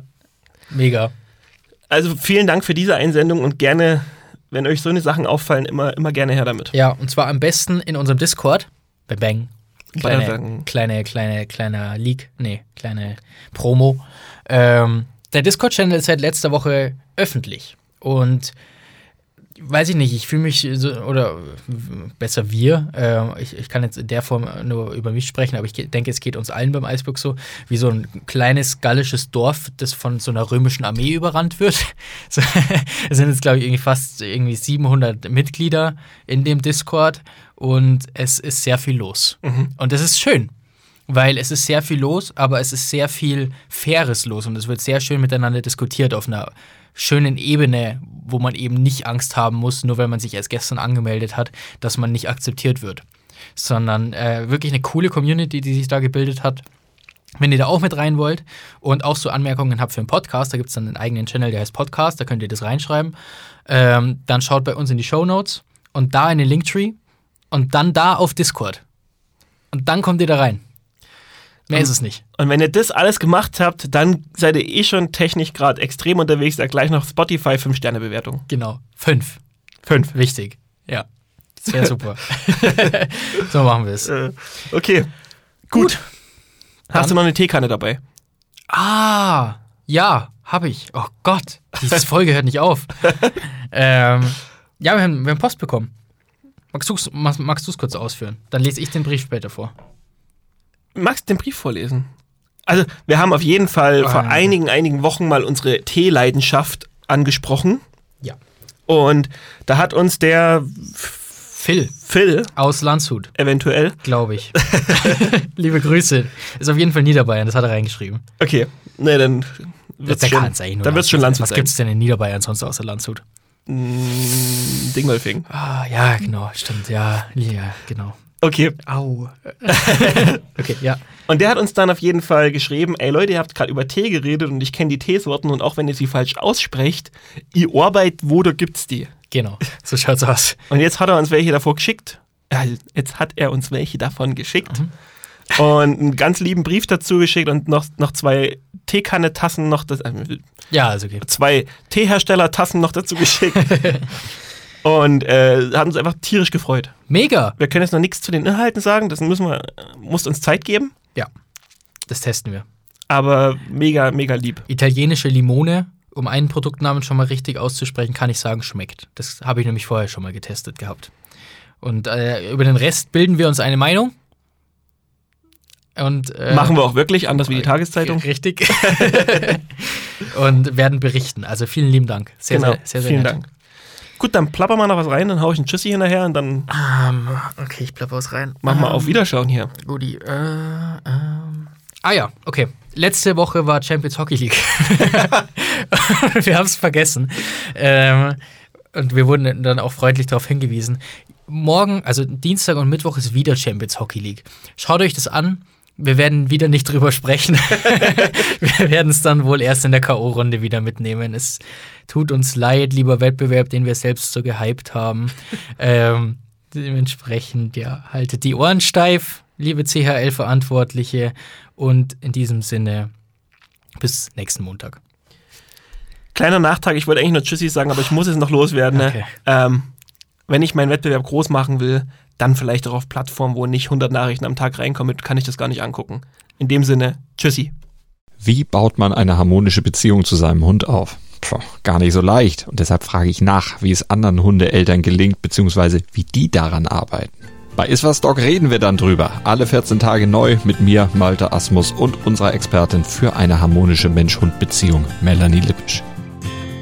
Speaker 1: Mega.
Speaker 2: Also vielen Dank für diese Einsendung und gerne, wenn euch so eine Sachen auffallen, immer, immer gerne her damit.
Speaker 1: Ja, und zwar am besten in unserem Discord. Bang, bang.
Speaker 2: Kleiner
Speaker 1: Kleine,
Speaker 2: Sagen.
Speaker 1: kleine, kleine, kleiner Leak. Nee, kleine Promo. Ähm, der Discord-Channel ist seit letzter Woche öffentlich. Und weiß ich nicht, ich fühle mich so, oder w- besser wir, äh, ich, ich kann jetzt in der Form nur über mich sprechen, aber ich ge- denke, es geht uns allen beim Eisberg so, wie so ein kleines gallisches Dorf, das von so einer römischen Armee überrannt wird. So, es sind jetzt, glaube ich, irgendwie fast irgendwie 700 Mitglieder in dem Discord und es ist sehr viel los. Und das ist schön. Weil es ist sehr viel los, aber es ist sehr viel Faires los und es wird sehr schön miteinander diskutiert auf einer schönen Ebene, wo man eben nicht Angst haben muss, nur weil man sich erst gestern angemeldet hat, dass man nicht akzeptiert wird. Sondern äh, wirklich eine coole Community, die sich da gebildet hat. Wenn ihr da auch mit rein wollt und auch so Anmerkungen habt für einen Podcast, da gibt es dann einen eigenen Channel, der heißt Podcast, da könnt ihr das reinschreiben. Ähm, dann schaut bei uns in die Show Notes und da in den Linktree und dann da auf Discord. Und dann kommt ihr da rein. Mehr ist es nicht.
Speaker 2: Und wenn ihr das alles gemacht habt, dann seid ihr eh schon technisch gerade extrem unterwegs. Da gleich noch Spotify 5-Sterne-Bewertung.
Speaker 1: Genau. Fünf.
Speaker 2: Fünf.
Speaker 1: Wichtig. Ja. Das wäre super. so machen wir es.
Speaker 2: Äh, okay. Gut. Hast du noch eine Teekanne dabei?
Speaker 1: Ah, ja, habe ich. Oh Gott, diese Folge hört nicht auf. ähm, ja, wir haben, wir haben Post bekommen. Magst du es magst du's kurz ausführen? Dann lese ich den Brief später vor.
Speaker 2: Magst du den Brief vorlesen? Also, wir haben auf jeden Fall vor
Speaker 1: Ähm.
Speaker 2: einigen, einigen Wochen mal unsere Teeleidenschaft angesprochen.
Speaker 1: Ja.
Speaker 2: Und da hat uns der
Speaker 1: Phil
Speaker 2: Phil,
Speaker 1: aus Landshut,
Speaker 2: eventuell.
Speaker 1: glaube ich. Liebe Grüße. Ist auf jeden Fall Niederbayern, das hat er reingeschrieben.
Speaker 2: Okay, nee, dann wird's
Speaker 1: Der
Speaker 2: schon,
Speaker 1: kann's eigentlich nur
Speaker 2: dann wird's schon
Speaker 1: Landshut sein.
Speaker 2: Landshut
Speaker 1: Was
Speaker 2: sein.
Speaker 1: gibt es denn in Niederbayern sonst außer Landshut?
Speaker 2: Mm, Dingolfing.
Speaker 1: Ah,
Speaker 2: Hm.
Speaker 1: ja, genau, stimmt, ja, ja, genau.
Speaker 2: Okay,
Speaker 1: Au. okay, ja.
Speaker 2: Und der hat uns dann auf jeden Fall geschrieben, ey Leute, ihr habt gerade über Tee geredet und ich kenne die Teesorten und auch wenn ihr sie falsch aussprecht, ihr Arbeit, wo da gibt's die?
Speaker 1: Genau, so schaut's aus.
Speaker 2: Und jetzt hat er uns welche davor geschickt. Äh, Jetzt hat er uns welche davon geschickt.
Speaker 1: Mhm.
Speaker 2: Und einen ganz lieben Brief dazu geschickt und noch, noch zwei Teekanne-Tassen noch, das, äh,
Speaker 1: Ja, also okay.
Speaker 2: zwei Teehersteller-Tassen noch dazu geschickt. und äh, hat uns einfach tierisch gefreut.
Speaker 1: Mega!
Speaker 2: Wir können jetzt noch nichts zu den Inhalten sagen, das müssen wir, muss uns Zeit geben,
Speaker 1: Ja, das testen wir.
Speaker 2: aber mega, mega lieb.
Speaker 1: Italienische Limone, um einen Produktnamen schon mal richtig auszusprechen, kann ich sagen, schmeckt. Das habe ich nämlich vorher schon mal getestet gehabt. Und äh, über den Rest bilden wir uns eine Meinung. Und, äh,
Speaker 2: Machen wir auch wirklich, anders wie die Tageszeitung.
Speaker 1: Richtig. Und werden berichten. Also vielen lieben Dank. Sehr,
Speaker 2: genau.
Speaker 1: sehr, sehr, sehr
Speaker 2: Vielen
Speaker 1: nett.
Speaker 2: Dank. Gut, dann plapper mal noch was rein, dann hau ich einen Tschüssi hinterher und dann
Speaker 1: Ähm, okay, ich plapper was rein. Ähm,
Speaker 2: machen wir auf Wiederschauen hier.
Speaker 1: Goodie. Äh, ähm. Ah ja, okay. Letzte Woche war Champions Hockey League. wir haben es vergessen. Ähm, und wir wurden dann auch freundlich darauf hingewiesen. Morgen, also Dienstag und Mittwoch ist wieder Champions Hockey League. Schaut euch das an. Wir werden wieder nicht drüber sprechen. wir werden es dann wohl erst in der K.O.-Runde wieder mitnehmen. Es tut uns leid, lieber Wettbewerb, den wir selbst so gehypt haben. ähm, dementsprechend, ja, haltet die Ohren steif, liebe CHL-Verantwortliche. Und in diesem Sinne, bis nächsten Montag.
Speaker 2: Kleiner Nachtrag, ich wollte eigentlich nur Tschüssi sagen, aber ich muss jetzt noch loswerden. Ne?
Speaker 1: Okay.
Speaker 2: Ähm, wenn ich meinen Wettbewerb groß machen will, dann vielleicht auch auf Plattformen, wo nicht 100 Nachrichten am Tag reinkommen, kann ich das gar nicht angucken. In dem Sinne, Tschüssi.
Speaker 4: Wie baut man eine harmonische Beziehung zu seinem Hund auf? Puh, gar nicht so leicht. Und deshalb frage ich nach, wie es anderen Hundeeltern gelingt, beziehungsweise wie die daran arbeiten. Bei Iswas Dog reden wir dann drüber. Alle 14 Tage neu mit mir, Malte Asmus und unserer Expertin für eine harmonische Mensch-Hund-Beziehung, Melanie Lippisch.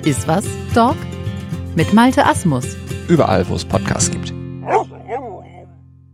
Speaker 5: Ist was, Dog? Mit Malte Asmus.
Speaker 4: Überall, wo es Podcasts gibt.